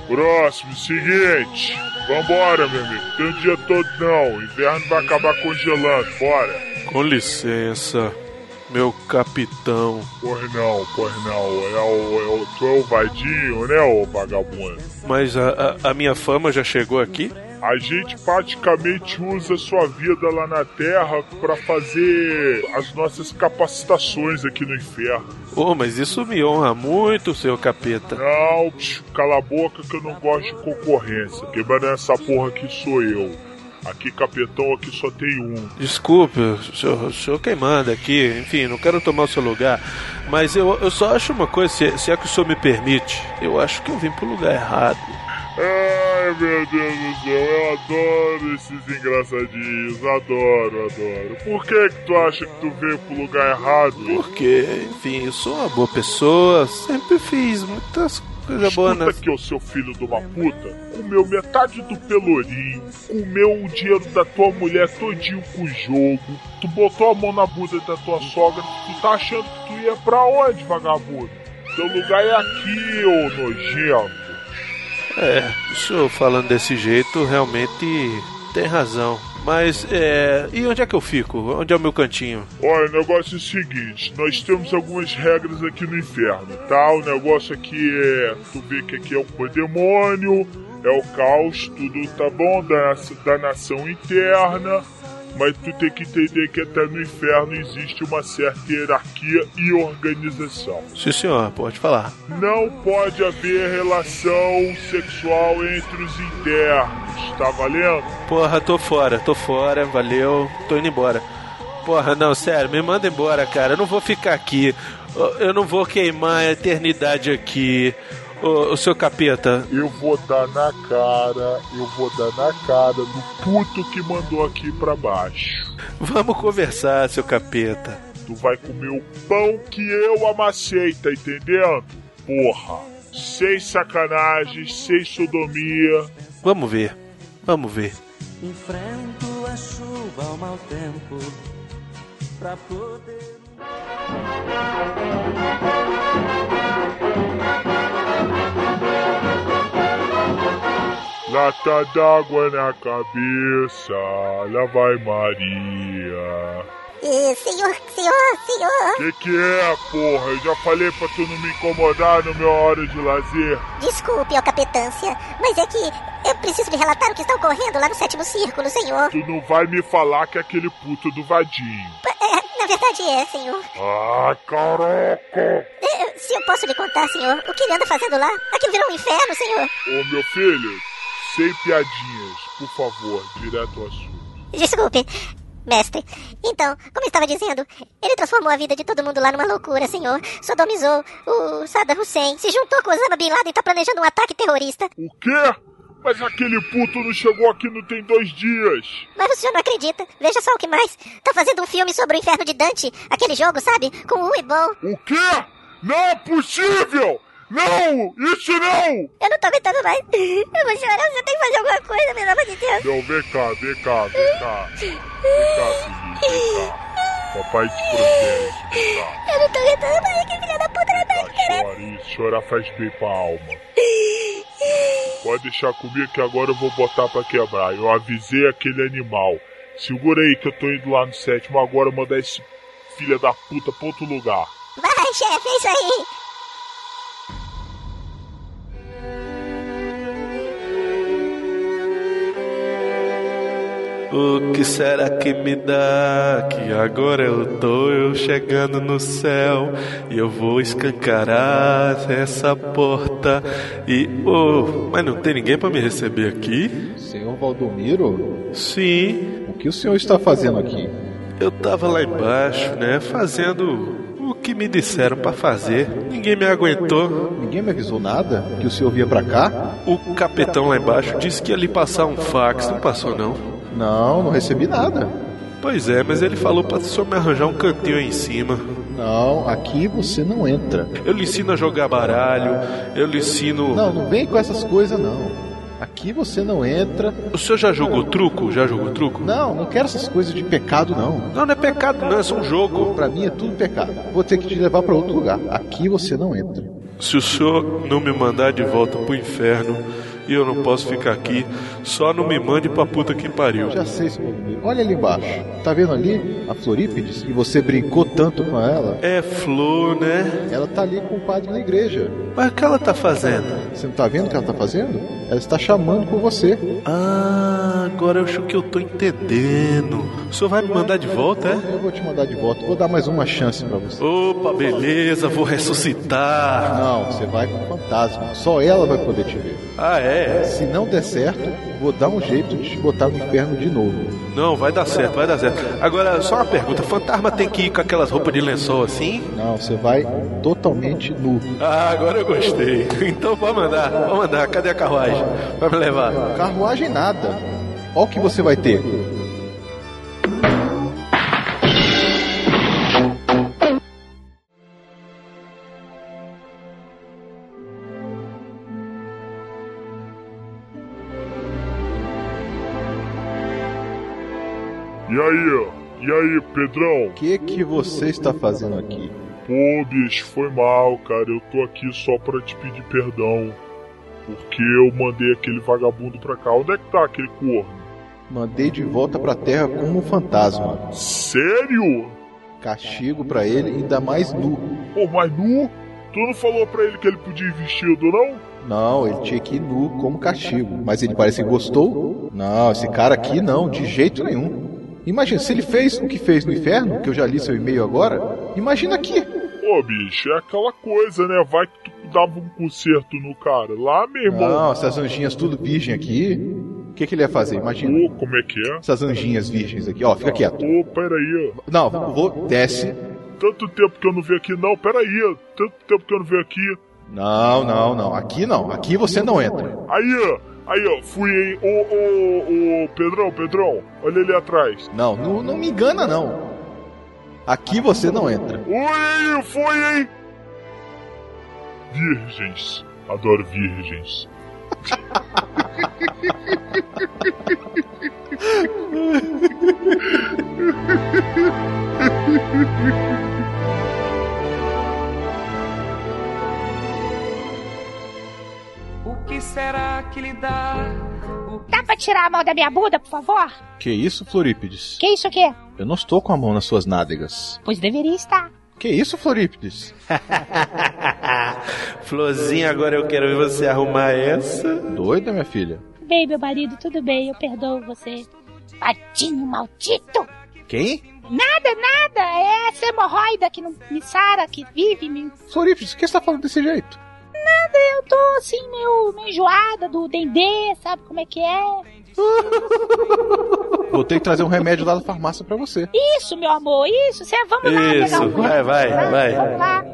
S27: Próximo, seguinte. Vambora, meu amigo. Tem o dia todo não. O inverno vai acabar congelando. Bora.
S8: Com licença, meu capitão.
S27: Pois não, pois não. É o, é o, tu é o vadinho, né, ô vagabundo?
S8: Mas a, a- a minha fama já chegou aqui?
S27: A gente praticamente usa sua vida lá na Terra pra fazer as nossas capacitações aqui no inferno.
S8: Oh, mas isso me honra muito, seu capeta.
S27: Não, psh, cala a boca que eu não gosto de concorrência. Quebrando essa porra aqui sou eu. Aqui, capitão, aqui só tem um.
S8: Desculpe, o senhor, o senhor quem manda aqui, enfim, não quero tomar o seu lugar, mas eu, eu só acho uma coisa, se, se é que o senhor me permite, eu acho que eu vim pro lugar errado.
S27: Ai, meu Deus do céu, eu adoro esses engraçadinhos. Adoro, adoro. Por que que tu acha que tu veio pro lugar errado?
S8: Porque, enfim, eu sou uma boa pessoa, sempre fiz muitas coisas boas
S27: Escuta
S8: na
S27: aqui, ô seu filho de uma puta, comeu metade do pelourinho, comeu o dinheiro da tua mulher todinho com o jogo, tu botou a mão na bunda da tua sogra, tu tá achando que tu ia pra onde, vagabundo? Teu lugar é aqui, ô nojento.
S8: É, o senhor falando desse jeito realmente tem razão. Mas, é. E onde é que eu fico? Onde é o meu cantinho?
S27: Olha, o negócio é o seguinte, nós temos algumas regras aqui no inferno, tá? O negócio aqui é, tu vê que aqui é o pandemônio, é o caos, tudo tá bom da, da nação interna, mas tu tem que entender que até no inferno existe uma certa hierarquia e organização.
S8: Sim, senhor, pode falar.
S27: Não pode haver relação sexual entre os internos, tá valendo?
S8: Porra, tô fora, tô fora, valeu, tô indo embora. Porra, não, sério, me manda embora, cara. Eu não vou ficar aqui. Eu- Eu não vou queimar a eternidade aqui. Ô, o seu capeta.
S27: Eu vou dar na cara, eu vou dar na cara do puto que mandou aqui pra baixo.
S8: Vamos conversar, seu capeta.
S27: Tu vai comer o pão que eu amassei, tá entendendo? Porra. Sem sacanagem, sem sodomia.
S8: Vamos ver. Vamos ver.
S6: Enfrento a chuva ao mau tempo pra poder.
S27: Lata d'água na cabeça, lá vai Maria.
S3: Ih, senhor, senhor, senhor.
S27: Que que é, porra? Eu já falei pra tu não me incomodar no meu hora de lazer.
S3: Desculpe, ó capetância, mas é que eu preciso lhe relatar o que está ocorrendo lá no sétimo círculo, senhor.
S27: Tu não vai me falar que é aquele puto do vadinho.
S3: Na verdade é, senhor.
S27: Ah, caraca!
S3: É, Se eu posso lhe contar, senhor, o que ele anda fazendo lá? Aquilo virou um inferno, senhor.
S27: Ô meu filho, sem piadinhas, por favor, direto ao assunto.
S3: Desculpe, mestre. Então, como eu estava dizendo, ele transformou a vida de todo mundo lá numa loucura, senhor. Sodomizou o Saddam Hussein, se juntou com Osama Bin Laden e está planejando um ataque terrorista.
S27: O quê? Mas aquele puto não chegou aqui não tem dois dias.
S3: Mas o senhor não acredita. Veja só o que mais. Tá fazendo um filme sobre o inferno de Dante. Aquele jogo, sabe? Com o e bom.
S27: O quê? Não é possível! Não! Isso não!
S3: Eu não tô aguentando mais. Eu vou chorar. Você tem que fazer alguma coisa, pelo amor de Deus.
S27: Não, vem cá, vem cá, vem cá. Vem cá, filho, vem cá. Papai te protege, vem cá.
S3: Eu não tô aguentando mais. Que filha da puta tá na minha cara.
S27: Chora, isso, chorar faz bem pra alma. Pode deixar comigo que agora eu vou botar pra quebrar. Eu avisei aquele animal. Segura aí que eu tô indo lá no sétimo agora mandar esse filho da puta pra outro lugar.
S3: Vai, chefe. É isso aí.
S8: O que será que me dá? Que agora eu tô eu chegando no céu e eu vou escancarar essa porta e oh, mas não tem ninguém pra me receber aqui?
S1: Senhor Valdomiro?
S8: Sim.
S1: O que o senhor está fazendo aqui?
S8: Eu tava lá embaixo, né, fazendo o que me disseram pra fazer. Ninguém me aguentou.
S1: Ninguém me avisou nada que o senhor via pra cá?
S8: O capitão lá embaixo disse que ia lhe passar um fax, não passou não?
S1: Não, não recebi nada.
S8: Pois é, mas ele falou pra o senhor me arranjar um cantinho aí em cima.
S1: Não, aqui você não entra.
S8: Eu lhe ensino a jogar baralho, eu lhe ensino.
S1: Não, não vem com essas coisas, não. Aqui você não entra.
S8: O senhor já jogou truco? Já jogou truco?
S1: Não, não quero essas coisas de pecado, não.
S8: Não, não é pecado, não, é só um jogo.
S1: Pra mim é tudo pecado. Vou ter que te levar pra outro lugar. Aqui você não entra.
S8: Se o senhor não me mandar de volta pro inferno e eu não posso ficar aqui, só não me mande pra puta que pariu.
S1: Já sei, seu Valdomiro. Olha ali embaixo. Tá vendo ali a Florípides? E você brincou tanto com ela.
S8: É flor, né?
S1: Ela tá ali com o padre na igreja.
S8: Mas o que ela tá fazendo?
S1: Você não tá vendo o que ela tá fazendo? Ela está chamando por você.
S8: Ah, agora eu acho que eu tô entendendo. O senhor vai me mandar de volta, é?
S1: Eu vou te mandar de volta. Vou dar mais uma chance pra você.
S8: Opa, beleza, vou ressuscitar.
S1: Não, você vai com o fantasma. Só ela vai poder te ver.
S8: Ah, é?
S1: Se não der certo, vou dar um jeito de te botar no inferno de novo.
S8: Não, vai dar certo, vai dar certo. Agora, só uma pergunta: fantasma tem que ir com aquelas roupas de lençol assim?
S1: Não, você vai totalmente nu.
S8: Ah, agora eu gostei. Então pode mandar, pode mandar. Cadê a carruagem? Vai me levar.
S1: Carruagem nada. Olha o que você vai ter.
S27: E aí, e aí, Pedrão?
S1: O que que você está fazendo aqui?
S27: Pô, bicho, foi mal, cara. Eu tô aqui só pra te pedir perdão. Porque eu mandei aquele vagabundo pra cá. Onde é que tá aquele corno?
S1: Mandei de volta pra terra como um fantasma.
S27: Sério?
S1: Castigo pra ele, ainda mais nu.
S27: Pô, mas nu? Tu não falou pra ele que ele podia ir vestido, não?
S1: Não, ele tinha que ir nu como castigo. Mas ele parece que gostou? Não, esse cara aqui não, de jeito nenhum. Imagina, se ele fez o que fez no inferno, que eu já li seu e-mail agora, imagina aqui.
S27: Pô, bicho, é aquela coisa, né? Vai que tu dava um conserto no cara. Lá, meu irmão.
S1: Não, essas anjinhas tudo virgem aqui. O que, que ele ia fazer? Imagina.
S27: Pô, como é que é?
S1: Essas anjinhas virgens aqui, ó, fica quieto.
S27: Pô, peraí.
S1: Não, vou, desce.
S27: Tanto tempo que eu não vi aqui, não, peraí. Tanto tempo que eu não vi aqui.
S1: Não, não, não. Aqui não. Aqui você não entra.
S27: Aí, Aí, ó, fui em. Ô, ô, ô, Pedrão, Pedrão, olha ele atrás.
S1: Não, não, não me engana, Ah, não. Aqui você não entra.
S27: Oi, foi, hein? Virgens. Adoro virgens.
S12: O que será que lhe dá? O que
S17: Dá pra tirar a mão da minha bunda, por favor?
S1: Que isso, Florípides?
S17: Que isso aqui?
S1: Eu não estou com a mão nas suas nádegas.
S17: Pois deveria estar.
S1: Que isso, Florípides?
S8: Florzinha, agora eu quero ver você arrumar essa.
S1: Doida, minha filha?
S17: Bem, meu marido, tudo bem, eu perdoo você. Patinho maldito!
S1: Quem?
S17: Nada, nada! É essa hemorroida que não me sara, que vive me.
S1: Florípides, por que você tá falando desse jeito?
S17: Nada, eu tô assim, meio, meio enjoada do dendê, sabe como é que é?
S1: Vou ter que trazer um remédio lá da farmácia pra você.
S17: Isso, meu amor, isso. Cê, vamos lá pegar
S8: Isso,
S17: um
S8: vai, vai,
S17: Vamos
S8: vai.
S17: lá.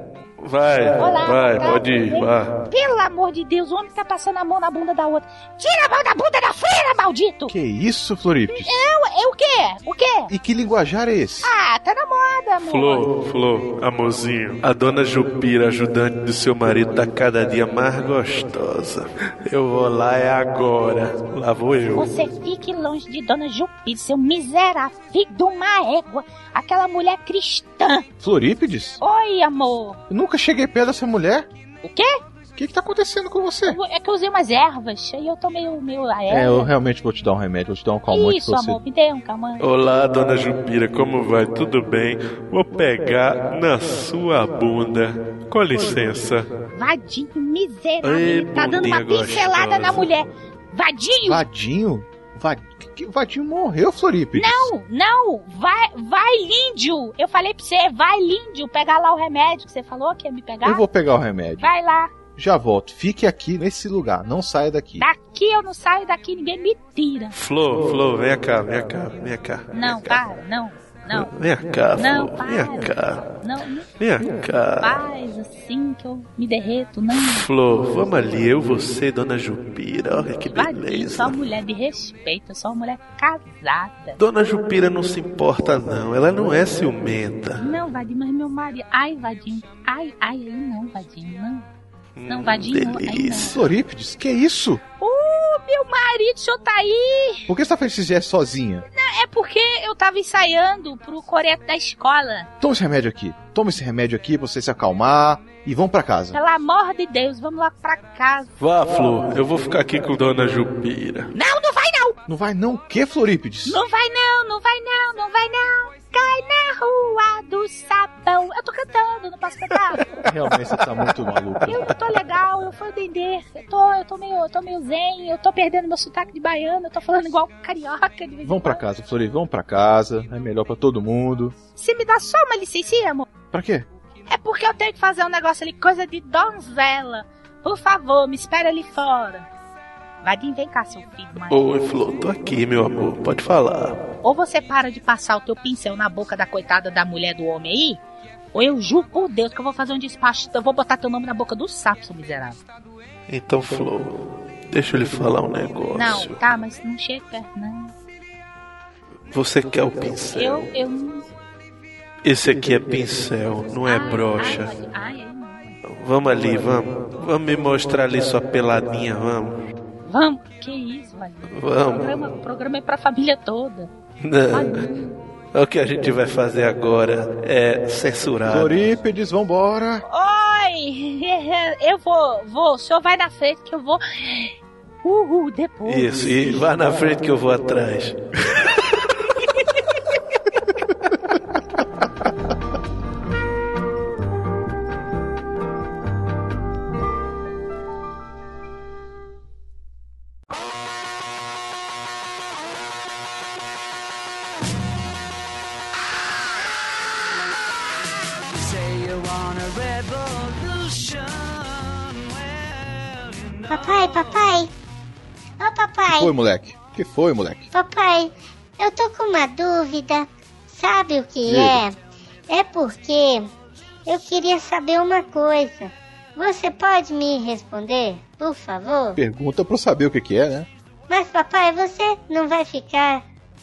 S8: Vai,
S17: Olá,
S8: vai,
S17: tá,
S8: pode ir,
S17: tudo bem?
S8: vá.
S17: Pelo amor de Deus, o homem tá passando a mão na bunda da outra. Tira a mão da bunda da freira, maldito!
S1: Que isso, Florípides?
S17: Eu, eu o quê? O quê?
S1: E que linguajar é esse?
S17: Ah, tá na moda, amor.
S8: Flor, Flor, amorzinho, a dona Jupira, ajudante do seu marido, tá cada dia mais gostosa. Eu vou lá é agora. Lá vou eu.
S17: Você fique longe de Dona Jupira, seu miserável, filho de uma égua, aquela mulher cristã.
S1: Florípides?
S17: Oi, amor.
S1: Eu nunca cheguei perto dessa mulher.
S17: O quê?
S1: O que, que tá acontecendo com você?
S17: É que eu usei umas ervas, aí eu tô meio, meio
S1: É, eu
S17: aérea.
S1: realmente vou te dar um remédio, vou te dar um calmante
S17: Isso,
S1: pra você.
S17: amor, me dê um calmante.
S8: Olá, dona Jupira, como vai? Tudo bem? Vou pegar na sua bunda. Com licença.
S17: Vadinho, miserável,
S8: Ei,
S17: ele tá dando uma
S8: bundinha
S17: pincelada na
S8: gostosa.
S17: mulher. Vadinho!
S1: Vadinho? Vad... que Vadinho morreu, Florípides?
S17: Não, não, vai, vai Líndio. Eu falei pra você, vai Líndio pegar lá o remédio que você falou que ia me pegar.
S1: Eu vou pegar o remédio.
S17: Vai lá.
S1: Já volto. Fique aqui nesse lugar, não saia daqui.
S17: Daqui eu não saio, daqui ninguém me tira.
S8: Flor, Flor, vem cá, vem cá, vem cá.
S17: Não, para, não. Não.
S8: Vem cá,
S17: Não,
S8: Flor,
S17: para.
S8: Vem cá.
S17: Não, não
S8: Vem cá.
S17: faz assim que eu me derreto, não.
S8: Flor, vamos ali, eu, você e Dona Jupira. Olha que
S17: Vadia,
S8: beleza.
S17: só mulher de respeito, só mulher casada.
S8: Dona Jupira não se importa, não. Ela não é ciumenta.
S17: Não, Vadinho, mas meu marido. Ai, Vadinho. Ai, ai, aí não, Vadinho, não. Não, Vadinho, é aí não.
S1: Florípides, que é isso?
S17: Uh, meu marido, o senhor tá aí!
S1: Por que você tá fazendo esse gesto sozinha?
S17: Não, é porque eu tava ensaiando pro coreto da escola.
S1: Toma esse remédio aqui. Toma esse remédio aqui pra você se acalmar e vão pra casa.
S17: Pelo amor de Deus, vamos lá pra casa.
S8: Vá, Flor, eu vou ficar aqui com Dona Jupira.
S17: Não, não vai não!
S1: Não vai não o quê, Florípides?
S17: Não vai não, não vai não, não vai não! Cai na rua do sabão. Eu tô cantando, não posso cantar?
S1: Realmente você tá muito maluco.
S17: Eu não tô legal, eu fui o Dendê. Eu tô, eu tô meio, eu tô meio zen, eu tô perdendo meu sotaque de baiano, eu tô falando igual um carioca. de vez em
S1: Vão pra
S17: quando.
S1: casa, Flori, vão pra casa. É melhor pra todo mundo.
S17: Se me dá só uma licencinha, amor,
S1: Pra quê?
S17: é porque eu tenho que fazer um negócio ali, coisa de donzela. Por favor, me espera ali fora. Vadim, vem cá, seu filho. Mas...
S8: Oi, Flor, tô aqui, meu amor. Pode falar.
S17: Ou você para de passar o teu pincel na boca da coitada da mulher do homem aí, ou eu juro por Deus que eu vou fazer um despacho, eu vou botar teu nome na boca do sapo, seu miserável.
S8: Então, Flor, deixa eu lhe falar um negócio.
S17: Não, tá, mas não chega perto, não.
S8: Você quer É o pincel?
S17: Eu, eu não.
S8: Esse aqui é pincel, não é brocha. Vamos ali, vamos. Vamos me mostrar ali sua peladinha, vamos.
S17: Vamos, que isso, vai.
S8: Vamos.
S17: O programa, o programa é pra família toda.
S8: Não. O que a gente vai fazer agora é censurar.
S1: Florípides, vambora.
S17: Oi! Eu vou, vou, o senhor vai na frente que eu vou. Uhul, depois.
S8: Isso, e vá na frente que eu vou atrás.
S3: Papai, papai. Ô, papai.
S1: Foi, moleque. Que foi, moleque?
S3: Papai, eu tô com uma dúvida. Sabe o que
S1: Diga.
S3: é? É porque eu queria saber uma coisa. Você pode me responder, por favor?
S1: Pergunta pra eu saber o que que é, né?
S3: Mas, papai, você não vai ficar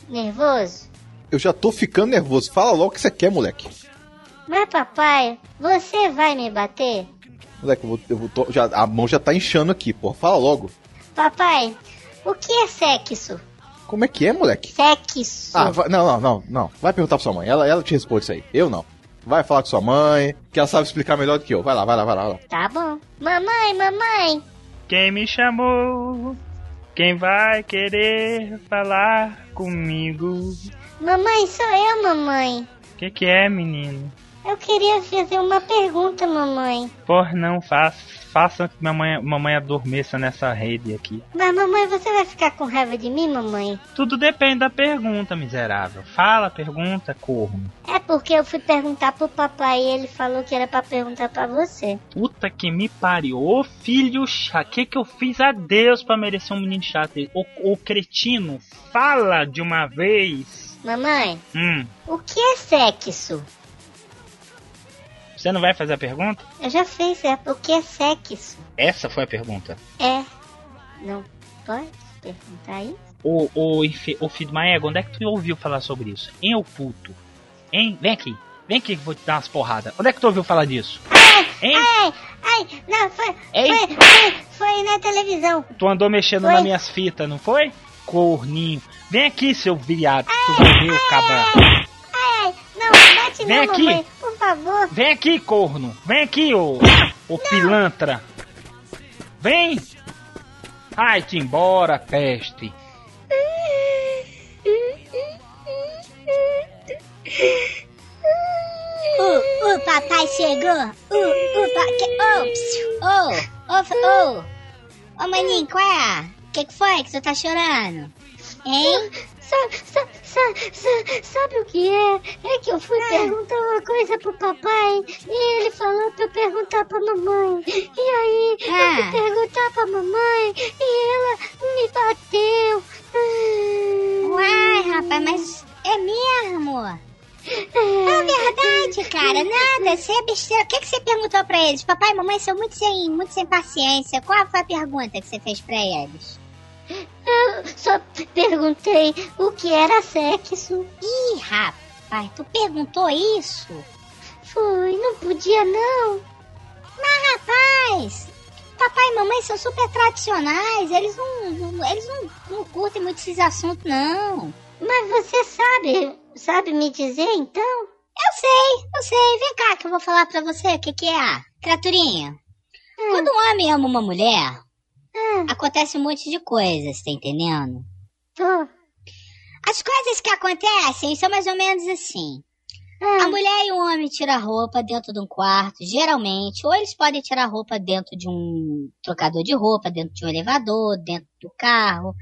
S3: nervoso?
S1: Eu já tô ficando nervoso. Fala logo o que você quer, moleque.
S3: Mas, papai, você vai me bater?
S1: Moleque, eu vou, eu vou tô- já, a mão já tá inchando aqui, pô. Fala logo.
S3: Papai, o que é sexo?
S1: Como é que é, moleque?
S3: Sexo.
S1: Ah, vai- não, não, não, não. Vai perguntar pra sua mãe. Ela, ela te responde isso aí. Eu não. Vai falar com sua mãe, que ela sabe explicar melhor do que eu. Vai lá, vai lá, vai lá. Vai lá.
S3: Tá bom. Mamãe, mamãe.
S9: Quem me chamou? Quem vai querer falar comigo?
S3: Mamãe, sou eu, mamãe.
S9: O que, que é, menino?
S3: Eu queria fazer uma pergunta, mamãe.
S9: Por não faça, faça que mamãe, mamãe adormeça nessa rede aqui.
S3: Mas, mamãe, você vai ficar com raiva de mim, mamãe?
S9: Tudo depende da pergunta, miserável. Fala, pergunta, corno.
S3: É porque eu fui perguntar pro papai e ele falou que era pra perguntar pra você.
S9: Puta que me pariu. Ô filho chato, que que eu fiz a Deus pra merecer um menino chato? O, o cretino, fala de uma vez.
S3: Mamãe,
S9: Hum,
S3: o que é sexo?
S9: você não vai fazer a pergunta?
S3: Eu já fiz, é o que é sexo?
S9: Essa foi a pergunta.
S3: É. Não pode perguntar isso?
S9: Ô, ô, infe- ô filho de uma égua, onde é que tu ouviu falar sobre isso? Hein, ô puto? Hein? Vem aqui. Vem aqui que eu vou te dar umas porradas. Onde é que tu ouviu falar disso? Hein?
S3: Ai, É, ai, não, foi, foi, foi, foi na televisão.
S9: Tu andou mexendo nas minhas fitas, não foi? Corninho. Vem aqui, seu viado. Tu vendeu, cabra.
S3: Ai, ai, não, bate
S9: Vem
S3: não,
S9: aqui.
S3: mamãe, por favor.
S9: Vem aqui, corno. Vem aqui, ô, ô pilantra. Vem. Vai-te embora, peste.
S25: Uh,
S3: O, o papai chegou. O, o papai.
S25: oh,
S3: Ô, ô, ô, ô. Ô, maninho, qual é? O que, que foi que você tá chorando? Hein? Sabe, sabe, o que é? É que eu fui perguntar uma coisa pro papai e ele falou pra eu perguntar pra mamãe. E aí eu fui perguntar pra mamãe e ela me bateu. Uai, rapaz, mas é mesmo?
S25: é perguntou pra eles: Papai e mamãe são muito sem, muito sem paciência. Qual foi a pergunta que você fez pra eles?
S3: Eu só perguntei o que era sexo.
S25: Ih, rapaz, tu perguntou isso?
S3: Foi, não podia não.
S25: Mas, rapaz, papai e mamãe são super tradicionais. Eles não, não- eles não, não curtem muito esses assuntos, não.
S3: Mas você sabe, sabe me dizer então?
S25: Eu sei, eu sei. Vem cá que eu vou falar pra você o que que é. Criaturinha,
S3: Hum.
S25: quando um homem ama uma mulher, acontece um monte de coisas, tá entendendo? As coisas que acontecem são mais ou menos assim.
S3: Hum.
S25: A mulher e o homem tiram a roupa dentro de um quarto, geralmente, ou eles podem tirar a roupa dentro de um trocador de roupa, dentro de um elevador, dentro do carro,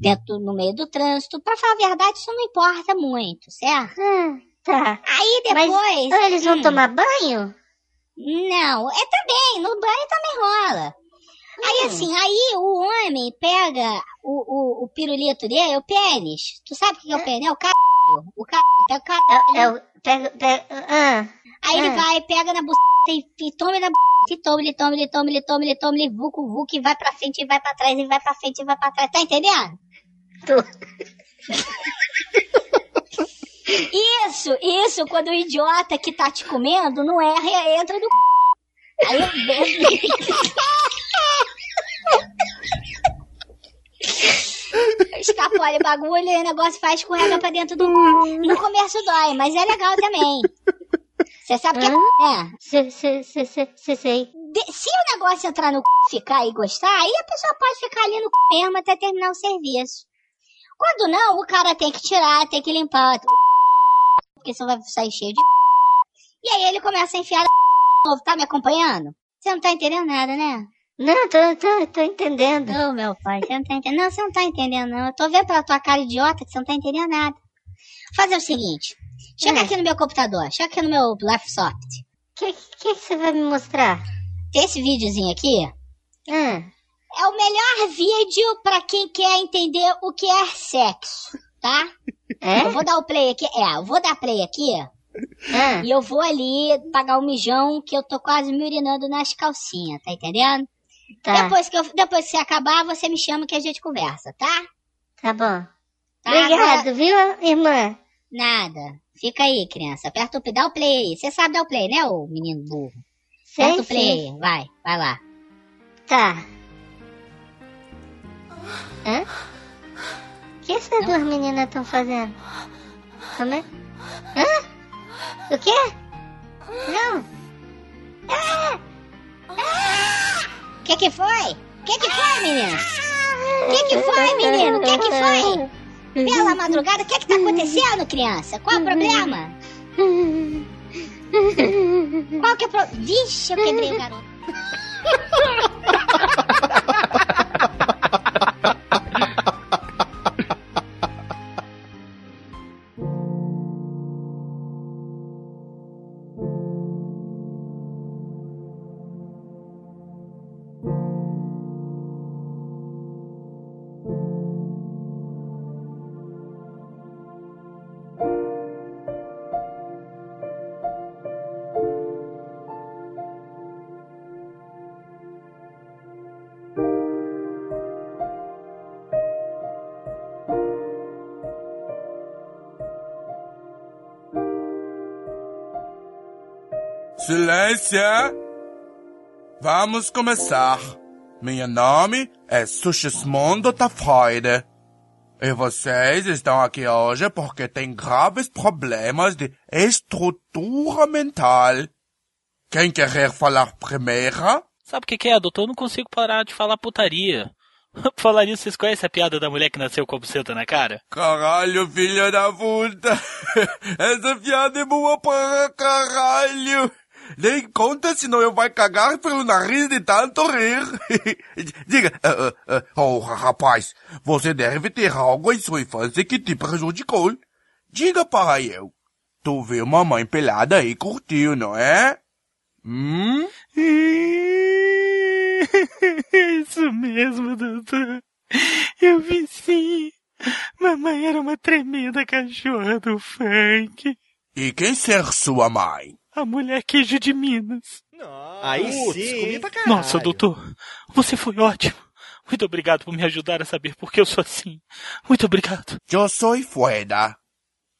S25: dentro no meio do trânsito. Pra falar a verdade, isso não importa muito, certo?
S3: Tá.
S25: Aí depois.
S3: Mas ah, eles vão
S25: Hum.
S3: tomar banho?
S25: Não, é também, no banho também rola. Aí assim, aí o homem pega o, o, o pirulito dele, é o pênis. Tu sabe o que que é o pênis? É o c... O c... É o c... É o... Pega, pega, aí ele
S3: ah.
S25: vai, pega na buceta e, e toma na buceta, e toma, ele toma, ele toma, ele toma, ele toma, ele vuco, vuco, e vai pra frente, e vai pra trás, e vai pra frente, e vai pra trás. Tá entendendo? Isso, isso, quando o idiota que tá te comendo não erra, entra no c... Aí eu... Escapole o bagulho e o negócio faz escorrega pra dentro do c... No começo dói, mas é legal também. Você sabe o que é? Você sei. Se o negócio entrar no c... ficar e gostar, aí a pessoa pode ficar ali no c... mesmo até terminar o serviço. Quando não, o cara tem que tirar, tem que limpar, porque senão vai sair cheio de. E aí ele começa a enfiar a de novo, tá me acompanhando? Você não tá entendendo nada, né? Não, tô, tô, tô entendendo. Ô, meu pai, você não tá entendendo. Não, você não tá entendendo, não. Eu tô vendo pela tua cara idiota que você não tá entendendo nada. Fazer o seguinte: chega aqui no meu computador, chega aqui no meu Lapsoft. O É. que, que, que você vai me mostrar? Esse videozinho aqui é o melhor vídeo pra quem quer entender o que é sexo, tá? Eu vou dar o play aqui. É, eu vou dar play aqui.
S3: É.
S25: E eu vou ali pagar o mijão que eu tô quase me urinando nas calcinhas, tá entendendo?
S3: Tá.
S25: Depois, que eu, depois que você acabar, você me chama que a gente conversa, tá?
S3: Tá bom.
S25: Tá,
S3: Obrigado,
S25: agora-
S3: viu, irmã?
S25: Nada. Fica aí, criança. Aperta o... Dá o play aí. Você sabe dar o play, né, ô menino burro?
S3: Sei,
S25: Aperta o play
S3: sim.
S25: aí. Vai, vai lá.
S3: Tá. Hã? O que essas duas meninas estão fazendo? Como é? Hã? O quê? Não!
S25: O que que foi? O que que foi, menina? O que que foi, menino? O que que foi? Pela madrugada, o que que tá acontecendo, criança? Qual o problema? Qual que é o problema? Vixe, eu quebrei o garoto.
S16: Silêncio! Vamos começar. Meu nome é Sushimondo da Freude. E vocês estão aqui hoje porque têm graves problemas de estrutura mental. Quem querer falar primeiro?
S9: Sabe o que, que é, doutor? Eu não consigo parar de falar putaria. Por Falar nisso, vocês conhecem a piada da mulher que nasceu com a buceta na cara?
S16: Caralho, filha da puta! Essa piada é boa pra caralho! Nem conta, senão eu vai cagar pelo nariz de tanto rir. Diga, ah, ah, ah, oh, rapaz, você deve ter algo em sua infância que te prejudicou. Diga para eu. Tu viu mamãe pelada e curtiu, não é? Hum?
S12: Isso mesmo, doutor. Eu vi sim. Mamãe era uma tremenda cachorra do funk.
S16: E quem ser sua mãe?
S12: A mulher queijo de Minas.
S2: Aí sim. hein?
S9: Nossa, doutor, você foi ótimo. Muito obrigado por me ajudar a saber por que eu sou assim. Muito obrigado.
S16: Eu sou Fueda. né?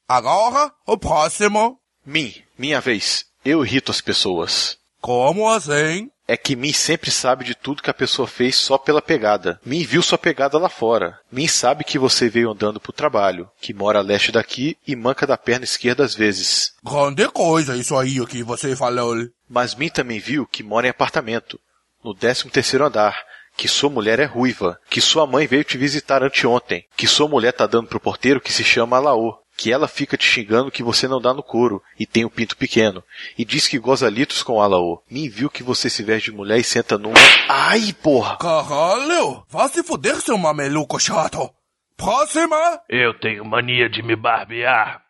S16: Agora, o próximo.
S1: Mim, minha vez. Eu irrito as pessoas.
S16: Como assim?
S1: É que Min sempre sabe de tudo que a pessoa fez só pela pegada. Min viu sua pegada lá fora. Min sabe que você veio andando pro trabalho, que mora a leste daqui e manca da perna esquerda às vezes.
S16: Grande coisa isso aí o que você falou.
S1: Mas Min também viu que mora em apartamento, no 13 terceiro andar, que sua mulher é ruiva, que sua mãe veio te visitar anteontem, que sua mulher tá dando pro porteiro que se chama Alaô, que ela fica te xingando que você não dá no couro e tem o pinto pequeno, e diz que goza litros com Alaô. Min viu que você se veste de mulher e senta numa... Ai, porra!
S16: Caralho, vá se fuder, seu mameluco chato. Próxima.
S4: Eu tenho mania de me barbear.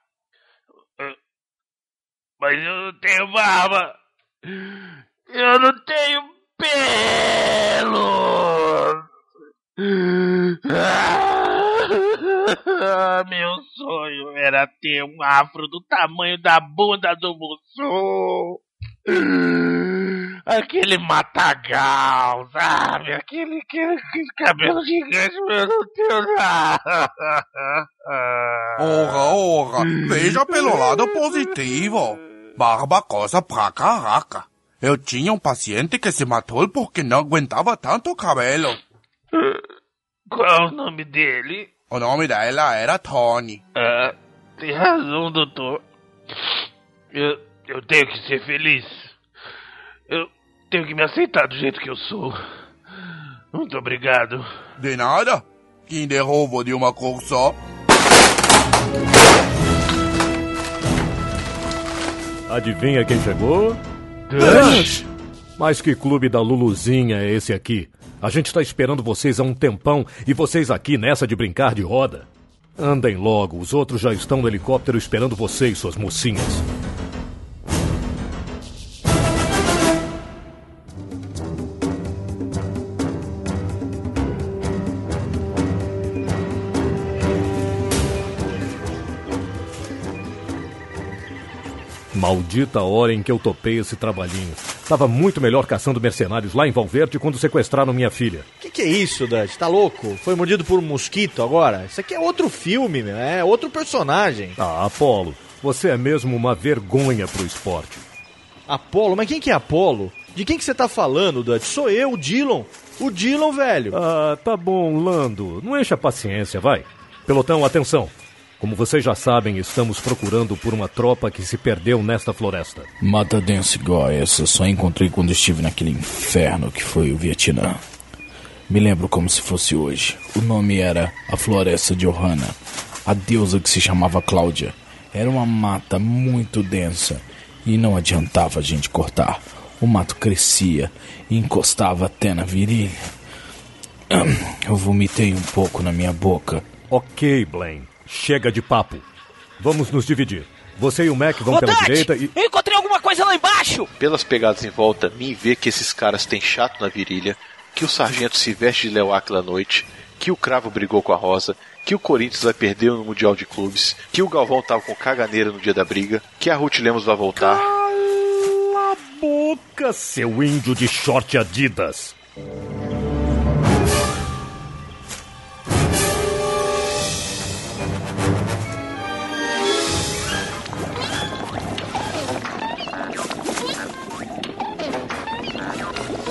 S4: Ah, Mas eu não tenho barba. Eu não tenho pelo. Ah, meu sonho era ter um afro do tamanho da bunda do Mussum. Aquele matagal, sabe? Aquele, aquele, aquele cabelo gigante, meu Deus.
S16: Ora, ora, veja pelo lado positivo. Barba coça pra caraca. Eu tinha um paciente que se matou porque não aguentava tanto cabelo.
S4: Qual o nome dele?
S16: O nome dela era Tony.
S4: Ah, tem razão, doutor. Eu, eu tenho que ser feliz. Eu tenho que me aceitar do jeito que eu sou. Muito obrigado.
S16: De nada? Quem derrubo de uma cor só?
S28: Adivinha quem chegou?
S16: Dash!
S28: Mas que clube da Luluzinha é esse aqui? A gente tá esperando vocês há um tempão e vocês aqui nessa de brincar de roda. Andem logo, os outros já estão no helicóptero esperando vocês, suas mocinhas. Maldita hora em que eu topei esse trabalhinho. Tava muito melhor caçando mercenários lá em Valverde quando sequestraram minha filha.
S2: O que, que é isso, Dutch? Tá louco? Foi mordido por um mosquito agora? Isso aqui é outro filme, meu. É outro personagem.
S28: Ah, Apolo, você é mesmo uma vergonha pro esporte.
S2: Apolo? Mas quem que é Apolo? De quem que você tá falando, Dutch? Sou eu, o Dillon. O Dillon, velho.
S28: Ah, tá bom, Lando. Não encha a paciência, vai. Pelotão, atenção. Como vocês já sabem, estamos procurando por uma tropa que se perdeu nesta floresta.
S24: Mata Dance Goyas eu só encontrei quando estive naquele inferno que foi o Vietnã. Me lembro como se fosse hoje. O nome era a Floresta de Ohana. A deusa que se chamava Cláudia. Era uma mata muito densa e não adiantava a gente cortar. O mato crescia e encostava até na virilha. Eu vomitei um pouco na minha boca.
S28: Ok, Blaine. Chega de papo. Vamos nos dividir. Você e o Mac vão
S29: Ô,
S28: pela
S29: Dutch!
S28: direita e.
S29: Eu encontrei alguma coisa lá embaixo!
S1: Pelas pegadas em volta, Min vê que esses caras têm chato na virilha, que o sargento se veste de Leoacla à noite, que o Cravo brigou com a Rosa, que o Corinthians vai perder no Mundial de Clubes, que o Galvão tava com caganeira no dia da briga, que a Ruth Lemos vai voltar.
S28: Cala a boca, seu índio de short Adidas!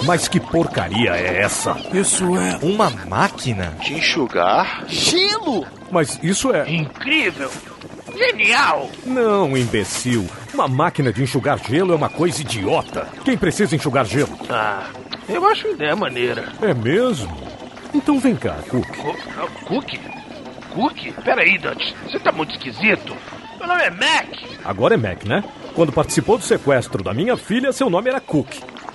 S28: Mas que porcaria é essa?
S2: Isso é uma máquina?
S1: Te enxugar?
S28: Gelo! Mas isso é.
S4: Incrível! Genial!
S28: Não, imbecil. Uma máquina de enxugar gelo é uma coisa idiota. Quem precisa enxugar gelo?
S4: Ah, eu acho uma ideia maneira.
S28: É mesmo? Então vem cá, Cook.
S4: Cu- não, Cookie? Cookie? Peraí, Dante. Você tá muito esquisito. Meu nome é Mac.
S28: Agora é Mac, né? Quando participou do sequestro da minha filha, seu nome era Cook.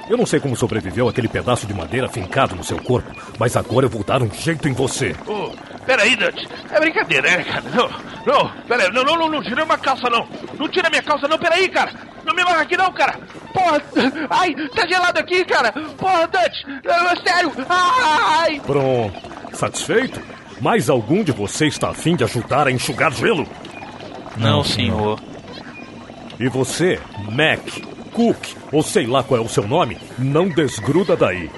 S28: Eu não sei como sobreviveu aquele pedaço de madeira fincado no seu corpo, mas agora eu vou dar um jeito em você.
S4: Oh, peraí, Dante. É brincadeira, né, cara? Não, não, peraí. Não, não, não, não tira minha calça, não. Não tira minha calça, não. Peraí, cara. Não me amarra aqui, não, cara. Porra. Ai, tá gelado aqui, cara. Porra, Dante. Ah, Sério. Ai.
S28: Pronto. Satisfeito? Mais algum de vocês está afim de ajudar a enxugar gelo?
S9: Não, senhor.
S28: E você, Mac, Cook, ou sei lá qual é o seu nome, não desgruda daí.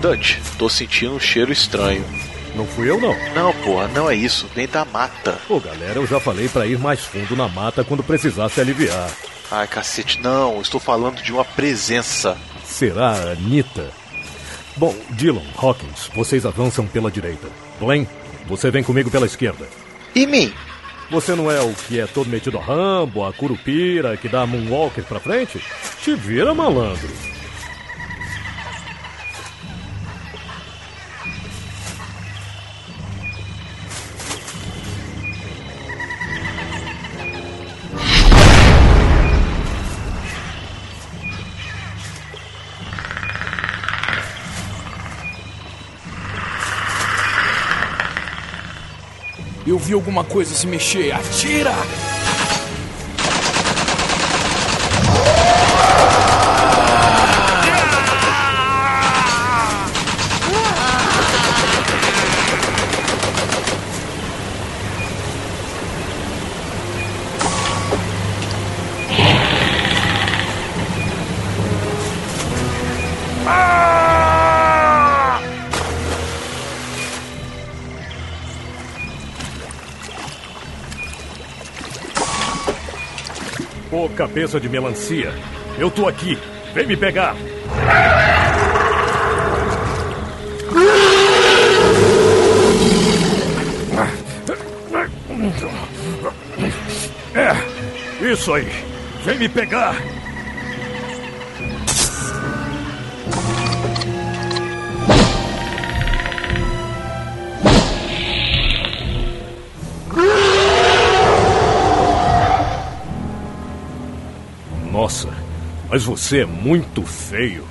S1: Dante, tô sentindo um cheiro estranho.
S28: Não fui eu, não.
S1: Não, porra, não é isso. Vem da mata.
S28: Pô, galera, eu já falei pra ir mais fundo na mata quando precisasse aliviar.
S1: Ai, cacete, não. Estou falando de uma presença.
S28: Será a Anitta? Bom, Dylan, Hawkins, vocês avançam pela direita. Blaine, você vem comigo pela esquerda.
S1: E mim?
S28: Você não é o que é todo metido a Rambo, a Curupira, que dá a Moonwalker pra frente? Te vira, malandro.
S24: Eu vi alguma coisa se mexer. Atira!
S28: Ô, cabeça de melancia, eu tô aqui. Vem me pegar. É, isso aí. Vem me pegar. Nossa, mas você é muito feio.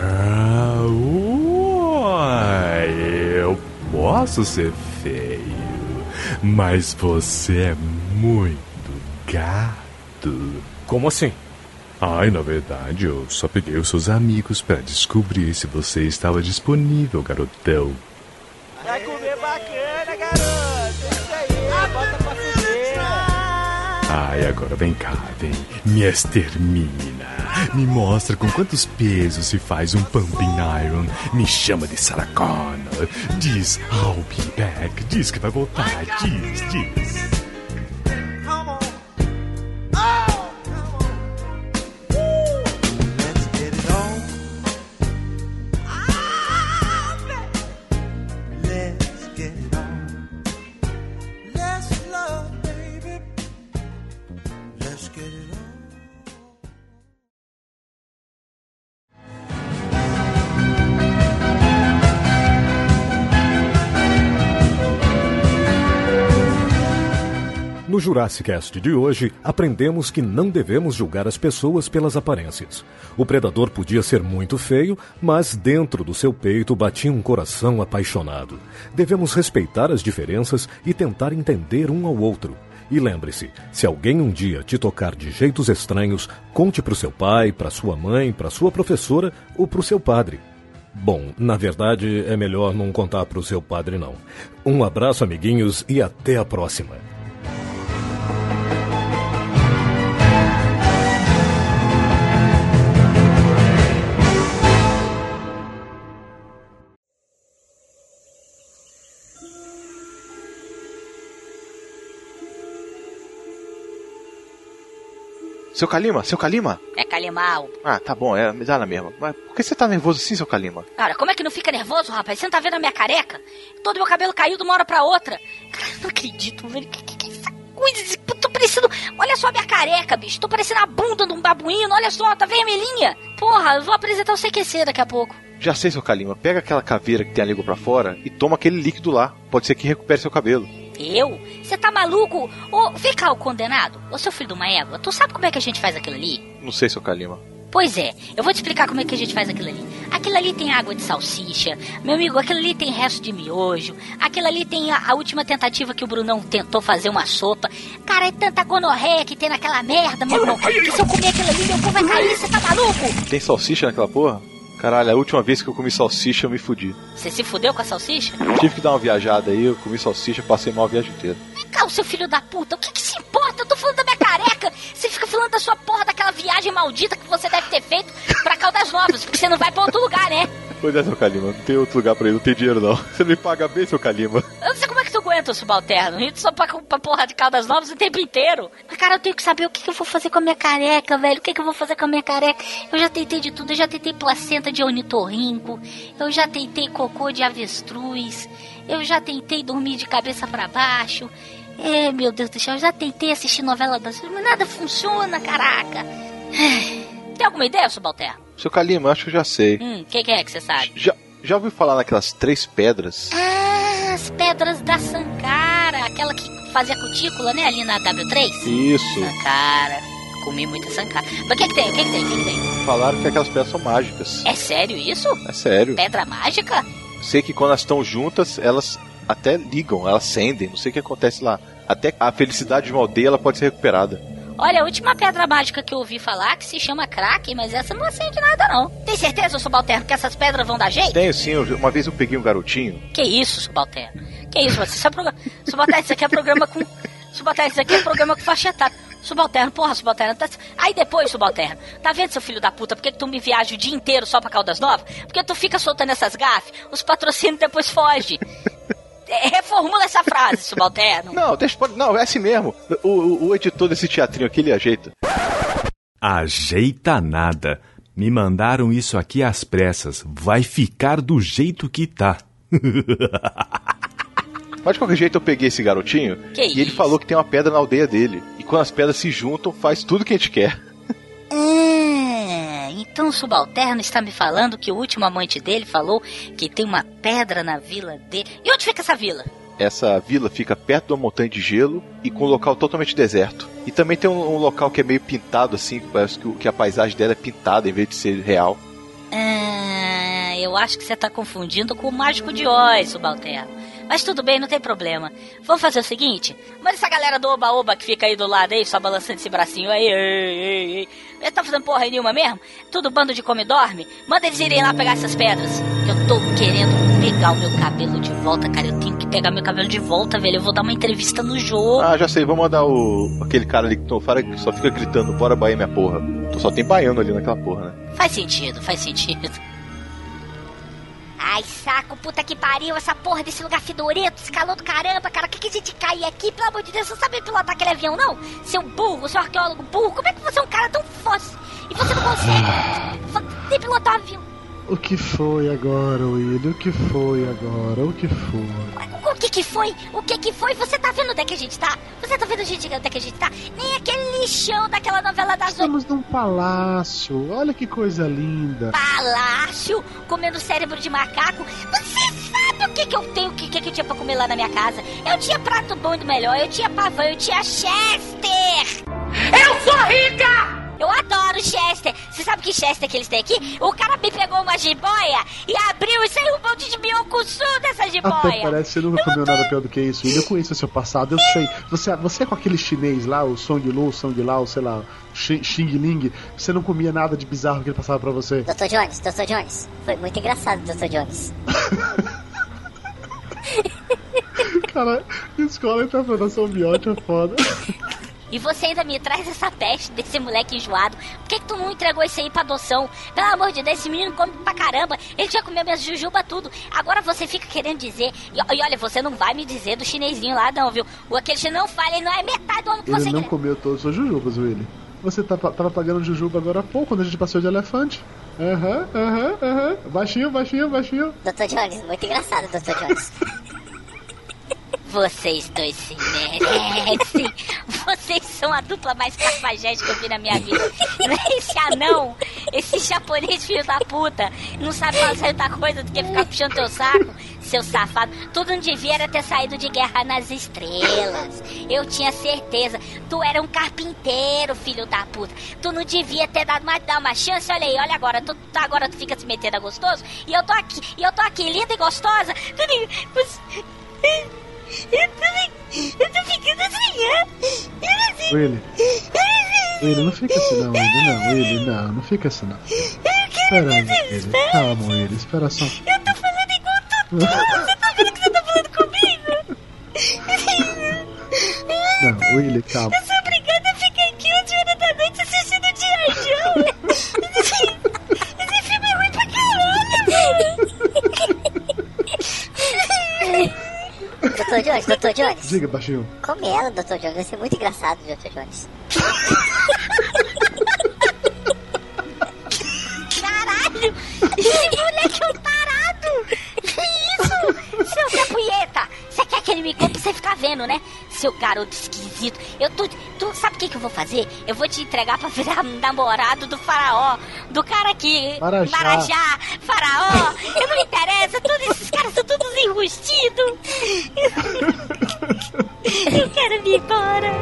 S15: Ah, uai, eu posso ser feio, mas você é muito gato.
S28: Como assim?
S15: Ai, na verdade, eu só peguei os seus amigos para descobrir se você estava disponível, garotão.
S12: Vai comer bacana, garoto. É Isso aí, bota pra
S15: Ai, agora vem cá, vem. Me extermina. Me mostra com quantos pesos se faz um pumping iron. Me chama de Sarah Connor. Diz, I'll be back. Diz que vai voltar. Diz, diz.
S28: No Jurassic Cast de hoje, aprendemos que não devemos julgar as pessoas pelas aparências. O predador podia ser muito feio, mas dentro do seu peito batia um coração apaixonado. Devemos respeitar as diferenças e tentar entender um ao outro. E lembre-se, se alguém um dia te tocar de jeitos estranhos, conte pro seu pai, pra sua mãe, pra sua professora ou pro seu padre. Bom, na verdade, é melhor não contar pro seu padre não. Um abraço, amiguinhos, e até a próxima.
S1: Seu Kalima, seu Kalima?
S11: É Calimal.
S1: Ah, tá bom, é, me dá na mesma. Mas por que você tá nervoso assim, seu Kalima?
S11: Cara, como é que não fica nervoso, rapaz? Você não tá vendo a minha careca? Todo meu cabelo caiu de uma hora pra outra. Cara, não acredito, velho. Que, que, que essa coisa? de- Tô parecendo. Olha só a minha careca, bicho. Tô parecendo a bunda de um babuíno. Olha só, tá vermelhinha. Porra, eu vou apresentar o CQC daqui a pouco.
S1: Já sei, seu Kalima. Pega aquela caveira que tem a língua pra fora e toma aquele líquido lá. Pode ser que recupere seu cabelo.
S11: Eu? Você tá maluco? Ô, vem cá, o condenado. Ô, seu filho de uma égua, tu sabe como é que a gente faz aquilo ali?
S1: Não sei, seu Kalima.
S11: Pois é, eu vou te explicar como é que a gente faz aquilo ali. Aquilo ali tem água de salsicha, meu amigo, aquilo ali tem resto de miojo, aquilo ali tem a, a última tentativa que o Brunão tentou fazer uma sopa. Cara, é tanta gonorreia que tem naquela merda, meu irmão, que se eu comer aquilo ali, meu cu vai cair, você tá maluco?
S1: Tem salsicha naquela porra? Caralho, a última vez que eu comi salsicha eu me fudi.
S11: Você se fudeu com a salsicha?
S1: Tive que dar uma viajada aí, eu comi salsicha, passei mal a viagem inteira.
S11: Vem cá, o seu filho da puta, o que que se importa? Eu tô falando da minha careca. Você fica falando da sua porra, daquela viagem maldita que você deve ter feito pra Caldas Novas, porque você não vai pra outro lugar, né?
S1: Pois é, seu Kalima, não tem outro lugar pra ir, não tem dinheiro não. Você me paga bem, seu Kalima.
S11: Eu não sei como é que tu aguenta o subalterno. A gente só pra, pra porra de Caldas Novas o tempo inteiro.
S25: Mas, cara, eu tenho que saber o que, que eu vou fazer com a minha careca, velho. O que, que eu vou fazer com a minha careca?
S11: Eu já tentei de tudo, eu já tentei placenta de ornitorrinco, eu já tentei cocô de avestruz, eu já tentei dormir de cabeça pra baixo. É, meu Deus do céu, eu já tentei assistir novela das mas nada funciona, caraca. Tem alguma ideia, subalterno?
S1: Seu Kalima, acho que eu já sei.
S11: Hum, o que, que é que você sabe?
S1: Já, já ouviu falar naquelas três pedras?
S11: Ah, as pedras da Sankara, aquela que fazia cutícula, né, ali na W3?
S1: Isso.
S11: Sankara, comi muita Sankara. Mas o que, que tem? O que, que tem? O que, que tem?
S1: Falaram que aquelas pedras são mágicas.
S11: É sério isso?
S1: É sério.
S11: Pedra mágica?
S1: Sei que quando elas estão juntas, elas até ligam, elas acendem, não sei o que acontece lá. Até a felicidade de uma aldeia ela pode ser recuperada.
S11: Olha, a última pedra mágica que eu ouvi falar que se chama Kraken, mas essa não acende nada não. Tem certeza, subalterno, que essas pedras vão dar jeito?
S1: Tenho sim, eu- uma vez eu peguei um garotinho.
S11: Que isso, subalterno? Que isso, você isso é programa... Subalterno, isso aqui é programa com... Subalterno, isso aqui é programa com faixa etária. Subalterno, porra, subalterno. tá- Aí depois, subalterno, tá vendo, seu filho da puta, por que que tu me viaja o dia inteiro só pra Caldas Novas? Porque tu fica soltando essas gafes, os patrocínios depois fogem. É, Reformula essa frase, subalterno.
S1: Não, deixa pode- Não, é assim mesmo. O, o- o editor desse teatrinho aqui, ele ajeita.
S8: Ajeita nada. Me mandaram isso aqui às pressas. Vai ficar do jeito que tá.
S1: Mas de qualquer jeito eu peguei esse garotinho
S11: Que
S1: e ele
S11: isso?
S1: falou que tem uma pedra na aldeia dele. E quando as pedras se juntam, faz tudo que a gente quer.
S11: Ah, então o subalterno está me falando que o último amante dele falou que tem uma pedra na vila dele. E onde fica essa vila?
S1: Essa vila fica perto de uma montanha de gelo e com um local totalmente deserto. E também tem um, um local que é meio pintado, assim, que parece que, o- que a paisagem dela é pintada em vez de ser real.
S11: Ah, eu acho que você está confundindo com o Mágico de Oz, subalterno. Mas tudo bem, não tem problema. Vamos fazer o seguinte? Manda essa galera do Oba-Oba que fica aí do lado aí, só balançando esse bracinho aí. Ei, ei, ei. Ele tá fazendo porra nenhuma mesmo? Tudo bando de come e dorme? Manda eles irem lá pegar essas pedras. Eu tô querendo pegar o meu cabelo de volta, cara. Eu tenho que pegar meu cabelo de volta, velho. Eu vou dar uma entrevista no jogo.
S1: Ah, já sei, vou mandar o aquele cara ali que tô- fala que só fica gritando, bora Bahia minha porra. Então Só tem baiano ali naquela porra, né?
S11: Faz sentido, faz sentido.
S25: Ai, saco, puta que pariu, essa porra desse lugar fedorento, esse calor do caramba, cara. O que, que a gente cai aqui? Pelo amor de Deus, você sabe pilotar aquele avião, não?
S11: Seu burro, seu arqueólogo burro, como é que você é um cara tão fóssil e você não consegue fa- nem pilotar um avião?
S23: O que foi agora, Willy? O que foi agora? O que foi?
S11: O que que foi? O que que foi? Você tá vendo onde é que a gente tá? Você tá vendo a gente onde é que a gente tá? Nem aquele lixão daquela novela das oito.
S23: Estamos num palácio. Olha que coisa linda.
S11: Palácio, comendo cérebro de macaco. Você sabe o que que eu tenho, o que que eu tinha pra comer lá na minha casa? Eu tinha prato bom do melhor, eu tinha pavão, eu tinha Chester. Eu sou rica! Eu adoro Chester. Você sabe que Chester que eles têm aqui? O cara me pegou uma jiboia e abriu e saiu um monte de minhocuçu dessa
S23: Até
S11: jiboia.
S23: Ah, parece que você nunca comeu nada pior do que isso. Willy. Eu conheço o seu passado, eu sei. Você, você é com aquele chinês lá, o Song Lu, Song Lao, sei lá, Xi- Xing Ling, você não comia nada de bizarro que ele passava pra você.
S25: Dr. Jones, Dr. Jones. Foi muito engraçado, Dr. Jones.
S23: Cara, escola e interpretação biótica é foda.
S11: E você ainda me traz essa peste desse moleque enjoado. Por que, que tu não entregou isso aí pra adoção? Pelo amor de Deus, esse menino come pra caramba. Ele já comeu minhas jujuba tudo. Agora você fica querendo dizer. E, e olha, você não vai me dizer do chinesinho lá, não, viu? O aquele chinês não fala, ele não é metade do homem que você
S23: Ele não
S11: quer.
S23: comeu todos os seus jujubas, Willy. Você tá, tava pagando jujuba agora há pouco, quando a gente passou de elefante. Aham, aham, aham. Baixinho, baixinho, baixinho.
S25: Dr. Jones, muito engraçado, Dr. Jones.
S17: Vocês dois se merecem. Vocês são a dupla mais cafajeste que eu vi na minha vida. Esse anão, esse japonês filho da puta, não sabe fazer outra coisa do que ficar puxando teu saco, seu safado. Tudo não devia era ter saído de guerra nas estrelas. Eu tinha certeza. Tu era um carpinteiro, filho da puta. Tu não devia ter dado mais dar uma chance. Olha aí, olha agora. Tu, tu- agora tu fica se metendo a gostoso. E eu tô aqui, e eu tô aqui, linda e gostosa. Eu tô, eu tô ficando assim,
S30: Willy. Willy, não fica assim não, Willy. Não, Willy, não, não fica assim não. Espera aí, Willy. Calma, Willy. Espera só.
S17: Eu tô falando igual tu. Você tá vendo que você tá falando comigo?
S30: Não, Willy, calma.
S17: Eu sou obrigada a ficar aqui 11 horas da noite assistindo o G.I. Joe. Esse, esse filme é ruim pra caralho.
S11: Doutor Jones, doutor Jones,
S30: Diga, baixinho.
S11: come ela, doutor Jones. Vai ser muito engraçado, doutor Jones.
S17: Caralho! Esse moleque é um tarado! Que isso? Seu Zé Punheta! Você quer que ele me compre pra você ficar vendo, né? Seu garoto esquisito! Eu tô. Tu sabe o que, que eu vou fazer? Eu vou te entregar pra virar um namorado do faraó, do cara que.
S11: Marajá.
S17: Marajá, faraó! Eu não me interessa, todos esses caras são todos enrustidos! Eu quero me ir embora!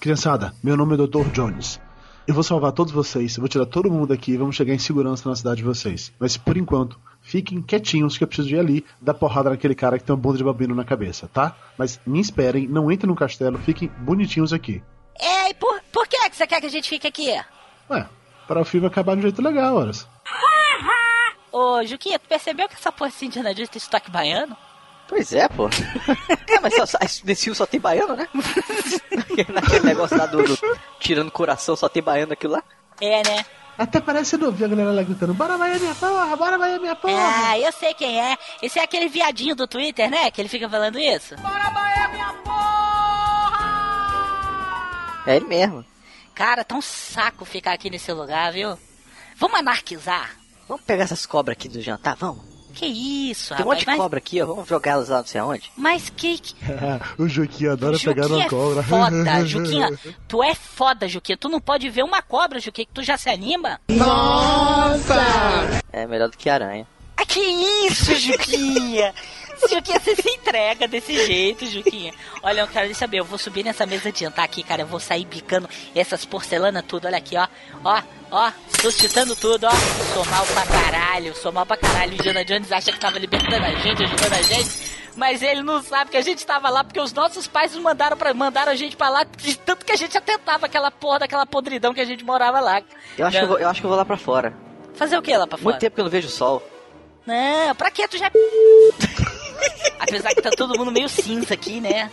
S30: Criançada, meu nome é Dr. Jones. Eu vou salvar todos vocês, eu vou tirar todo mundo daqui e vamos chegar em segurança na cidade de vocês. Mas por enquanto, fiquem quietinhos que eu preciso ir ali dar porrada naquele cara que tem um bando de babino na cabeça, tá? Mas me esperem, não entrem no castelo, fiquem bonitinhos aqui.
S17: É, e por, por que, que você quer que a gente fique aqui?
S30: Ué, para o filme acabar de um jeito legal, horas.
S17: Ô, Juquinha, tu percebeu que essa porra de Indiana Jones tem sotaque baiano?
S12: Pois é, pô. É, mas só, só, nesse filme só tem baiano, né? Naquele negócio lá do, do Tirando Coração só tem baiano aquilo lá.
S17: É, né?
S30: Até parece eu ouvir a galera lá gritando, bora vai minha porra, bora vai minha porra.
S17: Ah, eu sei quem é. Esse é aquele viadinho do Twitter, né? Que ele fica falando isso.
S12: É ele mesmo.
S17: Cara, tá um saco ficar aqui nesse lugar, viu? Vamos é anarquizar?
S12: Vamos pegar essas cobras aqui do jantar, vamos.
S17: Que isso,
S12: Tem um
S17: rapaz.
S12: monte de
S17: mas,
S12: cobra aqui, ó. Vamos jogar elas lá não sei aonde.
S17: mas que... que-
S30: o Juquinha adora pegar
S17: Juquinha
S30: uma cobra.
S17: é foda, Juquinha. Tu é foda, Juquinha. Tu não pode ver uma cobra, Juquinha, que tu já se anima.
S12: Nossa! É melhor do que aranha.
S17: Ah, que isso, Juquinha? Juquinha, você se entrega desse jeito, Juquinha. Olha, eu quero saber, eu vou subir nessa mesa de jantar aqui, cara. Eu vou sair bicando essas porcelanas tudo, olha aqui, ó. Ó, ó, suscitando tudo, ó. Sou mal pra caralho, sou mal pra caralho. O Indiana Jones acha que tava libertando a gente, ajudando a gente. Mas ele não sabe que a gente tava lá porque os nossos pais nos mandaram, pra, mandaram a gente pra lá de tanto que a gente atentava aquela porra daquela podridão que a gente morava lá.
S12: Eu acho, que eu, vou, eu acho que eu vou lá pra fora.
S17: Fazer o que lá pra fora?
S12: Muito tempo que eu não vejo o sol.
S17: Não, Né? pra que tu já. é Apesar que tá todo mundo meio cinza aqui, né?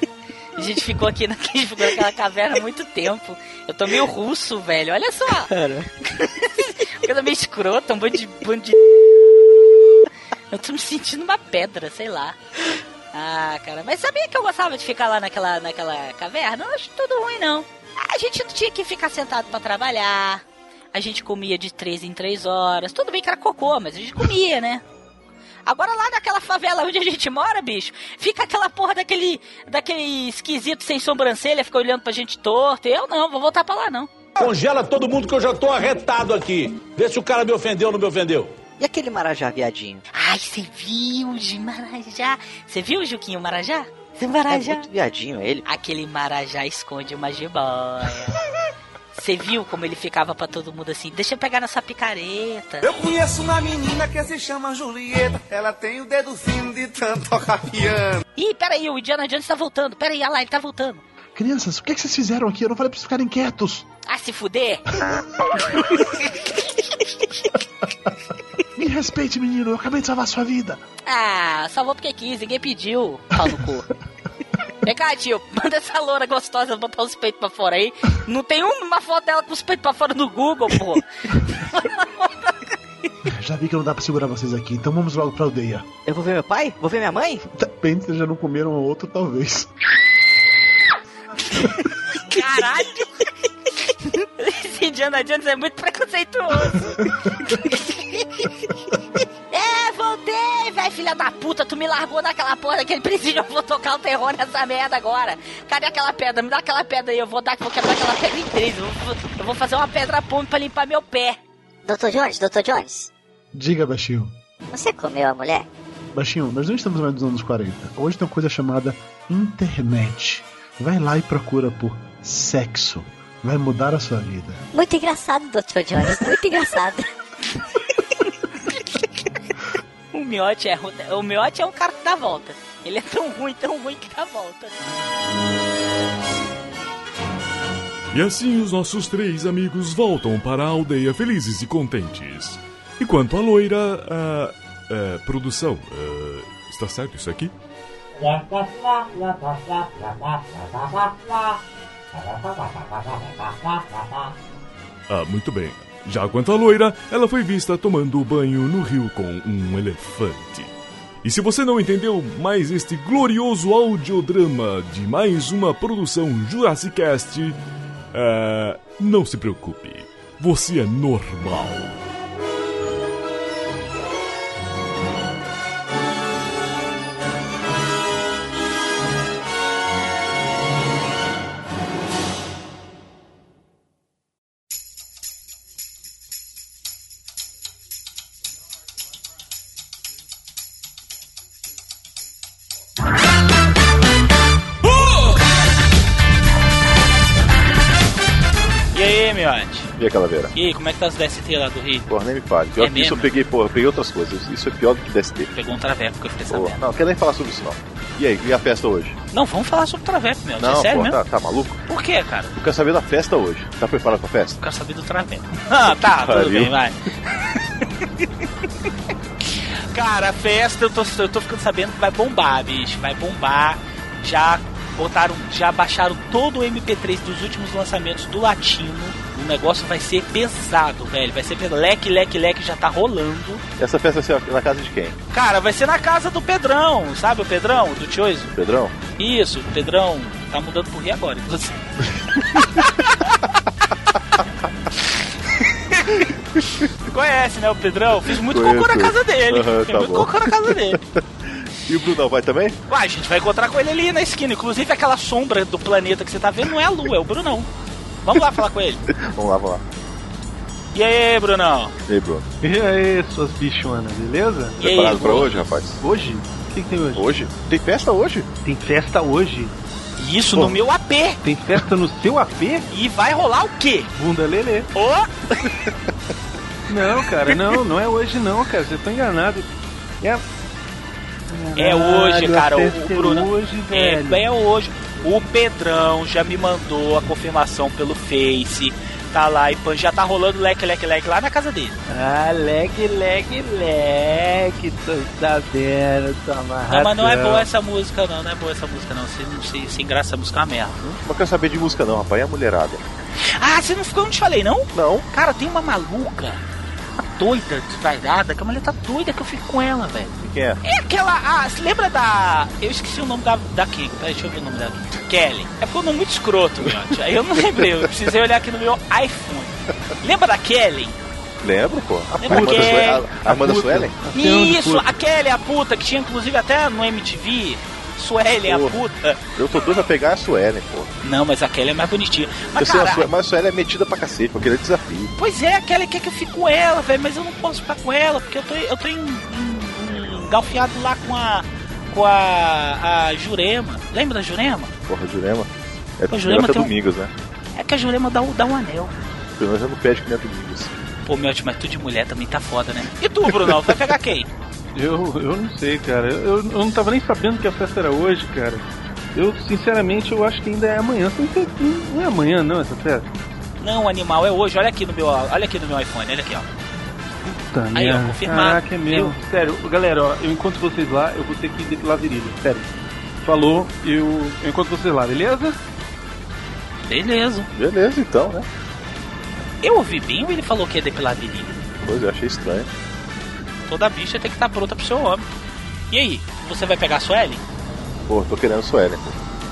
S17: A gente ficou aqui na... a gente ficou naquela caverna há muito tempo. Eu tô meio russo, velho. Olha só.
S12: Cara.
S17: Coisa meio escrota, um bando de. Bando de... Eu tô me sentindo uma pedra, sei lá. Ah, cara, mas sabia que eu gostava de ficar lá naquela, naquela caverna? Não acho tudo ruim, não. A gente não tinha que ficar sentado pra trabalhar. A gente comia de três em três horas. Tudo bem que era cocô, mas a gente comia, né? Agora lá naquela favela onde a gente mora, bicho, fica aquela porra daquele, daquele esquisito sem sobrancelha, fica olhando pra gente torto. Eu não, vou voltar pra lá não.
S8: Congela todo mundo que eu já tô arretado aqui. Vê se o cara me ofendeu ou não me ofendeu.
S12: E aquele marajá viadinho?
S17: Ai, você viu de Marajá? Você viu, Juquinho, o Marajá? Você Marajá?
S12: É muito viadinho ele.
S17: Aquele Marajá esconde uma jiboia. Você viu como ele ficava pra todo mundo assim? Deixa eu pegar nessa picareta.
S6: Eu conheço uma menina que se chama Julieta. Ela tem o dedo fino de tanto tocar piano.
S17: Ih, peraí, o Indiana Jones tá voltando. Peraí, olha lá, ele tá voltando.
S30: Crianças, o que, é que vocês fizeram aqui? Eu não falei pra vocês ficarem quietos.
S17: Ah, se fuder!
S30: Me respeite, menino, eu acabei de salvar sua vida.
S17: Ah, salvou porque quis, ninguém pediu. Pau no cu. Vem cá, tio, manda essa loura gostosa botar os peitos pra fora aí. Não tem uma foto dela com os peitos pra fora no Google, pô.
S30: Já vi que não dá pra segurar vocês aqui, então vamos logo pra aldeia.
S31: Eu vou ver meu pai? Vou ver minha mãe?
S30: Depende se já não comeram o outro, talvez.
S17: Caralho! Esse Indiana Jones é muito preconceituoso. é, voltei, velho, filha da puta. Tu me largou naquela porra daquele presídio. Eu vou tocar o terror nessa merda agora. Cadê aquela pedra? Me dá aquela pedra aí. Eu vou dar, vou quebrar aquela pedra em três. Eu vou, eu vou fazer uma pedra pomba pra limpar meu pé.
S11: Doutor Jones, doutor Jones,
S30: Diga, baixinho.
S11: você comeu a mulher?
S30: Baixinho, nós não estamos mais nos anos 40. Hoje tem uma coisa chamada internet. Vai lá e procura por sexo. Vai mudar a sua vida.
S11: Muito engraçado, doutor Jones, muito engraçado.
S9: O miote é, ru- o miote é o cara que dá a volta. Ele é tão ruim, tão ruim que dá a volta.
S15: E assim os nossos três amigos voltam para a aldeia felizes e contentes. E quanto à loira, a. a produção, ah, está certo isso aqui? Ah, muito bem. Já quanto à loira, ela foi vista tomando banho no rio com um elefante. E se você não entendeu mais este glorioso audiodrama de mais uma produção Jurassicast, ah, não se preocupe. Você é normal.
S9: E aí, miote?
S1: E a calaveira?
S9: E aí, como é que tá os DST lá do Rio?
S1: Porra, nem me fale. Pior
S9: É
S1: que isso eu
S9: mesmo?
S1: peguei, porra, eu peguei outras coisas. Isso é pior do que DST.
S9: Pegou um traveco que eu fiquei
S1: Porra,
S9: sabendo.
S1: não, quero nem falar sobre isso não. E aí, e a festa hoje?
S9: Não, vamos falar sobre traveco, miote. é
S1: não,
S9: sério
S1: porra,
S9: mesmo?
S1: tá, tá maluco?
S9: Por que, cara?
S1: Eu quero saber da festa hoje. Tá preparado pra festa?
S9: Eu quero saber do traveco. Ah, tá, tudo
S1: Pariu.
S9: bem, vai. Cara, a festa eu tô, eu tô ficando sabendo que vai bombar, bicho. Vai bombar. Já botaram, já baixaram todo o MP3 dos últimos lançamentos do Latino. O negócio vai ser pesado, velho. Vai ser pesado. Leque, leque, leque já tá rolando.
S1: Essa festa vai ser na casa de quem?
S9: Cara, vai ser na casa do Pedrão, sabe o Pedrão, do Choizo?
S1: Pedrão?
S9: Isso, o Pedrão tá mudando pro Rio agora, inclusive. Conhece, né, o Pedrão? Fiz muito cocô na
S1: Conheço.
S9: casa dele.
S1: Aham,
S9: Fiz
S1: tá
S9: muito
S1: bom.
S9: cocô na casa dele.
S1: E o Brunão vai também?
S9: Uai, a gente vai encontrar com ele ali na esquina. Inclusive, aquela sombra do planeta que você tá vendo não é a Lua, é o Brunão. Vamos lá falar com ele.
S1: Vamos lá, vamos lá.
S9: E aí, Brunão?
S1: E aí, Bruno?
S8: E aí, suas bichonas, beleza?
S9: E aí,
S1: Preparado pra hoje, rapaz?
S8: Hoje? O que, que tem hoje?
S1: Hoje? Tem festa hoje?
S8: Tem festa hoje?
S9: Isso, no meu AP.
S8: Tem festa no seu AP?
S9: E vai rolar o quê?
S8: Bunda Lelê.
S9: Ô!
S8: Não, cara, não, não é hoje não, cara, vocês estão enganados. É...
S9: É hoje,
S8: Caralho, a
S9: cara. O, o
S8: festa é
S9: Bruno.
S8: Ah, hoje,
S9: é,
S8: velho.
S9: é hoje. O Pedrão já me mandou a confirmação pelo Face. Tá lá e pan- já tá rolando leque, leque, leque lá na casa dele.
S8: Ah, leg, leg, leg, tô sabendo, tô amarrado.
S9: Não, mas não é boa essa música, não. Não é boa essa música, não. Se, se, se engraça essa música, é uma merda.
S1: Não quero saber de música não, rapaz. E a mulherada?
S9: Ah, você não ficou, eu não te falei, não? Não. Cara, tem uma maluca, uma doida, desvairada, que a mulher tá doida que eu fico com ela, velho.
S1: Quem é?
S9: É aquela. Ah, se lembra da. Eu esqueci o nome da, da Kim. Peraí, deixa eu ver o nome dela. Kelly. É porque eu nome muito escroto, meu. Aí eu não lembrei. Eu precisei olhar aqui no meu iPhone. Lembra da Kelly?
S1: Lembro, pô. A
S9: Lembra
S1: irmã da
S9: quem?
S1: Suelen? A, a irmã da Suelen?
S9: é
S8: um
S9: Isso, a Kelly, a puta, que tinha inclusive até no MTV. Suelen, é a
S1: Porra.
S9: puta.
S1: Eu tô doido pra pegar a Suelen, pô.
S9: Não, mas a Kelly é mais bonitinha. Mas,
S1: eu sei, a
S9: cara,
S1: Suelen, mas a Suelen é metida pra cacete, porque ele é desafio.
S9: Pois é, a Kelly quer que eu fique com ela, velho, mas eu não posso ficar com ela, porque eu tô, eu tô em, em- engalfiado lá com a. com a. a Jurema. Lembra da Jurema?
S1: Porra, Jurema. É
S9: Pô,
S1: Pô,
S9: Jurema
S1: Jurema até
S9: tem um-
S1: Domingos, né?
S9: É que a Jurema dá, um- dá um anel.
S1: Pelo menos eu não pede que nem a Domingos.
S9: Pô, meu, mas tu de mulher também tá foda, né? E tu, Bruno, vai pegar quem?
S8: Eu, eu não sei, cara. Eu, eu não tava nem sabendo que a festa era hoje, cara. Eu, sinceramente, eu acho que ainda é amanhã. Não sei- Não é amanhã, não, essa festa.
S9: Não, animal, é hoje. Olha aqui no meu, olha aqui no meu iPhone, olha aqui, ó.
S8: Puta
S9: Aí, ó,
S8: merda.
S9: confirmado.
S8: Caraca, é mesmo. Sério, galera, ó, eu encontro vocês lá, eu vou ter que depilar a virilha. Sério. Falou, eu, eu encontro vocês lá, beleza?
S9: Beleza.
S1: Beleza, então, né?
S9: Eu ouvi bem ou ele falou que ia depilar a virilha?
S1: Pois eu achei estranho.
S9: toda bicha tem que estar pronta pro seu homem. E aí, você vai pegar a Suelen?
S1: Pô, tô querendo Suelen.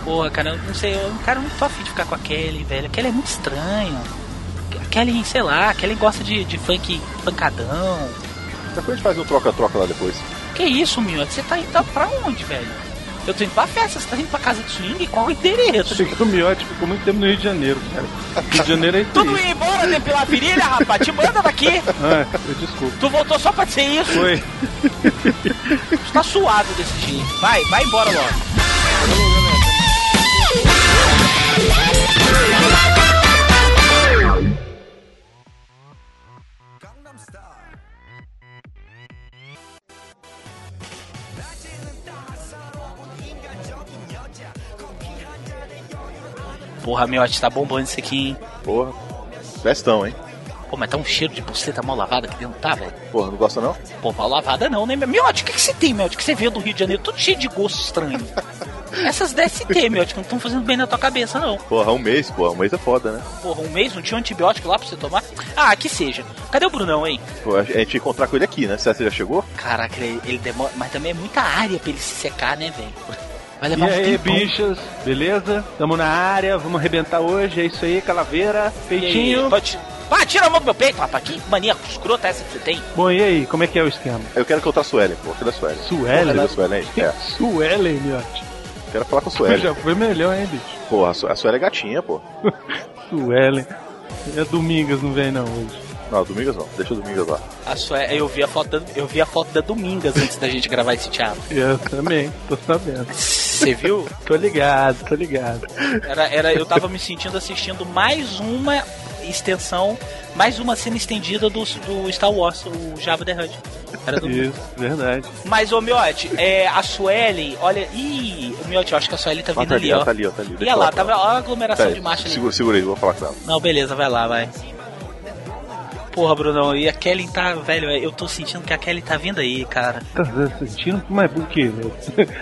S9: Porra, cara, eu não sei, eu, cara, eu não tô afim de ficar com a Kelly, velho. A Kelly é muito estranha. A Kelly, sei lá, a Kelly gosta de, de funk pancadão.
S1: Depois a gente faz um troca-troca lá depois.
S9: Que isso, meu? Você tá indo pra onde, velho? Eu tô indo pra festa, você tá indo pra casa de swing? Qual o endereço?
S8: Achei que o Miotti tipo, ficou muito tempo no Rio de Janeiro, cara. Rio de Janeiro é isso.
S9: Tu não ia embora depilar a virilha, rapaz? Te manda daqui!
S8: Ah, eu desculpo.
S9: Tu voltou só pra dizer isso?
S8: Foi.
S9: Tu tá suado desse jeito. Vai, vai embora logo. Porra, meu, acho que tá bombando isso aqui, hein?
S1: Porra. Festão, hein?
S9: Pô, mas tá um cheiro de buceta mal lavada aqui dentro, tá, velho?
S1: Porra, não gosta não?
S9: Pô, mal lavada não, né? Miote, o que, que você tem, Miote? que você veio do Rio de Janeiro? Tudo cheio de gosto estranho. Essas DST, Miote, não estão fazendo bem na tua cabeça, não.
S1: Porra, um mês, porra. Um mês é foda, né?
S9: Porra, um mês não tinha um antibiótico lá pra você tomar? Ah, que seja. Cadê o Brunão, hein?
S1: Pô, a gente ia encontrar com ele aqui, né? Será que você já chegou?
S9: Caraca, ele, ele demora. Mas também é muita área pra ele se secar, né, velho? Vai
S8: E
S9: levar um
S8: aí,
S9: tempão.
S8: bichas, beleza? Tamo na área, vamos arrebentar hoje, é isso aí, calaveira,
S9: E aí,
S8: peitinho.
S9: pode- Ah, tira a mão do meu peito, rapaz. Que mania escrota essa que você tem?
S8: Bom, e aí, como é que é o esquema?
S1: Eu quero encontrar a Suelen, pô. Cadê a Suelen?
S8: Suelen?
S1: Cadê a Suelen, hein? É.
S8: Suelen, Miotti.
S1: Quero falar com a
S8: Pô,
S1: Suelen.
S8: Já foi melhor, hein, bicho?
S1: Porra, a Su- a Suelen é gatinha, pô.
S8: Suelen. É Domingas, não vem não hoje.
S1: Não, Domingos não. Deixa o Domingos lá.
S9: A sua, eu, vi a foto da, eu vi a foto da Domingas antes da gente gravar esse teatro.
S8: Eu também, tô sabendo.
S9: Você viu?
S8: Tô ligado, tô ligado.
S9: Era, era, eu tava me sentindo assistindo mais uma extensão, mais uma cena estendida do, do Star Wars, o Java the Hutt. Era do
S8: Isso, verdade.
S9: Mas, ô Miotti, é, a Suelen, olha. Ih, ô Miotti, eu acho que a Suelen tá
S1: Ah,
S9: vindo
S1: tá ali,
S9: ali,
S1: ó,
S9: ó.
S1: tá ali, ó, tá ali. Deixa
S9: Olha
S1: eu
S9: lá,
S1: falar com
S9: tava, olha a aglomeração
S1: Pera
S9: de
S1: aí,
S9: macho ali.
S1: Segura, segura aí, vou falar com ela.
S9: Não, beleza, vai lá, vai. Porra, Brunão, e a Kelly tá, velho, eu tô sentindo que a Kelly tá vindo aí, cara.
S8: Tá sentindo? Mas por quê? velho?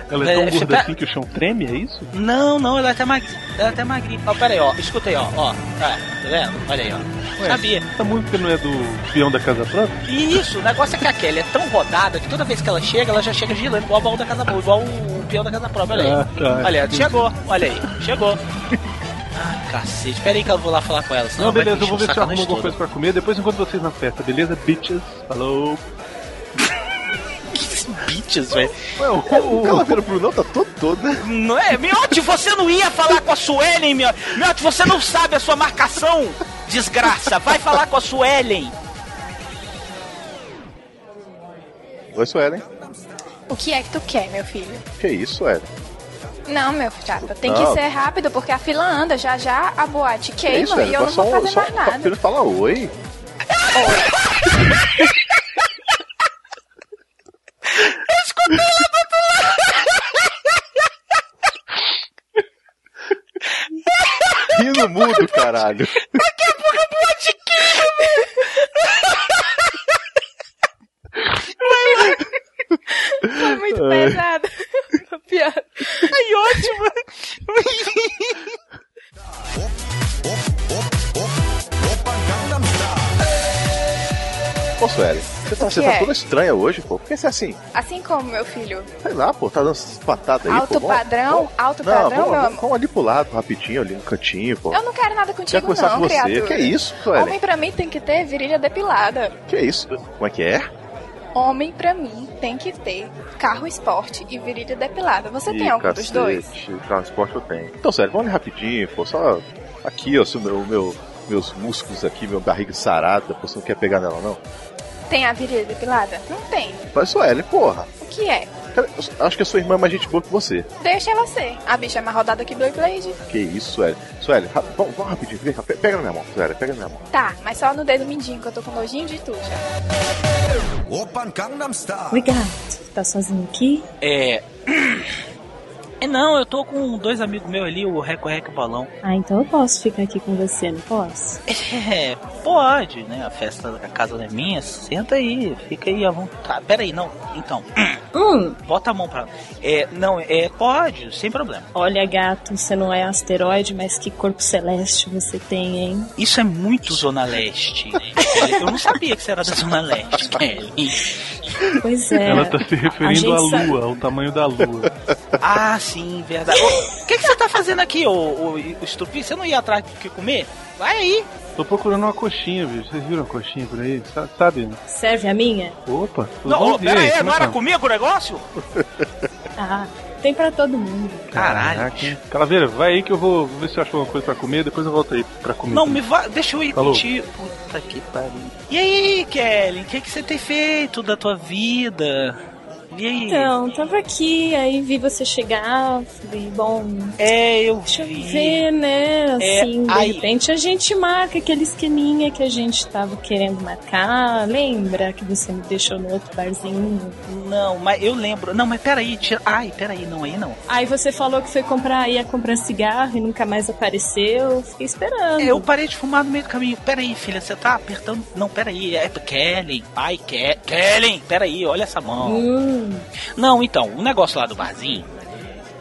S8: Ela é
S9: Velho,
S8: tão
S9: você
S8: gorda
S9: tá-
S8: assim que o chão treme, é isso?
S9: Não, não, ela é até magrinha. Ela é até magrinha. Ó, pera aí, ó. Escuta aí, ó. ó. Ah, tá vendo? Olha aí, ó.
S8: Ué,
S9: Sabia.
S8: Essa música não é do peão da Casa Branca?
S9: E isso, o negócio é que a Kelly é tão rodada que toda vez que ela chega, ela já chega girando igual o baú da casa própria, igual o peão da casa própria, olha aí.
S8: Ah, tá.
S9: Olha, ela chegou, olha aí, chegou. Ah, cacete, pera aí que eu vou lá falar com ela.
S8: Não,
S9: senão vai
S8: beleza,
S9: me
S8: eu vou
S9: encher
S8: ver
S9: o
S8: se eu arrumo
S9: sacanagem
S8: alguma
S9: todo.
S8: coisa pra comer, depois encontro vocês na festa, beleza? Bitches, falou.
S9: Bitches, velho.
S1: Ué, o, o Calaveira Brunão tá todo todo, né?
S9: Não é? Miote, você não ia falar com a Suelen, Miote. Miote, você não sabe a sua marcação, desgraça. Vai falar com a Suelen.
S1: Oi, Suelen.
S32: O que é que tu quer, meu filho?
S1: Que isso, Suelen?
S32: Não, meu chapa, tem
S1: Não. É
S32: que ser rápido, porque a fila anda, já já a boate
S1: que
S32: queima e eu não
S1: Só
S32: vou
S1: um-
S32: fazer
S1: só
S32: mais
S1: um papiro
S32: nada.
S1: fala oi.
S9: Escutei ela do outro lado.
S1: Ri no mudo, caralho.
S9: Daqui a pouco eu bote
S32: Foi muito
S1: Ai.
S32: pesado. Uma Piada. Ai, ótimo.
S1: Ô, Suelen, você tá,
S32: O
S1: você
S32: que
S1: tá
S32: é?
S1: toda estranha hoje, pô. Por que você é assim?
S32: Assim como, meu filho.
S1: Sei lá, pô, tá dando essas patadas aí,
S32: alto
S1: pô. Vamos-
S32: padrão, alto
S1: Não,
S32: padrão,
S1: vamos,
S32: meu
S1: vamos,
S32: amor.
S1: vamos ali pro lado, rapidinho, ali no cantinho, pô.
S32: Eu não quero nada
S1: Quero
S32: contigo,
S1: conversar
S32: não,
S1: com você.
S32: criatura.
S1: Que é isso, Suelen?
S32: Homem pra mim tem que ter virilha depilada.
S1: Que isso? Como é que é?
S32: Homem pra mim tem que ter carro esporte e virilha depilada. Você tem
S1: Ih,
S32: algum dos
S1: cacete,
S32: dois?
S1: Carro esporte eu tenho. Então, sério, vamos ali rapidinho, pô. Só aqui, ó, se o meu, meu- meus músculos aqui, meu barriga sarada, pô. Você não quer pegar nela, não?
S32: Tem a virilha depilada? Não tem.
S1: Mas, Suelen, porra.
S32: O que é?
S1: cara, eu acho que a sua irmã é mais gente boa que você.
S32: Deixa ela ser. A bicha é mais rodada que Blade Blade.
S1: Que isso, Sueli. Sueli, ra- vamos, vamos rapidinho. Vem, cá, pe- pega na minha mão, Sueli, pega na minha mão.
S32: Tá, mas só no dedo mindinho que eu tô com nojinho de tucha.
S33: Oi, gato. Tá sozinho aqui?
S9: É. É não, eu tô com dois amigos meus ali, o Reco Reco e o Balão.
S33: Ah, então eu posso ficar aqui com você, não posso?
S9: É, pode, né? A festa da casa não é minha, senta aí, fica aí à vontade. Pera aí, não, então.
S33: Hum.
S9: Bota a mão pra. É, não, é, pode, sem problema.
S33: Olha, gato, você não é asteroide, mas que corpo celeste você tem, hein?
S9: Isso é muito Zona Leste. né? Eu não sabia que você era da Zona Leste, Kelly.
S33: Pois é.
S8: Ela tá se
S33: a- a
S8: referindo à
S33: gente sa-
S8: lua, ao tamanho da lua.
S9: Ah, sim, verdade. Ô, O que, que você tá fazendo aqui, ô, ô, ô Estupi? Você não ia atrás do que comer? Vai aí.
S8: Tô procurando uma coxinha, bicho. Vocês viram a coxinha por aí? Sa- Sabe? né?
S33: Serve a minha?
S8: Opa, vocês
S9: Não,
S8: vão
S9: ô,
S8: ver
S9: pera aí,
S8: como
S9: não
S8: é
S9: era
S8: que
S9: comigo o negócio?
S33: Ah, tem pra todo mundo.
S8: tá. Caraca. hein? Calaveira, vai aí que eu vou vou ver se eu acho alguma coisa pra comer, depois eu volto aí pra comer.
S9: Não,
S8: também.
S9: me va... deixa eu ir
S8: Falou.
S9: contigo. Puta que pariu. E aí, Kelly, o que, que você tem feito da tua vida? E aí?
S33: Então, tava aqui, aí vi você chegar, falei, bom.
S9: É, eu
S33: Deixa eu ver, né?
S9: É,
S33: Assim, de
S9: aí-
S33: repente a gente marca aquele esqueminha que a gente tava querendo marcar. Lembra que você me deixou no outro barzinho?
S9: Não, mas eu lembro. Não, mas peraí, tira... ah, Ai, peraí, não, é aí não.
S33: Aí você falou que foi comprar, ia comprar cigarro e nunca mais apareceu. Fiquei esperando.
S9: Eu parei de fumar no meio do caminho. Peraí, filha, você tá apertando. Não, peraí, é Kellen, pai, Ke... Kellen, peraí, olha essa mão.
S33: Hum.
S9: Não, então, o negócio lá do barzinho.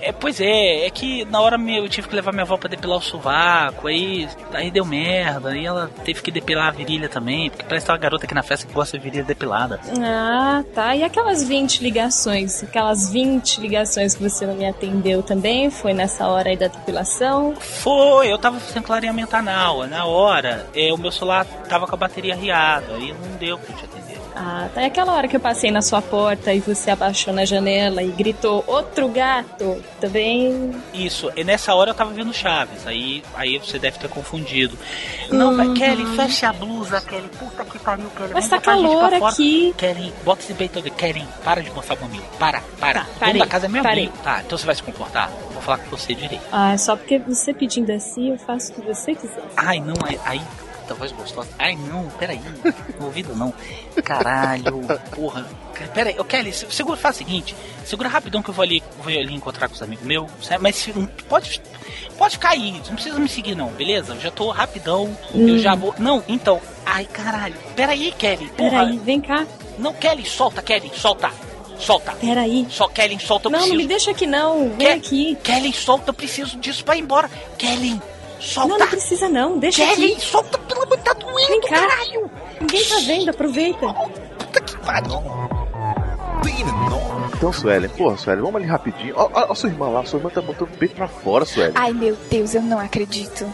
S9: É, pois é, é que na hora me- eu tive que levar minha avó pra depilar o sovaco, aí, aí deu merda, aí ela teve que depilar a virilha também, porque parece que tem uma garota aqui na festa que gosta de virilha depilada.
S33: Ah, tá. E aquelas 20 ligações? Aquelas 20 ligações que você não me atendeu também? Foi nessa hora aí da depilação?
S9: Foi, eu tava fazendo clareamento anal, na hora, é, o meu celular tava com a bateria riada, aí não deu pra eu te atender.
S33: Ah, tá. E aquela hora que eu passei na sua porta e você abaixou na janela e gritou outro gato? Também.
S9: Isso, e nessa hora eu tava vendo Chaves, aí, aí você deve ter confundido. Não, mas Kelly, fecha a blusa, Kelly, puta que pariu, Kelly.
S33: Uhum. Mas
S9: vamos botar
S33: tá
S9: a gente
S33: calor
S9: pra fora.
S33: aqui.
S9: Kelly, bota esse peito aqui. Kelly, para de mostrar o mamilo. Para, para.
S33: Tá,
S9: Tá,
S33: parei,
S9: da casa é meu
S33: parei.
S9: amigo. Tá, então você vai se comportar. Eu vou falar com você direito.
S33: Ah, é só porque você pedindo assim, eu faço o que você quiser.
S9: Ai, não, aí... aí puta voz gostosa. Ai, não, peraí. No ouvido não. Caralho, porra. Peraí, ô Kelly, se- segura, faz o seguinte. Segura rapidão que eu vou ali, vou ali encontrar com os amigos meus. certo? Mas se- hum, pode, pode ficar aí. Não precisa me seguir não, beleza? Eu já tô rapidão. Eu
S33: Hum.
S9: já vou... Não, então... Ai, caralho. Peraí, Kelly. Porra.
S33: Peraí, vem cá.
S9: Não, Kelly, solta, Kelly, solta. Solta.
S33: Peraí.
S9: Só Kelly, solta, eu
S33: Não, não
S9: preciso.
S33: me deixa aqui não. Vem aqui.
S9: Kelly, solta, eu preciso disso pra ir embora. Kelly, solta.
S33: Não, não precisa não. Deixa
S9: Kelly,
S33: aqui.
S9: solta, pelo amor de Deus, tá doendo,
S33: Vem cá.
S9: caralho.
S33: Ninguém tá vendo, aproveita.
S1: Então, Suelen, porra, Suelen, vamos ali rapidinho. Ó, ó, ó sua irmã lá, sua irmã tá botando o peito pra fora, Suelen.
S32: Ai, meu Deus, eu não acredito.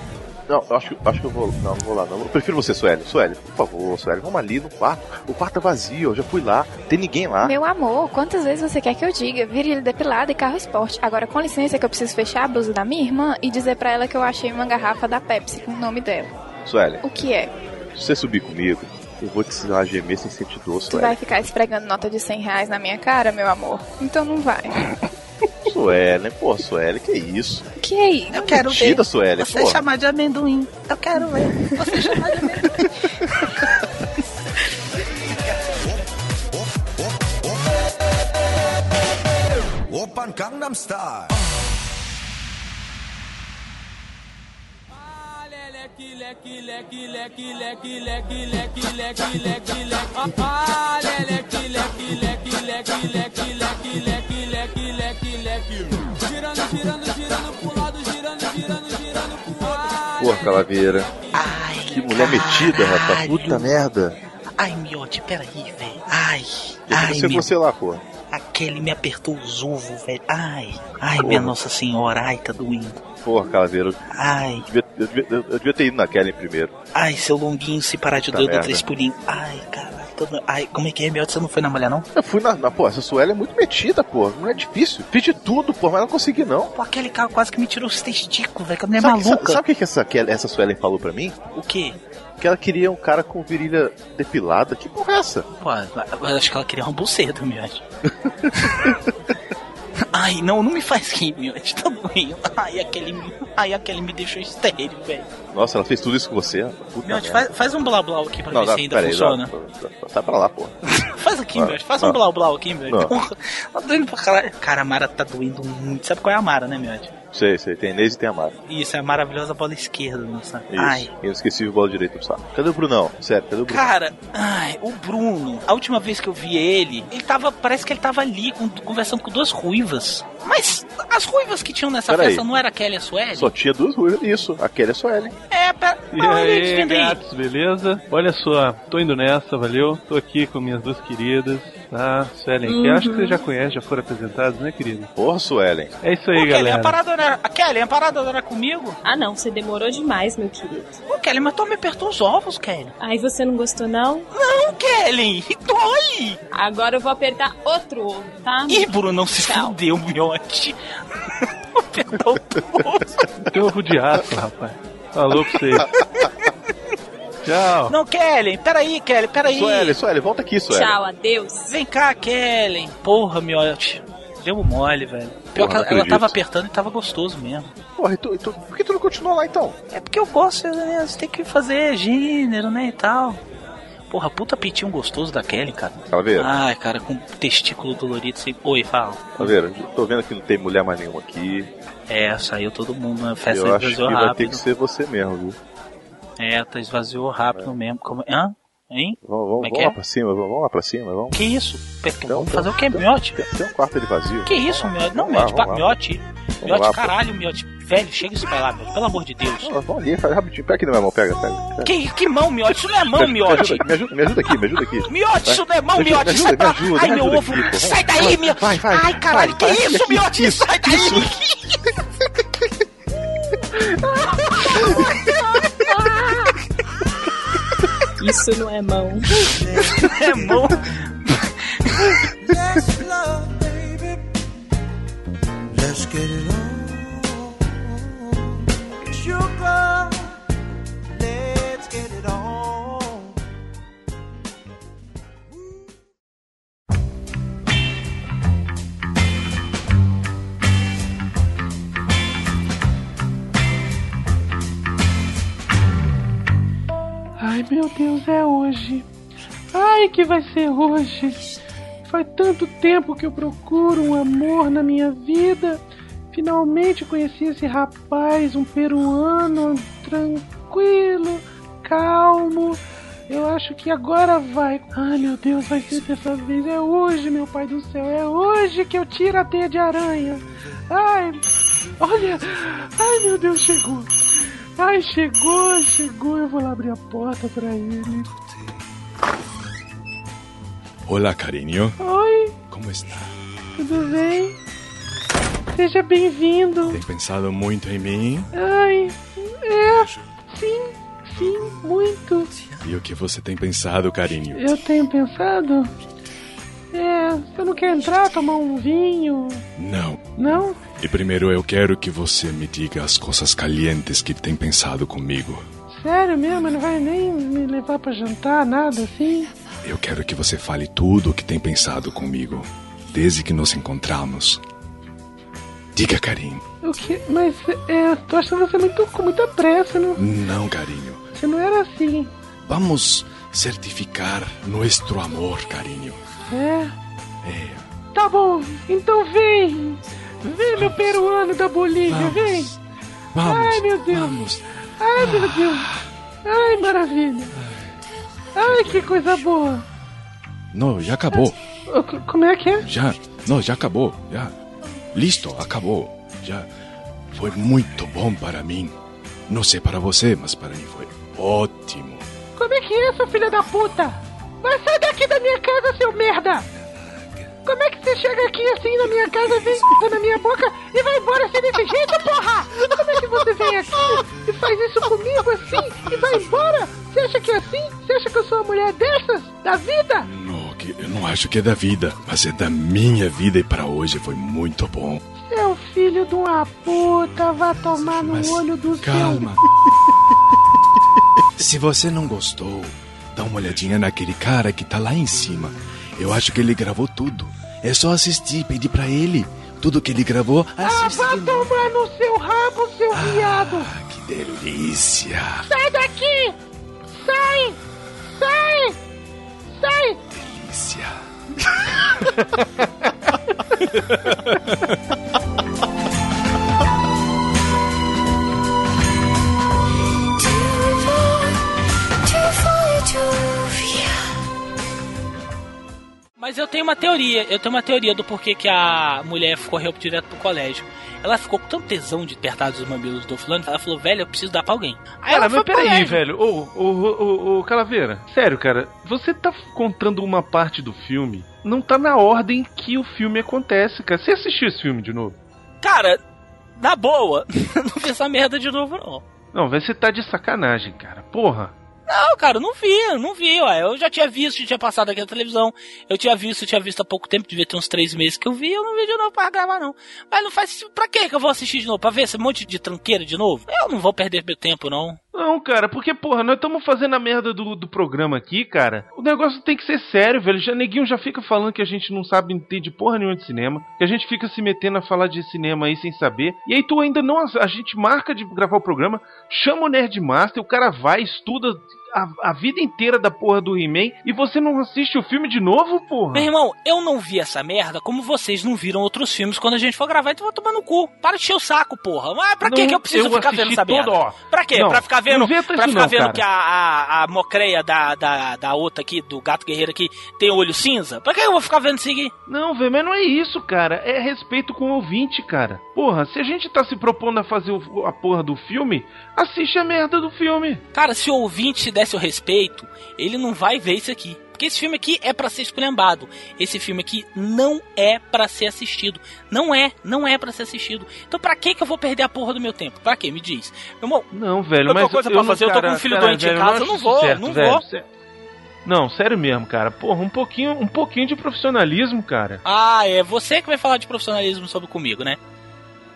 S1: Não, eu acho, acho que eu vou. Não, não vou lá, não. Eu prefiro você, Suelen. Suelen, por favor, Suelen, vamos ali no quarto. O quarto tá vazio, eu já fui lá, não tem ninguém lá.
S32: Meu amor, quantas vezes você quer que eu diga? Virilha depilada e carro esporte. Agora, com licença, que eu preciso fechar a blusa da minha irmã e dizer pra ela que eu achei uma garrafa da Pepsi com o nome dela.
S1: Suelen,
S32: O que é?
S1: se você subir comigo, eu vou te ensinar a gemer sem sentir dor,
S32: Tu
S1: Suelen.
S32: vai ficar esfregando nota de 100 reais na minha cara, meu amor? Então não vai.
S1: Suelen, pô, Suelen, que isso?
S32: Que é isso?
S9: Eu quero
S1: Mentira,
S9: ver
S1: Sueli,
S9: você
S1: porra.
S9: chamar de amendoim. Eu quero ver você chamar de amendoim.
S16: Open Gangnam Style.
S12: Girando, girando, girando pro lado, girando, girando, girando pro outro.
S1: Porra, Calaveira. que mulher metida, rapaz. Puta merda.
S9: Ai, miote, peraí, velho. Ai,
S1: Eu
S9: ai,
S1: preciso de
S9: meu-
S1: você lá, porra.
S9: Aquele me apertou os ovos, velho. Ai, ai,
S1: Porra.
S9: minha Nossa Senhora, ai, tá doendo.
S1: Porra, Calaveira.
S9: Ai.
S1: Eu devia, eu devia- eu- eu devia ter ido na Kelly primeiro.
S9: Ai, seu longuinho, se parar de
S1: Puta
S9: dor, eu dou
S1: Tá merda.
S9: três pulinhos. Ah, Ai, caralho. tô doendo. Ai, como é que é, miote? Você não foi na mulher, não?
S1: Eu fui na. na pô, essa Suelen é muito metida, pô. Não é difícil. Pedi tudo, pô, mas eu não consegui, não.
S9: Pô, aquele cara quase que me tirou os testículos, velho, que a mulher é
S1: Sabe-
S9: maluca.
S1: Sabe, sabe o que, que essa, que essa Suelen falou pra mim?
S9: O quê?
S1: Que ela queria um cara com virilha depilada. Que porra é essa?
S9: Pô, eu acho que ela queria uma buceta, miote. Ai, não, não me faz rir, miote, tá doendo. Ai, aquele, ai, aquele me deixou estéreo, velho.
S1: Nossa, ela fez tudo isso com você? Puta
S9: Miote,
S1: merda.
S9: faz, faz um blá blá aqui pra
S1: Tá Não,
S9: ver
S1: não,
S9: se ainda
S1: peraí,
S9: funciona.
S1: não, não, Sai pra lá, pô.
S9: Faz aqui,
S1: Ah,
S9: miote, faz
S1: ah.
S9: um blau blau aqui, miote.
S1: Não.
S9: Porra, tá doendo pra caralho. Cara, a Mara tá doendo muito. Sabe qual é a Mara, né, miote?
S1: Sei, sei. Tem Inês e tem a Mari.
S9: Isso, é a maravilhosa bola esquerda, nossa.
S1: Isso.
S9: Ai.
S1: E eu esqueci o bola direito do saco. Cadê o Brunão? Sério, cadê o Brunão?
S9: Cara, ai, o Bruno, a última vez que eu vi ele, ele tava, parece que ele tava ali com- conversando com duas ruivas. Mas as ruivas que tinham nessa
S1: Peraí.
S9: festa não era a Kelly e a Sueli?
S1: Só tinha duas ruas. Isso, a Kelly é só ela. hein?
S9: É, é pra.
S34: E
S9: Não, ele é de
S34: aí,
S9: amendoim.
S34: gatos, beleza? Olha só, tô indo nessa, valeu? Tô aqui com minhas duas queridas, tá? Suelen, que
S9: Uhum.
S34: acho que você já conhece, já foram apresentadas, né, querida?
S1: Porra, Suelen.
S34: É isso aí,
S9: Ô, Kelly, a
S34: galera.
S9: parada não era... a Kelly, a parada não era comigo?
S33: Ah, não, você demorou demais, meu querido.
S9: Ô, Kelly, mas tu me apertou os ovos, Kelly.
S33: Aí você não gostou, não?
S9: Não, Kelly! Dói!
S33: Agora eu vou apertar outro ovo, tá?
S9: Ih, Bruno, não se fudeu, miote.
S34: Teu ovo de aço, rapaz. Tá Falou pra vocês. Tchau.
S9: Não, Kelly, peraí, Kelly, peraí.
S1: Suelen, Suelen, volta aqui, Suelen.
S33: Tchau, adeus.
S9: Vem cá, Kelly. Porra, miote. Deu um mole, velho. Pior que
S1: Porra, não
S9: ela, ela
S1: acredito.
S9: tava apertando e tava gostoso mesmo.
S1: Porra, e tu, e tu- por que tu não continuou lá então?
S9: É porque eu gosto, né? Você tem que fazer gênero, né? E tal. Porra, puta pitinho gostoso da Kelly, cara.
S1: Caveira,
S9: Ai, cara, com testículo dolorido sem. Oi, fala.
S1: Caveira, tô vendo que não tem mulher mais nenhuma aqui.
S9: É, saiu todo mundo na festa
S1: eu acho que
S9: esvaziou
S1: vai ter
S9: rápido.
S1: que ser você mesmo, viu?
S9: É, tá esvaziou rápido mesmo. Como... Hã? Hein?
S1: É. Vamos, vamos,
S9: é que
S1: vamos lá
S9: é?
S1: pra cima, vamos, vamos lá pra cima, vamos. Então,
S9: Que isso? vamos fazer o que, miote?
S1: Tem, tem um quarto ali vazio.
S9: Que isso, miote? Não,
S1: Vamos lá,
S9: miote,
S1: vamos
S9: pá,
S1: lá.
S9: miote.
S1: Vamos
S9: Miote,
S1: lá, pô.
S9: caralho, miote. Velho, chega isso pra lá, miote. Pelo amor de Deus.
S1: Não, Vamos ali, faz rapidinho. Pega aqui na minha mão, pega, pega. pega.
S9: Que, que mão, miote? Isso não é mão,
S1: Me
S9: miote.
S1: ajuda, me ajuda, me ajuda aqui, me ajuda aqui.
S9: Miote,
S1: Vai.
S9: isso não é mão,
S1: Me ajuda,
S9: miote.
S1: me
S9: Sai
S1: ajuda,
S9: pra lá.
S1: me ajuda,
S9: Ai,
S1: me
S9: meu
S1: ajuda
S9: ovo.
S1: aqui, pô.
S9: Sai daí, miote. Ai, caralho, que
S1: vai, vai,
S9: isso,
S1: aqui,
S9: miote? Sai daí.
S33: Isso não é mão.
S9: é mão.
S12: That's love, baby.
S6: Let's get it on.
S12: Sugar, let's get it on.
S34: Ai meu Deus, é hoje. Ai que vai ser hoje. Faz tanto tempo que eu procuro um amor na minha vida. Finalmente conheci esse rapaz, um peruano tranquilo, calmo. Eu acho que agora vai. Ai meu Deus, vai ser dessa vez. É hoje, meu pai do céu. É hoje que eu tiro a teia de aranha. Ai, olha. Ai meu Deus, chegou. Ai, chegou, chegou. Eu vou lá abrir a porta pra ele.
S18: Olá, carinho.
S34: Oi,
S18: Como está?
S34: tudo bem? Seja bem-vindo.
S18: Tem pensado muito em mim?
S34: Ai, é. Sim, sim, muito.
S18: E o que você tem pensado, carinho?
S34: Eu tenho pensado. É, você não quer entrar, tomar um vinho?
S18: Não.
S34: Não?
S18: E primeiro eu quero que você me diga as coisas calientes que tem pensado comigo.
S34: Sério mesmo? Não vai nem me levar pra jantar, nada assim?
S18: Eu quero que você fale tudo o que tem pensado comigo, desde que nos encontramos. Diga, carinho.
S34: O que? Mas, é, tô achando você muito, com muita pressa, não?
S18: Não, carinho.
S34: Você não era assim.
S18: Vamos certificar nosso amor, carinho.
S34: É? Tá bom, então vem! Vem, meu peruano da Bolívia,
S18: Vamos.
S34: vem!
S18: Vamos.
S34: Ai, meu Deus!
S18: Vamos. Ah.
S34: Ai, meu Deus! Ai, maravilha! Ai, que coisa boa!
S18: Não, já acabou.
S34: Ô, c- Como é que é?
S18: Já. Não, já acabou. Já. Listo, acabou. Já. Foi muito bom para mim. Não sei para você, mas para mim foi ótimo.
S34: Como é que é, seu filho da puta? Vai sair daqui da minha casa, seu merda! Como é que você chega aqui assim na minha casa, vem na minha boca e vai embora assim desse jeito, porra? Como é que você vem aqui e faz isso comigo assim e vai embora? Você acha que é assim? Você acha que eu sou uma mulher dessas? Da vida?
S18: Não, que- eu não acho que é da vida, mas é da minha vida e para hoje foi muito bom.
S34: Seu filho de uma puta, vá tomar no
S18: Mas
S34: olho do
S18: Calma. Se você não gostou, dá uma olhadinha naquele cara que tá lá em cima. Eu acho que ele gravou tudo. É só assistir, pedir pra ele. Tudo que ele gravou,
S34: Ah,
S18: assiste.
S34: vá tomar no seu rabo, seu
S18: Ah,
S34: viado!
S18: Que delícia!
S34: Sai daqui! Sai! Sai! Sai!
S18: Delícia!
S12: Too far, too far, too far.
S9: Mas mas eu tenho uma teoria. Eu tenho uma teoria do porquê que a mulher correu direto pro colégio. Ela ficou com tanto tesão de apertar os mamilos do fulano, ela falou, velho, eu preciso dar pra alguém. Aí
S8: Cara,
S9: ela
S8: mas
S9: foi pro
S8: peraí,
S9: colégio.
S8: velho. Ô, ô, ô, ô, ô, Calaveira. Sério, cara. Você tá contando uma parte do filme. Não tá na ordem que o filme acontece, cara. Você assistiu esse filme de novo?
S9: Cara, na boa, não vi essa merda de novo, não.
S8: Não, velho, você tá de sacanagem, cara. Porra.
S9: Não, cara, não vi, não vi, ué. Eu já tinha visto, tinha passado aqui na televisão. Eu tinha visto, tinha visto há pouco tempo, devia ter uns três meses que eu vi, eu não vi de novo pra gravar, não. Mas não faz. Pra que que eu vou assistir de novo? Pra ver esse monte de tranqueira de novo? Eu não vou perder meu tempo, não.
S8: Não, cara, porque, porra, nós estamos fazendo a merda do, do programa aqui, cara. O negócio tem que ser sério, velho. Já neguinho já fica falando que a gente não sabe entender porra nenhuma de cinema, que a gente fica se metendo a falar de cinema aí sem saber. E aí tu ainda não. A gente marca de gravar o programa, chama o Nerd Master, o cara vai, estuda a, a vida inteira da porra do He-Man e você não assiste o filme de novo, porra?
S9: Meu irmão, eu não vi essa merda como vocês não viram outros filmes quando a gente for gravar, então eu vou tomar no cu. Para de encher o saco, porra. Mas pra que
S8: Não,
S9: que eu preciso
S8: eu
S9: ficar
S8: assisti
S9: vendo essa
S8: todo,
S9: merda?
S8: ó.
S9: Pra quê?
S8: Não,
S9: pra ficar vendo,
S8: não inventa
S9: pra
S8: isso
S9: ficar
S8: não,
S9: vendo
S8: cara.
S9: que a, a, a mocreia da, da, da outra aqui, do gato guerreiro aqui, tem olho cinza? Pra que eu vou ficar vendo isso aqui?
S8: Não, velho, mas não é isso, cara. É respeito com o ouvinte, cara. Porra, se a gente tá se propondo a fazer o- a porra do filme, assiste a merda do filme.
S9: Cara, se o ouvinte desse o respeito, ele não vai ver isso aqui. Porque esse filme aqui é pra ser esculhambado. Esse filme aqui não é pra ser assistido. Não é, não é pra ser assistido. Então pra que que eu vou perder a porra do meu tempo? Pra que? Me diz. Meu irmão,
S8: Não, velho,
S9: eu tô
S8: mas
S9: com coisa pra
S8: não-
S9: fazer, eu tô com
S8: cara,
S9: um filho
S8: cara,
S9: doente
S8: velho,
S9: em casa, eu
S8: acho
S9: não
S8: isso
S9: vou,
S8: certo,
S9: não
S8: velho,
S9: vou.
S8: sé- Não, sério mesmo, cara. Porra, um pouquinho, um pouquinho de profissionalismo, cara.
S9: Ah, é você que vai falar de profissionalismo sobre comigo, né?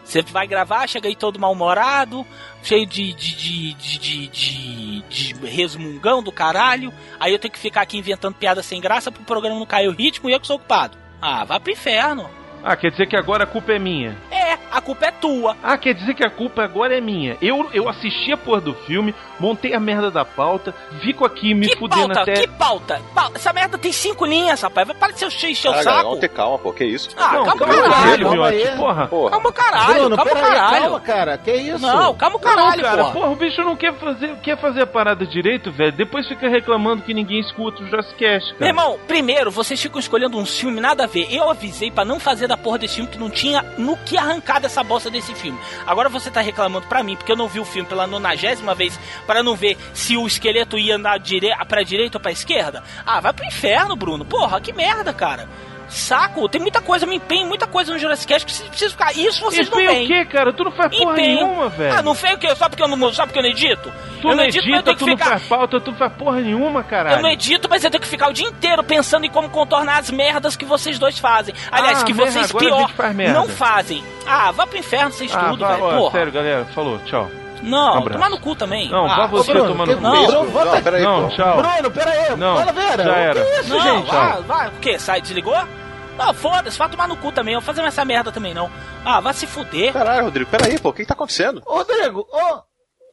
S9: Você vai gravar, chega aí todo mal-humorado, cheio de, de, de, de, de, de- de resmungão do caralho. Aí eu tenho que ficar aqui inventando piada sem graça pro programa não cair o ritmo e eu que sou ocupado. Ah, vá pro inferno.
S8: Ah, quer dizer que agora a culpa é minha.
S9: É, a culpa é tua.
S8: Ah, quer dizer que a culpa agora é minha. Eu, eu assisti a porra do filme, montei a merda da pauta, fico aqui me fudendo
S9: Pauta,
S8: até.
S9: que pauta? Pau- Essa merda tem cinco linhas, rapaz. Vai parar de ser encher encher o
S1: Ah, galera,
S9: saco.
S1: vamos ter calma, pô, que isso?
S9: Ah,
S1: Não,
S9: calma,
S1: pelo
S9: caralho,
S1: joelho,
S9: calma
S1: Miotti,
S9: aí.
S1: porra.
S9: Calma o caralho,
S6: Bruno,
S9: calma o
S6: peraí,
S9: caralho.
S6: calma, cara, que isso?
S9: Não, calma o caralho,
S8: Não, cara,
S9: porra.
S8: porra. o bicho não quer fazer, quer fazer a parada direito, velho. Depois fica reclamando que ninguém escuta o Jurassic Cast, cara.
S9: Meu irmão, primeiro, vocês ficam escolhendo uns filmes nada a ver. Eu avisei pra não fazer da porra desse filme que não tinha no que arrancar dessa bosta desse filme. Agora você tá reclamando pra mim, porque eu não vi o filme pela nonagésima vez, para não ver se o esqueleto ia andar dire... pra direita ou pra esquerda. Ah, vai pro inferno, Bruno. Porra, que merda, cara. Saco, tem muita coisa, eu me empenho, em muita coisa no Jurassic Cast que vocês precisam ficar. Isso vocês
S8: Empenho
S9: não
S8: o
S9: têm.
S8: quê, cara? Tu não faz porra
S9: Empenho.
S8: nenhuma, velho.
S9: Ah, não fez o quê? Só porque eu não, só porque eu não edito?
S8: Tu
S9: eu
S8: não
S9: edito, mas eu
S8: edita,
S9: tenho que
S8: tu não
S9: ficar.
S8: faz pauta, tu não faz porra nenhuma, caralho.
S9: Eu não edito, mas eu tenho que ficar o dia inteiro pensando em como contornar as merdas que vocês dois fazem. Aliás,
S8: Ah,
S9: que
S8: merda,
S9: vocês
S8: agora a
S9: pior
S8: gente faz merda.
S9: não fazem. Ah, vá pro inferno vocês
S8: ah,
S9: tudo,
S8: vá,
S9: velho.
S8: ó,
S9: Porra.
S8: sério, galera. Falou, tchau.
S9: Não,
S8: abraço.
S9: tomar no cu também.
S8: Não,
S9: ah,
S8: vá você
S9: Bruno,
S8: tomar no cu.
S9: Não,
S8: Bruno,
S9: Bruno,
S8: não, peraí, Não, pô. tchau.
S6: Bruno, peraí.
S8: Não,
S6: Fala, Vera.
S8: já
S6: o que
S8: era.
S6: é isso,
S9: não,
S6: gente?
S9: Ah, Vá,
S6: ó?
S9: vá, o quê? Sai, desligou? Não, foda-se, vai tomar no cu também. Eu vou fazer essa merda também, não. Ah, vai se fuder.
S1: Caralho, Rodrigo, peraí, pô, o que que tá acontecendo?
S6: Rodrigo, ô,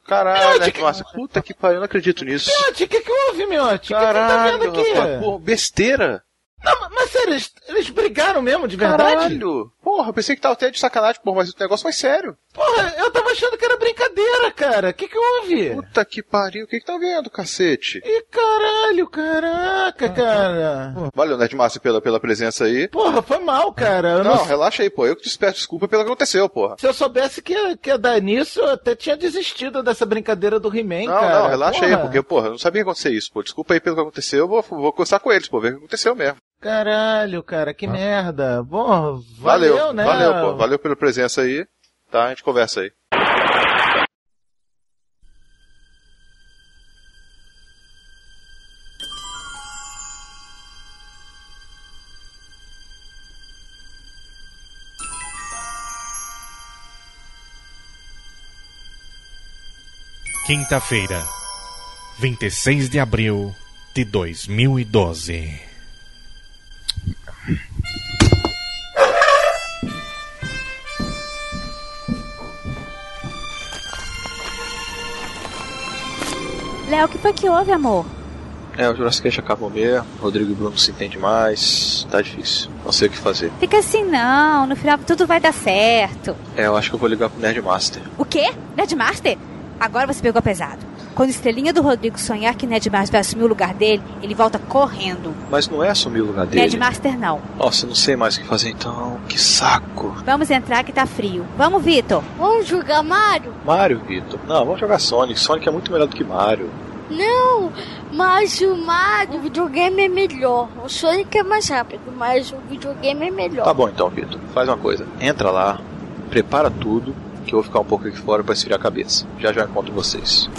S1: Caralho, né, Márcio? Puta que pariu, eu não acredito nisso.
S6: Miote, o que que houve, Miote? O que que tá
S1: Caralho,
S6: vendo aqui?
S1: rapaz, porra, besteira.
S6: Não, mas- mas sério, eles, eles brigaram mesmo, de verdade?
S1: Caralho. Porra, eu pensei que tava até de sacanagem, porra, mas o negócio foi sério.
S6: Porra, eu tava achando que era brincadeira, cara. O que que houve?
S1: Puta que pariu, o que que tá vendo, cacete?
S6: Ih, caralho, caraca, cara.
S1: Valeu, Nerd Márcio, pela, pela presença aí.
S6: Porra, foi mal, cara. Eu
S1: não,
S6: não-
S1: relaxa aí, pô. Eu que te peço desculpa pelo que aconteceu, porra.
S6: Se eu soubesse que ia, que ia dar nisso, eu até tinha desistido dessa brincadeira do He-Man,
S1: Não,
S6: cara.
S1: não, relaxa aí,
S6: Porra.
S1: porque, porra, eu não sabia que ia acontecer isso, pô. Desculpa aí pelo que aconteceu, eu vou, vou conversar com eles, pô, ver o que aconteceu mesmo.
S6: Caralho, cara, que merda. Bom, valeu,
S1: Valeu,
S6: né?
S1: valeu, pô. Valeu pela presença aí. Tá, a gente conversa aí.
S2: Quinta-feira, 26 de abril de 2012.
S17: Léo, o que foi que houve, amor?
S1: É, o Jurassic Cast acabou mesmo. Rodrigo e Bruno se entendem mais. Tá difícil. Não sei o que fazer.
S17: Fica assim não, no final tudo vai dar certo.
S1: É, eu acho que eu vou ligar pro Nerd Master.
S17: O quê? Nerdmaster? Agora você pegou pesado. Quando Estrelinha do Rodrigo sonhar que Ned Master vai assumir o lugar dele, ele volta correndo.
S1: Mas não é assumir o lugar dele.
S17: Ned Master não.
S1: Nossa, não sei mais o que fazer então. Que saco.
S17: Vamos entrar que tá frio. Vamos, Vitor.
S8: Vamos jogar Mario?
S1: Mario, Vitor. Não, vamos jogar Sonic. Sonic é muito melhor do que Mario.
S8: Não, mas o Mario, o videogame é melhor. O Sonic é mais rápido, mas o videogame é melhor.
S1: Tá bom então, Vitor. Faz uma coisa. Entra lá, prepara tudo, que eu vou ficar um pouco aqui fora pra esfriar a cabeça. Já já encontro vocês.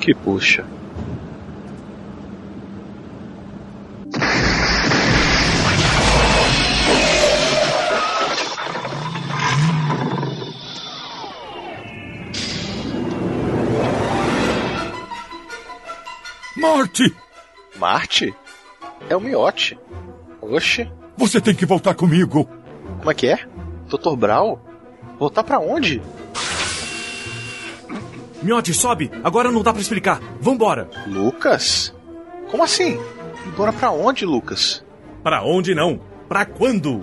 S1: Que puxa.
S15: Marte!
S1: Marte? É o miote. Oxe.
S15: Você tem que voltar comigo.
S1: Como é que é? Dr. Brau? Voltar pra onde?
S15: Miote, sobe! Agora não dá pra explicar. Vambora!
S1: Lucas? Como assim? Embora pra onde, Lucas?
S15: Pra onde não? Pra quando?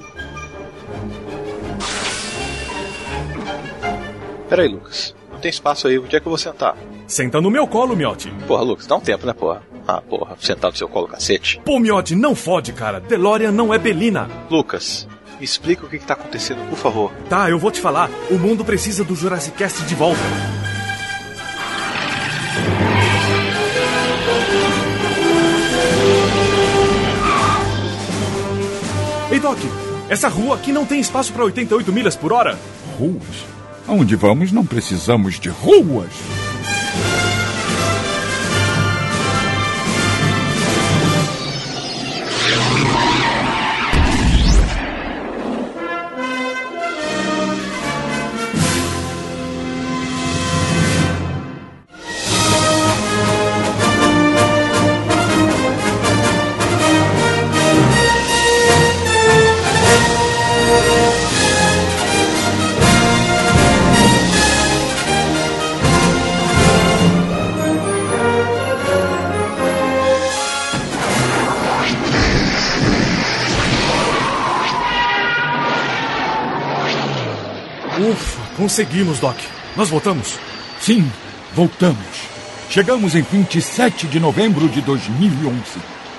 S1: Peraí, Lucas. Não tem espaço aí. Onde é que eu vou sentar?
S15: Senta no meu colo, Miote.
S1: Porra, Lucas, dá um tempo, né, porra? Ah, porra, sentar no seu colo, cacete.
S15: Pô, Miote, não fode, cara. Deloria não é Belina.
S1: Lucas, me explica o que, que tá acontecendo, por favor.
S15: Tá, eu vou te falar. O mundo precisa do Jurassic Cast de volta. Ei, Doc, essa rua aqui não tem espaço pra 88 milhas por hora?
S28: Ruas? Aonde vamos não precisamos de ruas.
S15: Conseguimos, Doc. Nós voltamos.
S28: Sim, voltamos. Chegamos em 27 de novembro de 2011.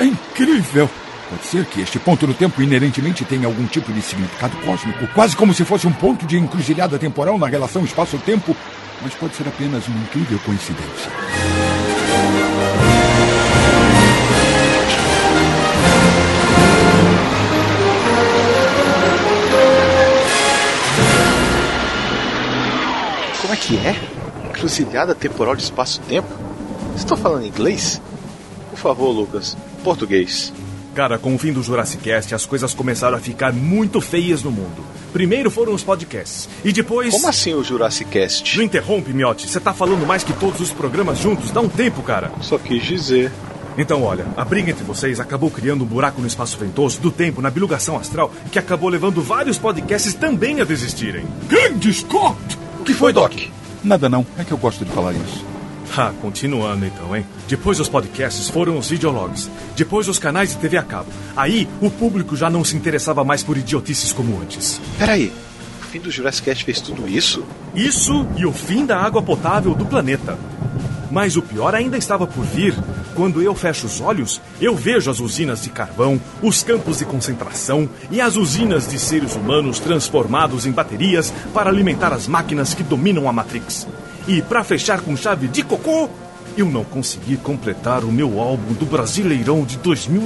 S28: É incrível! Pode ser que este ponto do tempo inerentemente tenha algum tipo de significado cósmico, quase como se fosse um ponto de encruzilhada temporal na relação espaço-tempo, mas pode ser apenas uma incrível coincidência.
S1: Como é que é? Encruzilhada temporal de espaço-tempo? Vocês estão falando inglês? Por favor, Lucas, português.
S15: Cara, com o fim do Jurassic Cast, as coisas começaram a ficar muito feias no mundo. Primeiro foram os podcasts, e depois.
S1: Como assim o Jurassic Cast?
S15: Não interrompe, Miotti. Você tá falando mais que todos os programas juntos. Dá um tempo, cara.
S1: Só quis dizer.
S15: Então, olha, a briga entre vocês acabou criando um buraco no espaço ventoso, do tempo, na bilugação astral, que acabou levando vários podcasts também a desistirem.
S28: Grande Scott!
S15: O que foi, Doc?
S28: Nada não. É que eu gosto de falar isso.
S15: Ah, continuando então, hein? Depois os podcasts foram os videologs, depois os canais de TV a cabo. Aí o público já não se interessava mais por idiotices como antes.
S1: Peraí, o fim do Jurassic Cast fez tudo isso?
S15: Isso e o fim da água potável do planeta. Mas o pior ainda estava por vir. Quando eu fecho os olhos, eu vejo as usinas de carvão, os campos de concentração e as usinas de seres humanos transformados em baterias para alimentar as máquinas que dominam a Matrix. E para fechar com chave de cocô, eu não consegui completar o meu álbum do Brasileirão de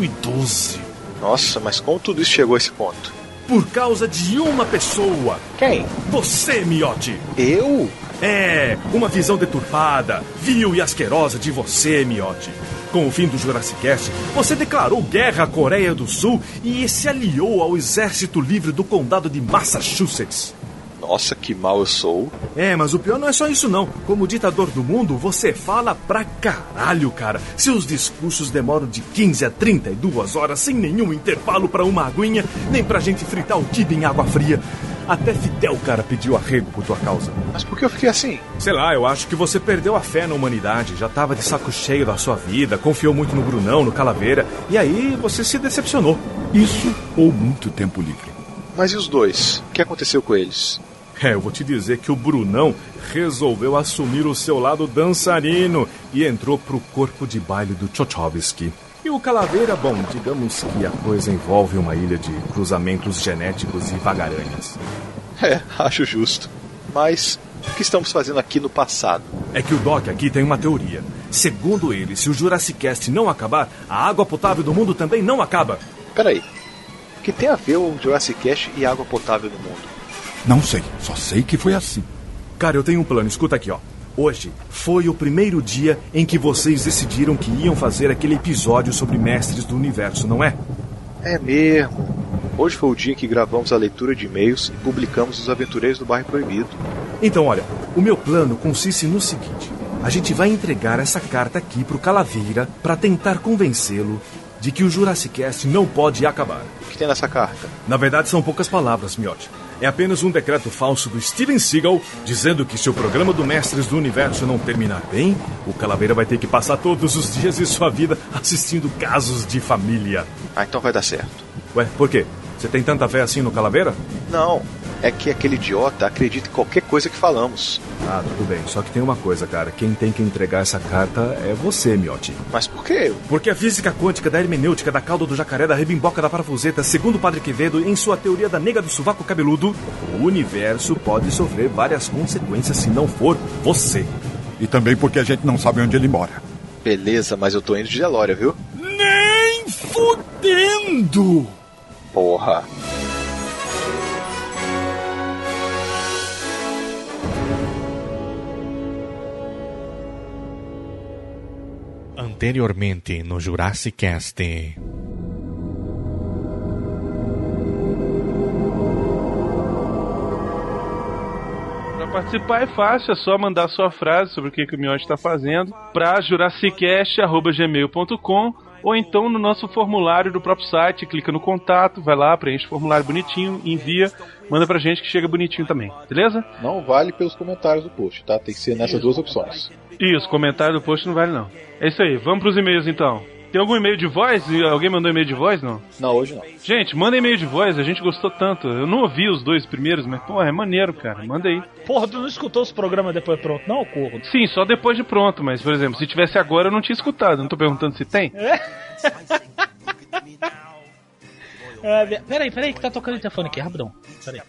S15: 2012.
S1: Nossa, mas como tudo isso chegou a esse ponto?
S15: Por causa de uma pessoa.
S1: Quem?
S15: Você, miote.
S1: Eu?
S15: É, uma visão deturpada, vil e asquerosa de você, miote. Com o fim do Jurassic Cast, você declarou guerra à Coreia do Sul e se aliou ao Exército Livre do Condado de Massachusetts.
S1: Nossa, que mal eu sou.
S15: É, mas o pior não é só isso não. Como ditador do mundo, você fala pra caralho, cara. Seus discursos demoram de 15 a 32 horas sem nenhum intervalo para uma aguinha, nem pra gente fritar o tido em água fria. Até Fidel, cara, pediu arrego por tua causa.
S1: Mas por que eu fiquei assim?
S15: Sei lá, eu acho que você perdeu a fé na humanidade, já tava de saco cheio da sua vida, confiou muito no Brunão, no Calaveira, e aí você se decepcionou.
S28: Isso ou muito tempo livre.
S1: Mas e os dois? O que aconteceu com eles?
S15: É, eu vou te dizer que o Brunão resolveu assumir o seu lado dançarino e entrou pro corpo de baile do Tchotchovsky. E o Calaveira, bom, digamos que a coisa envolve uma ilha de cruzamentos genéticos e vagaranhas.
S1: É, acho justo. Mas o que estamos fazendo aqui no passado?
S15: É que o Doc aqui tem uma teoria. Segundo ele, se o Jurassic Cast não acabar, a água potável do mundo também não acaba.
S1: Peraí, o que tem a ver o Jurassic Cast e a água potável no mundo?
S12: Não sei, só sei que foi assim.
S15: Cara, eu tenho um plano, escuta aqui, ó. Hoje foi o primeiro dia em que vocês decidiram que iam fazer aquele episódio sobre mestres do universo, não é?
S1: É mesmo. Hoje foi o dia que gravamos a leitura de e-mails e publicamos Os Aventureiros do Bairro Proibido.
S15: Então, olha, o meu plano consiste no seguinte: a gente vai entregar essa carta aqui pro Calaveira para tentar convencê-lo de que o Jurassicast não pode acabar.
S1: O que tem nessa carta?
S15: Na verdade, são poucas palavras, Miotti. É apenas um decreto falso do Steven Seagal dizendo que se o programa do Mestres do Universo não terminar bem, o Calaveira vai ter que passar todos os dias de sua vida assistindo casos de família.
S1: Ah, então vai dar certo.
S15: Ué, por quê? Você tem tanta fé assim no Calaveira?
S1: Não, é que aquele idiota acredita em qualquer coisa que falamos.
S15: Ah, tudo bem. Só que tem uma coisa, cara. Quem tem que entregar essa carta é você, Miotti.
S1: Mas por quê?
S15: Porque a física quântica da hermenêutica da cauda do jacaré da rebimboca da parafuseta, segundo o Padre Quevedo, em sua teoria da nega do sovaco cabeludo, o universo pode sofrer várias consequências se não for você.
S12: E também porque a gente não sabe onde ele mora.
S1: Beleza, mas eu tô indo de Delória, viu?
S12: Nem fudendo!
S1: Porra.
S2: Anteriormente no Jurassic Cast.
S8: Pra participar é fácil, é só mandar sua frase sobre o que, que o Miotti está fazendo pra jurassicast.gmail.com ou então no nosso formulário do próprio site, clica no contato, vai lá, preenche o formulário bonitinho, envia, manda pra gente que chega bonitinho também, beleza?
S1: Não vale pelos comentários do post, tá? Tem que ser nessas duas opções.
S8: Isso, comentário do post não vale não. É isso aí, vamos pros e-mails então. Tem algum e-mail de voz? Alguém mandou e-mail de voz, não?
S1: Não, hoje não.
S8: Gente, manda e-mail de voz, a gente gostou tanto. Eu não ouvi os dois primeiros, mas, porra, é maneiro, cara. Manda aí.
S6: Porra, tu não escutou os programas depois de pronto, não, Corvo?
S8: Sim, só depois de pronto, mas, por exemplo, se tivesse agora eu não tinha escutado. Não tô perguntando se tem.
S6: É? é peraí, peraí, que tá tocando o telefone aqui, rapidão. Peraí.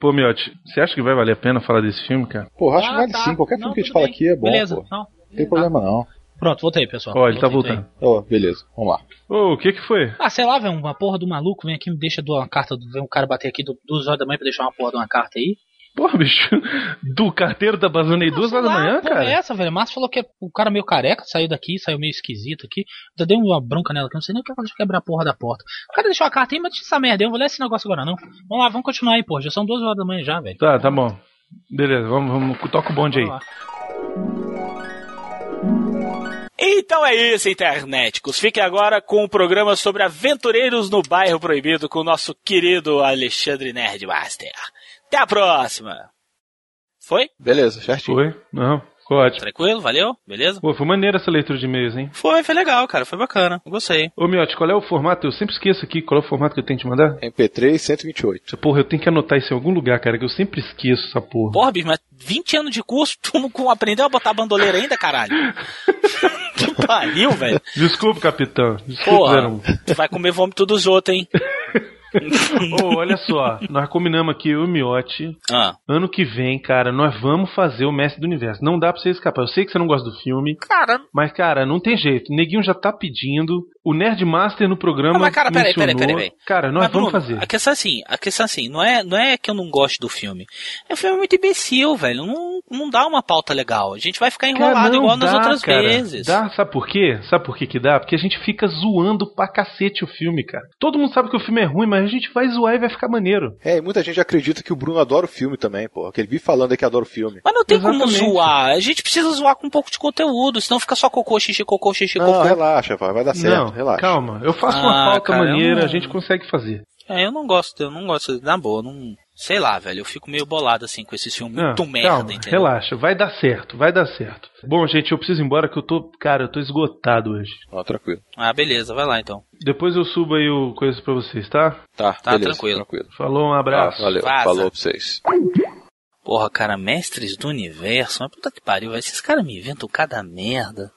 S8: Pô, Miotti, você acha que vai valer a pena falar desse filme, cara?
S1: Porra,
S6: Ah,
S1: acho que vale
S6: tá.
S1: sim. Qualquer filme que a gente fala aqui é bom.
S6: Beleza,
S1: pô.
S6: não.
S1: Não tem problema não.
S6: Pronto, voltei, pessoal.
S8: Ó, ele tá
S6: Voltei,
S8: voltando.
S6: voltei.
S1: Ô, beleza, vamos lá.
S8: Ô, o que que foi?
S6: Ah, sei lá, velho, uma porra do maluco vem aqui me deixa doar uma carta, do- vem um cara bater aqui do- duas horas da manhã pra deixar uma porra de uma carta aí.
S8: Porra, bicho, do carteiro tá passando aí duas horas da
S6: Ah,
S8: manhã,
S6: porra é
S8: cara?
S6: essa, velho? Márcio falou que é o cara meio careca, saiu daqui, saiu meio esquisito aqui. Eu dei uma bronca nela que eu não sei nem o que ela deixou quebrar a porra da porta. O cara deixou a carta aí, mas deixa essa merda, eu vou ler esse negócio agora não. Vamos lá, vamos continuar aí, porra, já são duas horas da manhã já, velho.
S8: Tá, tá bom. Beleza, vamos, vamos, toca o bonde aí.
S9: Então é isso, internéticos. Fique agora com o programa sobre aventureiros no bairro proibido com o nosso querido Alexandre Nerdmaster. Até a próxima! Foi?
S1: Beleza, certinho.
S8: Foi? Não, ficou ótimo.
S9: Tranquilo? Valeu? Beleza?
S8: Pô, foi maneira essa leitura de e-mails, hein?
S9: Foi, foi legal, cara. Foi bacana. Gostei.
S8: Ô, Miotti, qual é o formato? Eu sempre esqueço aqui qual é o formato que eu tenho que te mandar.
S1: MP3 128.
S8: Porra, eu tenho que anotar isso em algum lugar, cara, que eu sempre esqueço essa porra.
S9: Porra, bicho, mas 20 anos de curso, tu não com- aprendeu a botar bandoleira ainda, caralho? que pariu, velho.
S8: Desculpa, capitão. Desculpa,
S9: Porra,
S8: Zero.
S9: tu vai comer vômito dos outros, hein?
S8: Ô, olha só, nós combinamos aqui, eu e o Miotti.
S9: Ah.
S8: Ano que vem, cara, nós vamos fazer o Mestre do Universo. Não dá pra você escapar. Eu sei que você não gosta do filme.
S9: Cara.
S8: Mas, cara, não tem jeito. O neguinho já tá pedindo. O Nerdmaster no programa.
S9: Não, Ah, mas, cara, peraí, peraí,
S8: mencionou.
S9: peraí, peraí.
S8: Cara, nós
S9: Mas,
S8: vamos
S9: Bruno,
S8: fazer.
S9: A questão é assim, a questão é assim, não é, não é que eu não gosto do filme. É um filme muito imbecil, velho. Não, não dá uma pauta legal. A gente vai ficar É enrolado
S8: Cara, não
S9: igual nas
S8: dá,
S9: outras
S8: cara.
S9: vezes.
S8: Dá, sabe por quê? Sabe por que que dá? Porque a gente fica zoando pra cacete o filme, cara. Todo mundo sabe que o filme é ruim, mas a gente vai zoar e vai ficar maneiro.
S1: É, e muita gente acredita que o Bruno adora o filme também, pô. Que ele vive falando aí que adora o filme.
S9: Mas não tem como zoar. A gente precisa zoar com um pouco de conteúdo, senão fica só cocô, xixi, cocô, xixi,
S1: Não,
S9: cocô.
S1: relaxa, vai, vai dar certo,
S8: não,
S1: relaxa.
S8: calma. Eu faço uma
S9: Ah,
S8: pauta
S9: cara, eu
S8: maneira,
S9: não-
S8: a gente consegue fazer.
S9: É, eu não gosto, eu não gosto, na boa, não. Sei lá, velho, eu fico meio bolado assim com esses filmes muito
S8: Não,
S9: merda,
S8: Ah, calma,
S9: entendeu?
S8: Relaxa, vai dar certo, vai dar certo. Bom, gente, eu preciso ir embora que eu tô. Cara, eu tô esgotado hoje.
S14: Ó, tranquilo.
S9: Ah, beleza, vai lá então.
S8: Depois eu subo aí o coisa pra vocês, tá?
S14: Tá,
S9: Tá,
S14: beleza,
S9: tranquilo.
S8: Falou, um abraço.
S14: Ah, valeu,
S9: Vaza.
S14: falou pra vocês.
S9: Porra, cara, mestres do universo, mas puta que pariu, velho, esses caras me inventam cada merda.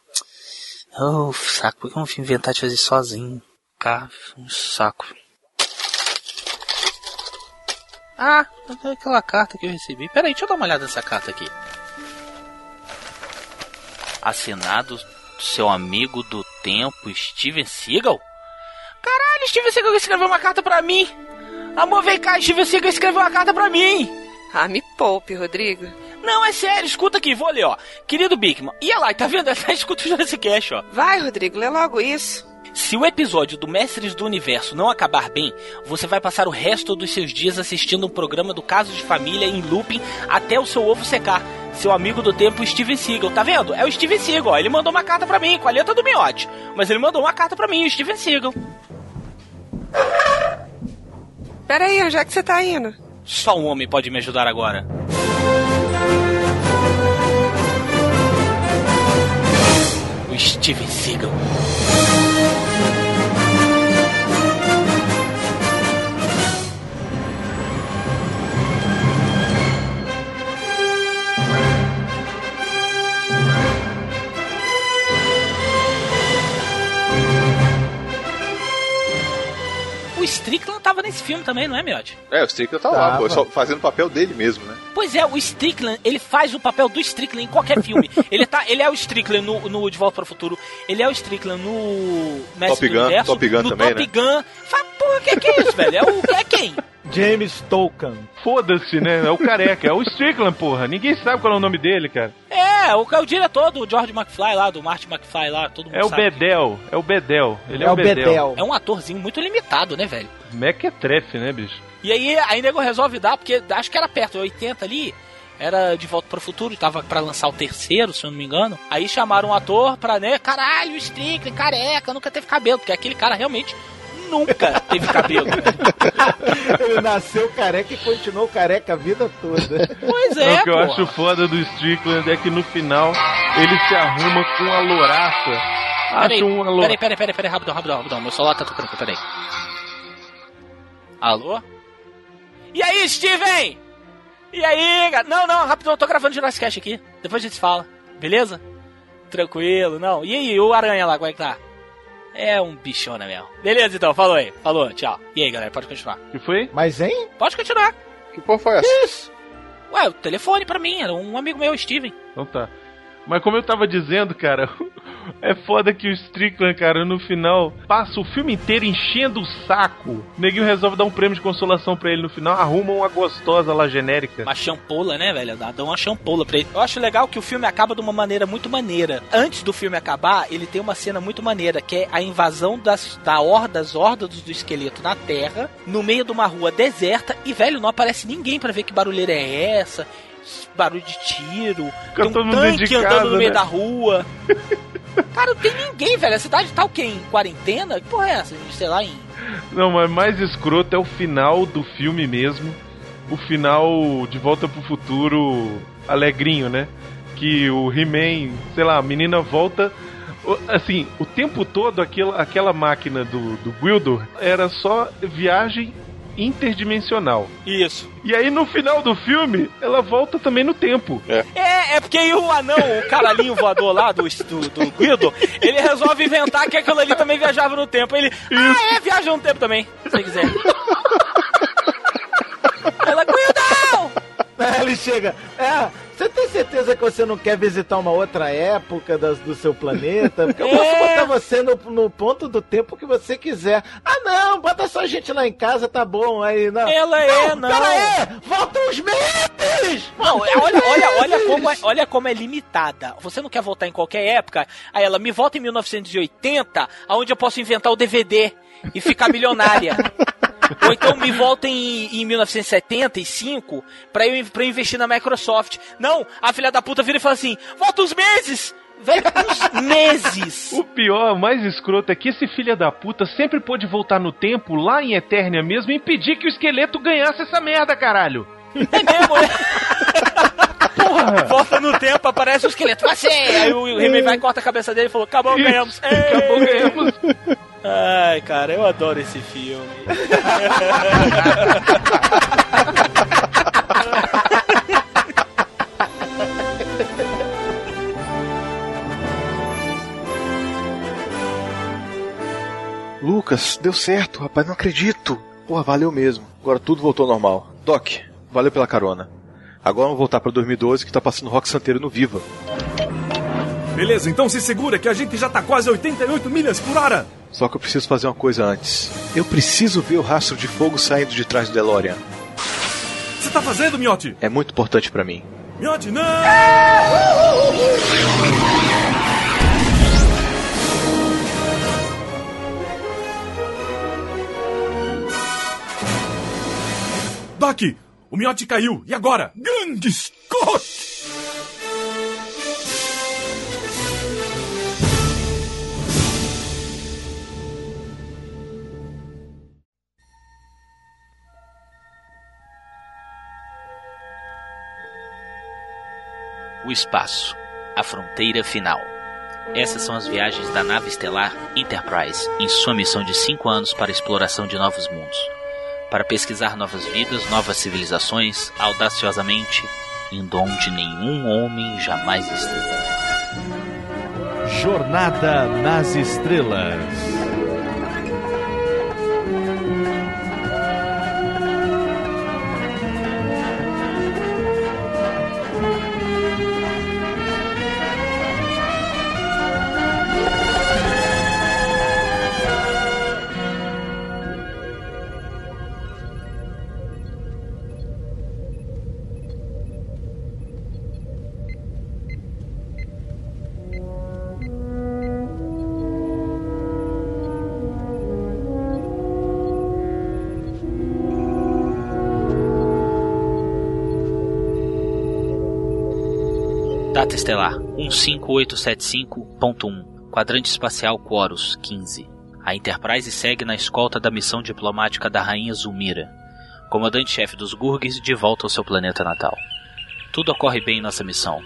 S9: Oh, saco, por que eu não fui inventar de fazer sozinho? Cara, um saco. Ah, até aquela carta que eu recebi. Peraí, deixa eu dar uma olhada nessa carta aqui. Assinado seu amigo do tempo, Steven Seagal? Caralho, Steven Seagal escreveu uma carta pra mim! Amor, vem cá, Steven Seagal escreveu uma carta pra mim! Ah, me poupe, Rodrigo. Não, é sério, escuta aqui, vou ler, ó. Querido Bigman, ia lá, tá vendo? Até escuta o Jurassic Cash, ó. Vai, Rodrigo, lê logo isso. Se o episódio do Mestres do Universo não acabar bem, você vai passar o resto dos seus dias assistindo um programa do Caso de Família em looping até o seu ovo secar. Seu amigo do tempo, Steven Seagal, tá vendo? É o Steven Seagal, ó. Ele mandou uma carta pra mim, com a letra do miote. Mas ele mandou uma carta pra mim, o Steven Seagal.
S34: Pera aí, onde é que você tá indo?
S9: Só um homem pode me ajudar agora. O Steven Seagal. O Strickland tava nesse filme também, não é, Miotti?
S14: É, o Strickland tá lá,
S9: Tava.
S14: pô, só fazendo o papel dele mesmo, né?
S9: Pois é, o Strickland, ele faz o papel do Strickland em qualquer filme. ele, tá, ele é o Strickland no, no De Volta para o Futuro, ele é o Strickland no Mestre
S14: Top
S9: do
S14: Gun,
S9: Universo,
S14: Top Gun
S9: no
S14: também,
S9: Top
S14: né?
S9: Gun. Fala, porra, o que, que é isso, velho? É, o, é quem?
S8: James Tolkien. Foda-se, né? É o careca, é o Strickland, porra. Ninguém sabe qual é o nome dele, cara.
S9: É, o, é o diretor do George McFly lá, do Marty McFly lá, todo mundo
S8: É o
S9: sabe.
S8: Bedel, é o Bedel. Ele é, o Bedel.
S9: É um atorzinho muito limitado, né, velho?
S8: Mequetrefe, né, bicho?
S9: E aí, aí nego resolve dar, porque acho que era perto, 80 ali, era de volta pro futuro, tava pra lançar o terceiro, se eu não me engano. Aí chamaram um ator pra, né, caralho, o Strickland, careca, nunca teve cabelo, porque aquele cara realmente nunca teve cabelo.
S1: Ele nasceu careca e continuou careca a vida toda.
S9: Pois é,
S8: Não, É o que eu acho foda do Strickland é que no final ele se arruma com a louraça.
S9: Peraí,
S8: Acha um alô.
S9: peraí, peraí, peraí, peraí, rapidão, rapidão, rapidão, meu celular tá tocando aqui, peraí. Alô? E aí, Steven? E aí, ga- Não, não, rapidão, eu tô gravando Jurassic Cash aqui, depois a gente se fala, beleza? Tranquilo, não. E aí, o Aranha lá, como é que tá? É um bichona mesmo. Beleza, então, falou aí. Falou, tchau. E aí, galera, pode continuar.
S8: Que foi?
S1: Mas, hein?
S9: Pode continuar.
S14: Que porra foi essa?
S1: Isso.
S9: Ué, o telefone pra mim, era um amigo meu, o Steven.
S8: Então tá. Mas como eu tava dizendo, cara, é foda que o Strickland, cara, no final passa o filme inteiro enchendo o saco. O neguinho resolve dar um prêmio de consolação pra ele no final, arruma uma gostosa lá genérica.
S9: Uma champola, né, velho? Dá dá uma champola pra ele. Eu acho legal que o filme acaba de uma maneira muito maneira. Antes do filme acabar, ele tem uma cena muito maneira, que é a invasão das, da horda, das hordas do esqueleto na Terra, no meio de uma rua deserta, e, velho, não aparece ninguém pra ver que barulheira é essa, s- barulho de tiro,
S8: Fica
S9: tem
S8: todo
S9: um
S8: mundo
S9: tanque
S8: dentro de
S9: andando
S8: casa,
S9: no meio
S8: né?
S9: da rua. Cara, não tem ninguém, velho. A cidade tá o quê? Em quarentena? Que porra é essa? Sei lá, em...
S8: Não, mas mais escroto é o final do filme mesmo. O final de Volta pro Futuro alegrinho, né? Que o He-Man, sei lá, a menina volta. o- Assim, o tempo todo aquela, aquela máquina do, do Gwildor era só viagem interdimensional.
S9: Isso.
S8: E aí no final do filme, ela volta também no tempo.
S14: É.
S9: É, é porque aí o anão, o caralhinho voador lá do, do, do Guido, ele resolve inventar que aquilo ali também viajava no tempo. Ele, ah, é, viaja no tempo também, se você quiser. Ela, Guildão!
S1: Aí ele chega. É, você tem certeza que você não quer visitar uma outra época das- do seu planeta? Porque eu
S9: É.
S1: posso botar você no, no ponto do tempo que você quiser. Ah, não, bota só a gente lá em casa, tá bom. Aí, não.
S9: Ela é, não.
S1: Pera aí, volta os meses!
S9: Não, é, olha, olha, olha, como é, olha como é limitada. Você não quer voltar em qualquer época? Aí ela, me volta em 1980, aonde eu posso inventar o DVD e ficar milionária. Ou então me voltem em, em 1975 pra eu, pra eu investir na Microsoft. Não, a filha da puta vira e fala assim: volta uns meses! Velho, uns meses!
S8: O pior, o mais escroto, é que esse filho da puta sempre pôde voltar no tempo, lá em Eternia mesmo, e impedir que o esqueleto ganhasse essa merda, caralho!
S9: É mesmo, Porra! Volta no tempo, aparece o esqueleto. Vai ser! Aí o Remy vai, corta a cabeça dele e falou: acabou, ganhamos! Ei!
S8: Acabou, ganhamos!
S9: Ai, cara, eu adoro esse filme.
S1: Lucas, deu certo, rapaz, não acredito. Porra, valeu mesmo. Agora tudo voltou ao normal. Doc, valeu pela carona. Agora vamos voltar pra 2012 que tá passando rock santeiro no Viva.
S15: Beleza, então se segura que a gente já tá quase 88 milhas por hora!
S1: Só que eu preciso fazer uma coisa antes. Eu preciso ver o rastro de fogo saindo de trás do DeLorean.
S15: Você tá fazendo, Miotti?
S1: É muito importante pra mim.
S15: Miotti, não! Doc, o Miotti caiu. E agora? Grande Scott!
S9: o espaço, a fronteira final. Essas são as viagens da nave estelar Enterprise em sua missão de cinco anos para a exploração de novos mundos, para pesquisar novas vidas, novas civilizações, audaciosamente, indo onde nenhum homem jamais esteve.
S2: Jornada nas Estrelas.
S9: Data estelar 15875.1 Quadrante espacial Quorus 15. A Enterprise segue na escolta da missão diplomática da Rainha Zulmira, comandante-chefe dos Gurgs, de volta ao seu planeta natal. Tudo ocorre bem em nossa missão.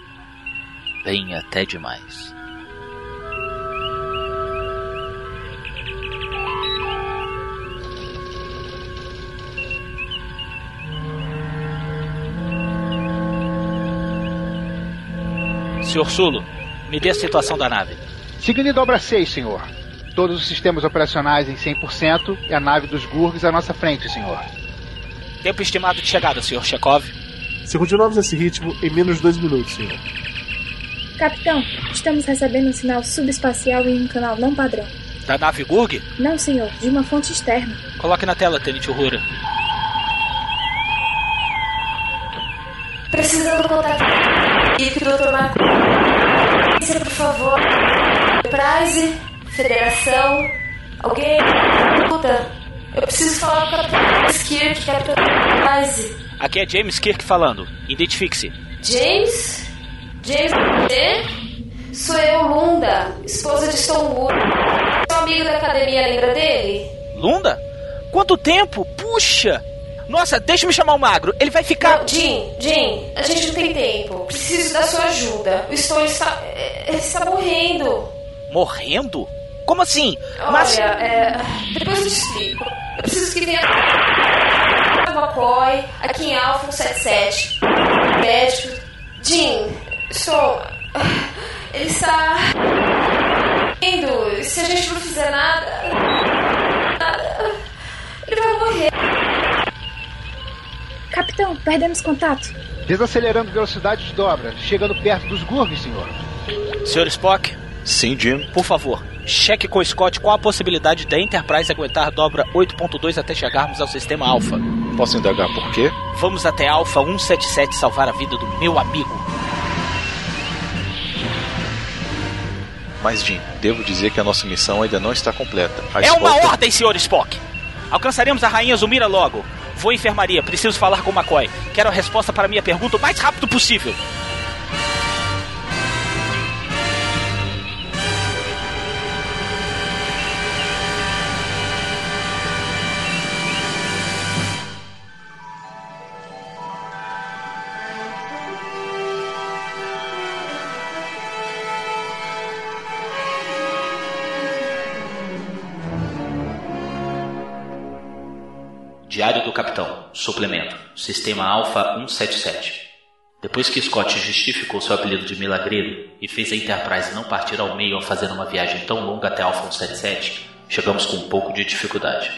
S9: Bem até demais. Senhor Sulo, me dê a situação da nave.
S6: Seguindo em dobra 6, senhor. Todos os sistemas operacionais em 100% e a nave dos Gurgs à nossa frente, senhor.
S9: Tempo estimado de chegada, senhor Chekhov.
S30: Se continuarmos nesse ritmo, em menos de dois minutos, senhor.
S32: Capitão, estamos recebendo um sinal subespacial em um canal não padrão.
S9: Da nave Gurg?
S32: Não, senhor, de uma fonte externa.
S9: Coloque na tela, Tenente Uhura.
S21: Precisando contar e que o Dr. Marco. Polícia, é, por favor. Enterprise, Federação, alguém. Puta, eu preciso falar com o Capitão Skirk, Capitão Enterprise.
S9: Aqui é James Kirk falando. Identifique-se.
S21: James? James D? Sou eu, Lunda, esposa de Stonewood. Seu amigo da academia lembra dele?
S9: Lunda? Quanto tempo? Puxa! Nossa, deixa eu me chamar o magro. Ele vai ficar.
S21: Não, Jim, Jim, a gente não tem tempo. Preciso da sua ajuda. O Stone está. Ele está morrendo.
S9: Morrendo? Como assim?
S21: Olha,
S9: Mas.
S21: é, depois eu te explico. Eu preciso que venha a McCoy, aqui em Alpha 177. Médico. Jim, Stone. Ele está. morrendo. Se a gente não fizer nada. nada ele vai morrer.
S32: Capitão, perdemos contato.
S6: Desacelerando velocidade de dobra, chegando perto dos Gurgs, senhor.
S9: Senhor Spock,
S1: Sim, Jim.
S9: por favor, cheque com o Scott qual a possibilidade da Enterprise aguentar dobra 8.2 até chegarmos ao sistema Alpha.
S1: Posso indagar por quê?
S9: Vamos até Alpha 177 salvar a vida do meu amigo.
S1: Mas, Jim, devo dizer que a nossa missão ainda não está completa. A
S9: é uma
S1: escolta-
S9: ordem, senhor Spock! Alcançaremos a rainha Zumira logo. Vou à enfermaria, preciso falar com o McCoy. Quero a resposta para minha pergunta o mais rápido possível. Diário do Capitão, suplemento, Sistema Alpha 177. Depois que Scott justificou seu apelido de milagreiro e fez a Enterprise não partir ao meio ao fazer uma viagem tão longa até Alpha 177, chegamos com um pouco de dificuldade.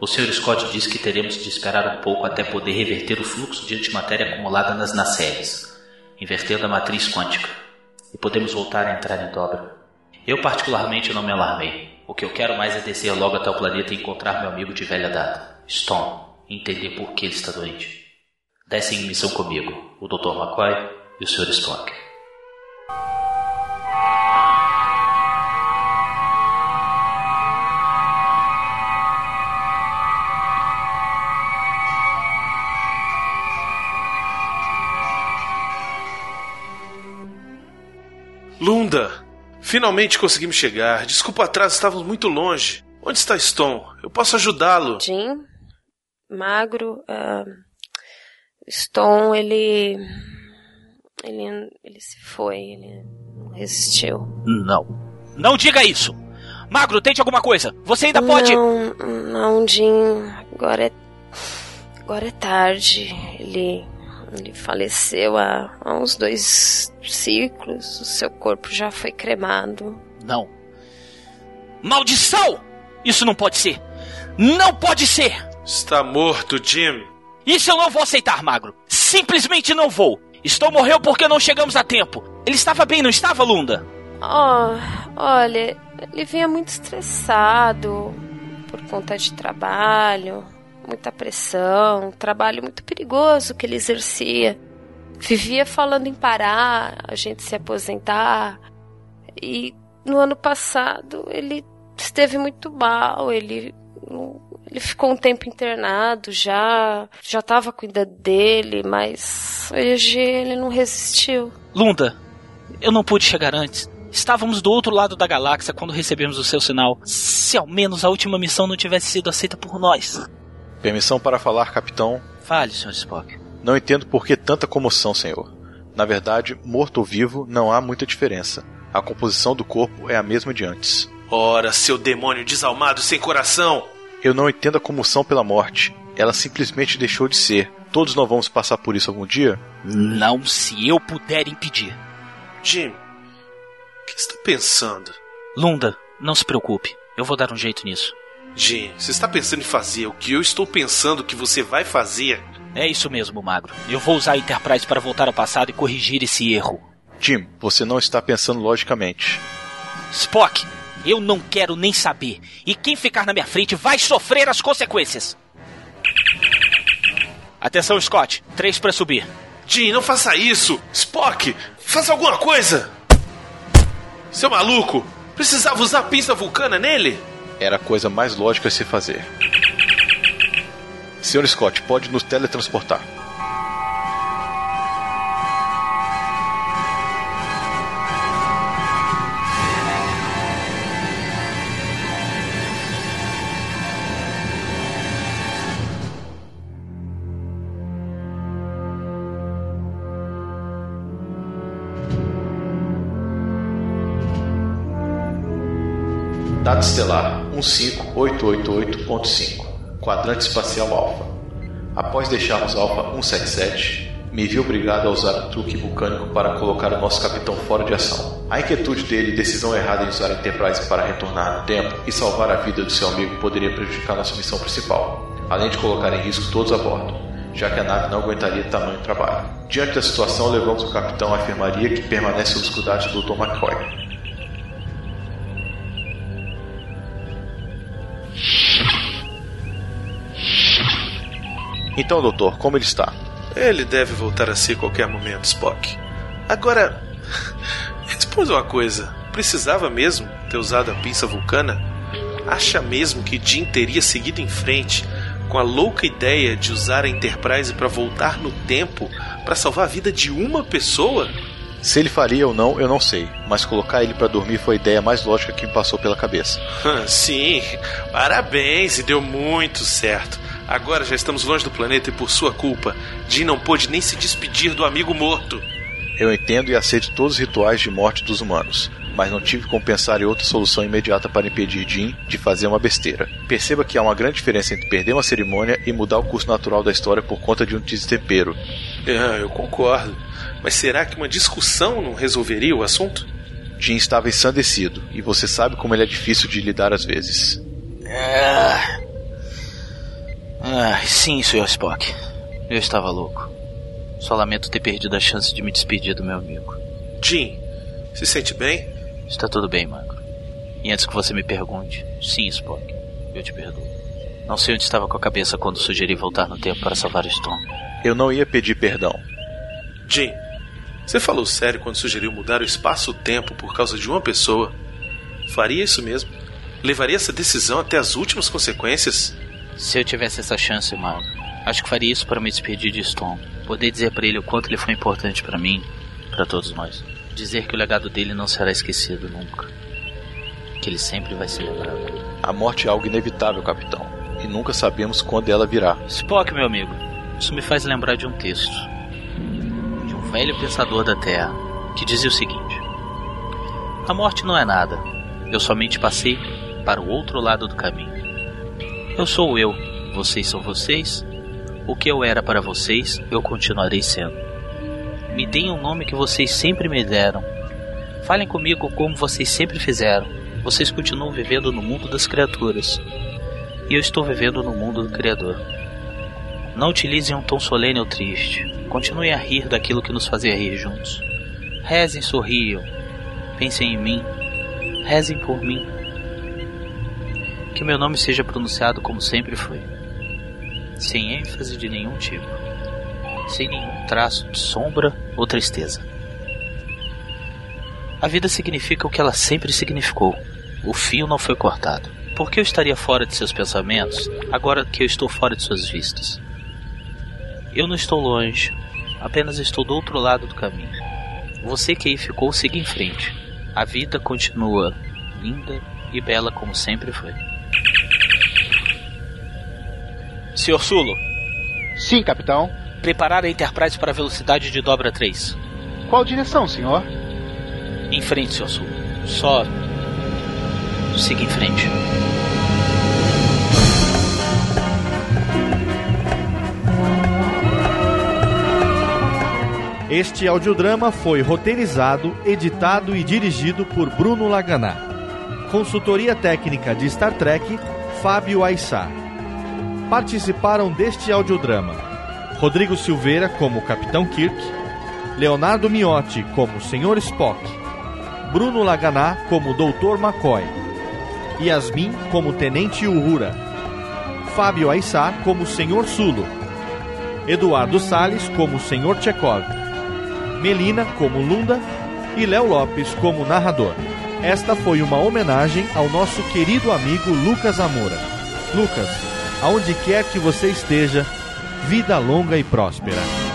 S9: O Sr. Scott disse que teremos de esperar um pouco até poder reverter o fluxo de antimatéria acumulada nas nacelles, invertendo a matriz quântica, e podemos voltar a entrar em dobra. Eu particularmente não me alarmei. O que eu quero mais é descer logo até o planeta e encontrar meu amigo de velha data, Stone, e entender por que ele está doente. Descem em missão comigo, o Dr. McCoy e o Sr. Spock.
S8: Lunda! Finalmente conseguimos chegar. Desculpa o atraso, estávamos muito longe. Onde está Stone? Eu posso ajudá-lo.
S21: Jim, magro, ah, Stone, ele, ele. Ele se foi, ele não resistiu.
S9: Não. Não diga isso! Magro, tente alguma coisa! Você ainda pode.
S21: Não, não, Jim, agora é. Agora é tarde. Ele. Ele faleceu há, há uns dois ciclos. O seu corpo já foi cremado.
S9: Não. Maldição! Isso não pode ser! Não pode ser!
S8: Está morto, Jim.
S9: Isso eu não vou aceitar, Magro. Simplesmente não vou. Estou morreu porque não chegamos a tempo. Ele estava bem, não estava, Lunda?
S21: Oh, olha, ele vinha muito estressado por conta de trabalho, muita pressão, um trabalho muito perigoso que ele exercia. Vivia falando em parar, a gente se aposentar. E no ano passado ele esteve muito mal, ele ele ficou um tempo internado já, já estava cuidando dele, mas hoje ele não resistiu.
S9: Lunda, eu não pude chegar antes. Estávamos do outro lado da galáxia quando recebemos o seu sinal. Se ao menos a última missão não tivesse sido aceita por nós.
S1: Permissão para falar, capitão.
S9: Fale, Sr. Spock.
S1: Não entendo por que tanta comoção, senhor. Na verdade, morto ou vivo, não há muita diferença. A composição do corpo é a mesma de antes.
S8: Ora, seu demônio desalmado sem coração!
S1: Eu não entendo a comoção pela morte. Ela simplesmente deixou de ser. Todos nós vamos passar por isso algum dia?
S9: Não se eu puder impedir.
S8: Jim, o que está pensando?
S9: Lunda, não se preocupe. Eu vou dar um jeito nisso.
S8: Jim, você está pensando em fazer o que eu estou pensando que você vai fazer?
S9: É isso mesmo, Magro. Eu vou usar a Enterprise para voltar ao passado e corrigir esse erro.
S1: Jim, você não está pensando logicamente.
S9: Spock, eu não quero nem saber. E quem ficar na minha frente vai sofrer as consequências. Atenção, Scott. Três para subir.
S8: Jim, não faça isso. Spock, faça alguma coisa. Seu maluco, precisava usar a pinça vulcana nele?
S1: Era a coisa mais lógica a se fazer. Senhor Scott, pode nos teletransportar. Data estelar 15888.5, quadrante espacial Alfa. Após deixarmos Alfa 177, me vi obrigado a usar o truque vulcânico para colocar o nosso capitão fora de ação. A inquietude dele e decisão errada de usar a Enterprise para retornar no tempo e salvar a vida do seu amigo poderia prejudicar nossa missão principal, além de colocar em risco todos a bordo, já que a nave não aguentaria tamanho trabalho. Diante da situação, levamos o capitão à enfermaria que permanece sob os cuidados do Dr. McCoy. Então, doutor, como ele está?
S8: Ele deve voltar a si qualquer momento, Spock. Agora, responda uma coisa: precisava mesmo ter usado a pinça vulcana?
S30: Acha mesmo que Jim teria seguido em frente com a louca ideia de usar a Enterprise para voltar no tempo para salvar a vida de uma pessoa?
S1: Se ele faria ou não, eu não sei, mas colocar ele pra dormir foi a ideia mais lógica que me passou pela cabeça.
S30: Ah, Sim, parabéns e deu muito certo. Agora já estamos longe do planeta e por sua culpa, Jim não pôde nem se despedir do amigo morto.
S1: Eu entendo e aceito todos os rituais de morte dos humanos, mas não tive como pensar em outra solução imediata para impedir Jim de fazer uma besteira. Perceba que há uma grande diferença entre perder uma cerimônia e mudar o curso natural da história por conta de um destempero.
S30: Ah, eu concordo. Mas será que uma discussão não resolveria o assunto?
S1: Jim estava ensandecido, e você sabe como ele é difícil de lidar às vezes.
S14: Ah. Ah, sim, Sr. Spock. Eu estava louco. Só lamento ter perdido a chance de me despedir do meu amigo.
S30: Jim, se sente bem?
S14: Está tudo bem, Magro. E antes que você me pergunte, sim, Spock, eu te perdoo. Não sei onde estava com a cabeça quando sugeri voltar no tempo para salvar Storm.
S1: Eu não ia pedir perdão.
S30: Jim, você falou sério quando sugeriu mudar o espaço-tempo por causa de uma pessoa? Faria isso mesmo? Levaria essa decisão até as últimas consequências?
S14: Se eu tivesse essa chance, Magro, acho que faria isso para me despedir de Storm. Poder dizer para ele o quanto ele foi importante para mim, para todos nós. Dizer que o legado dele não será esquecido nunca. Que ele sempre vai ser lembrado.
S1: A morte é algo inevitável, capitão, e nunca sabemos quando ela virá.
S14: Spock, meu amigo, isso me faz lembrar de um texto de um velho pensador da Terra que dizia o seguinte: A morte não é nada. Eu somente passei para o outro lado do caminho. Eu sou eu, vocês são vocês. O que eu era para vocês, eu continuarei sendo. Me deem o nome que vocês sempre me deram. Falem comigo como vocês sempre fizeram. Vocês continuam vivendo no mundo das criaturas. E eu estou vivendo no mundo do Criador. Não utilizem um tom solene ou triste. Continuem a rir daquilo que nos fazia rir juntos. Rezem, sorriam. Pensem em mim. Rezem por mim. Que meu nome seja pronunciado como sempre foi. Sem ênfase de nenhum tipo. Sem nenhum traço de sombra ou tristeza. A vida significa o que ela sempre significou. O fio não foi cortado. Por que eu estaria fora de seus pensamentos agora que eu estou fora de suas vistas? Eu não estou longe, apenas estou do outro lado do caminho. Você que aí ficou, siga em frente. A vida continua linda e bela como sempre foi. Senhor Sulo,
S25: Sim, capitão.
S14: preparar a Enterprise para a velocidade de dobra 3.
S25: Qual direção, senhor?
S14: Em frente, Senhor Sulo. Só siga em frente.
S2: Este audiodrama foi roteirizado, editado e dirigido por Bruno Laganá. Consultoria técnica de Star Trek, Fábio Aissá. Participaram deste audiodrama Rodrigo Silveira como Capitão Kirk, Leonardo Miotti como Sr. Spock, Bruno Laganá como Dr. McCoy, Yasmin como Tenente Uhura, Fábio Aissá como Sr. Sulo, Eduardo Salles como Sr. Chekhov, Melina como Lunda e Léo Lopes como narrador. Esta foi uma homenagem ao nosso querido amigo Lucas Amora. Lucas, aonde quer que você esteja, vida longa e próspera.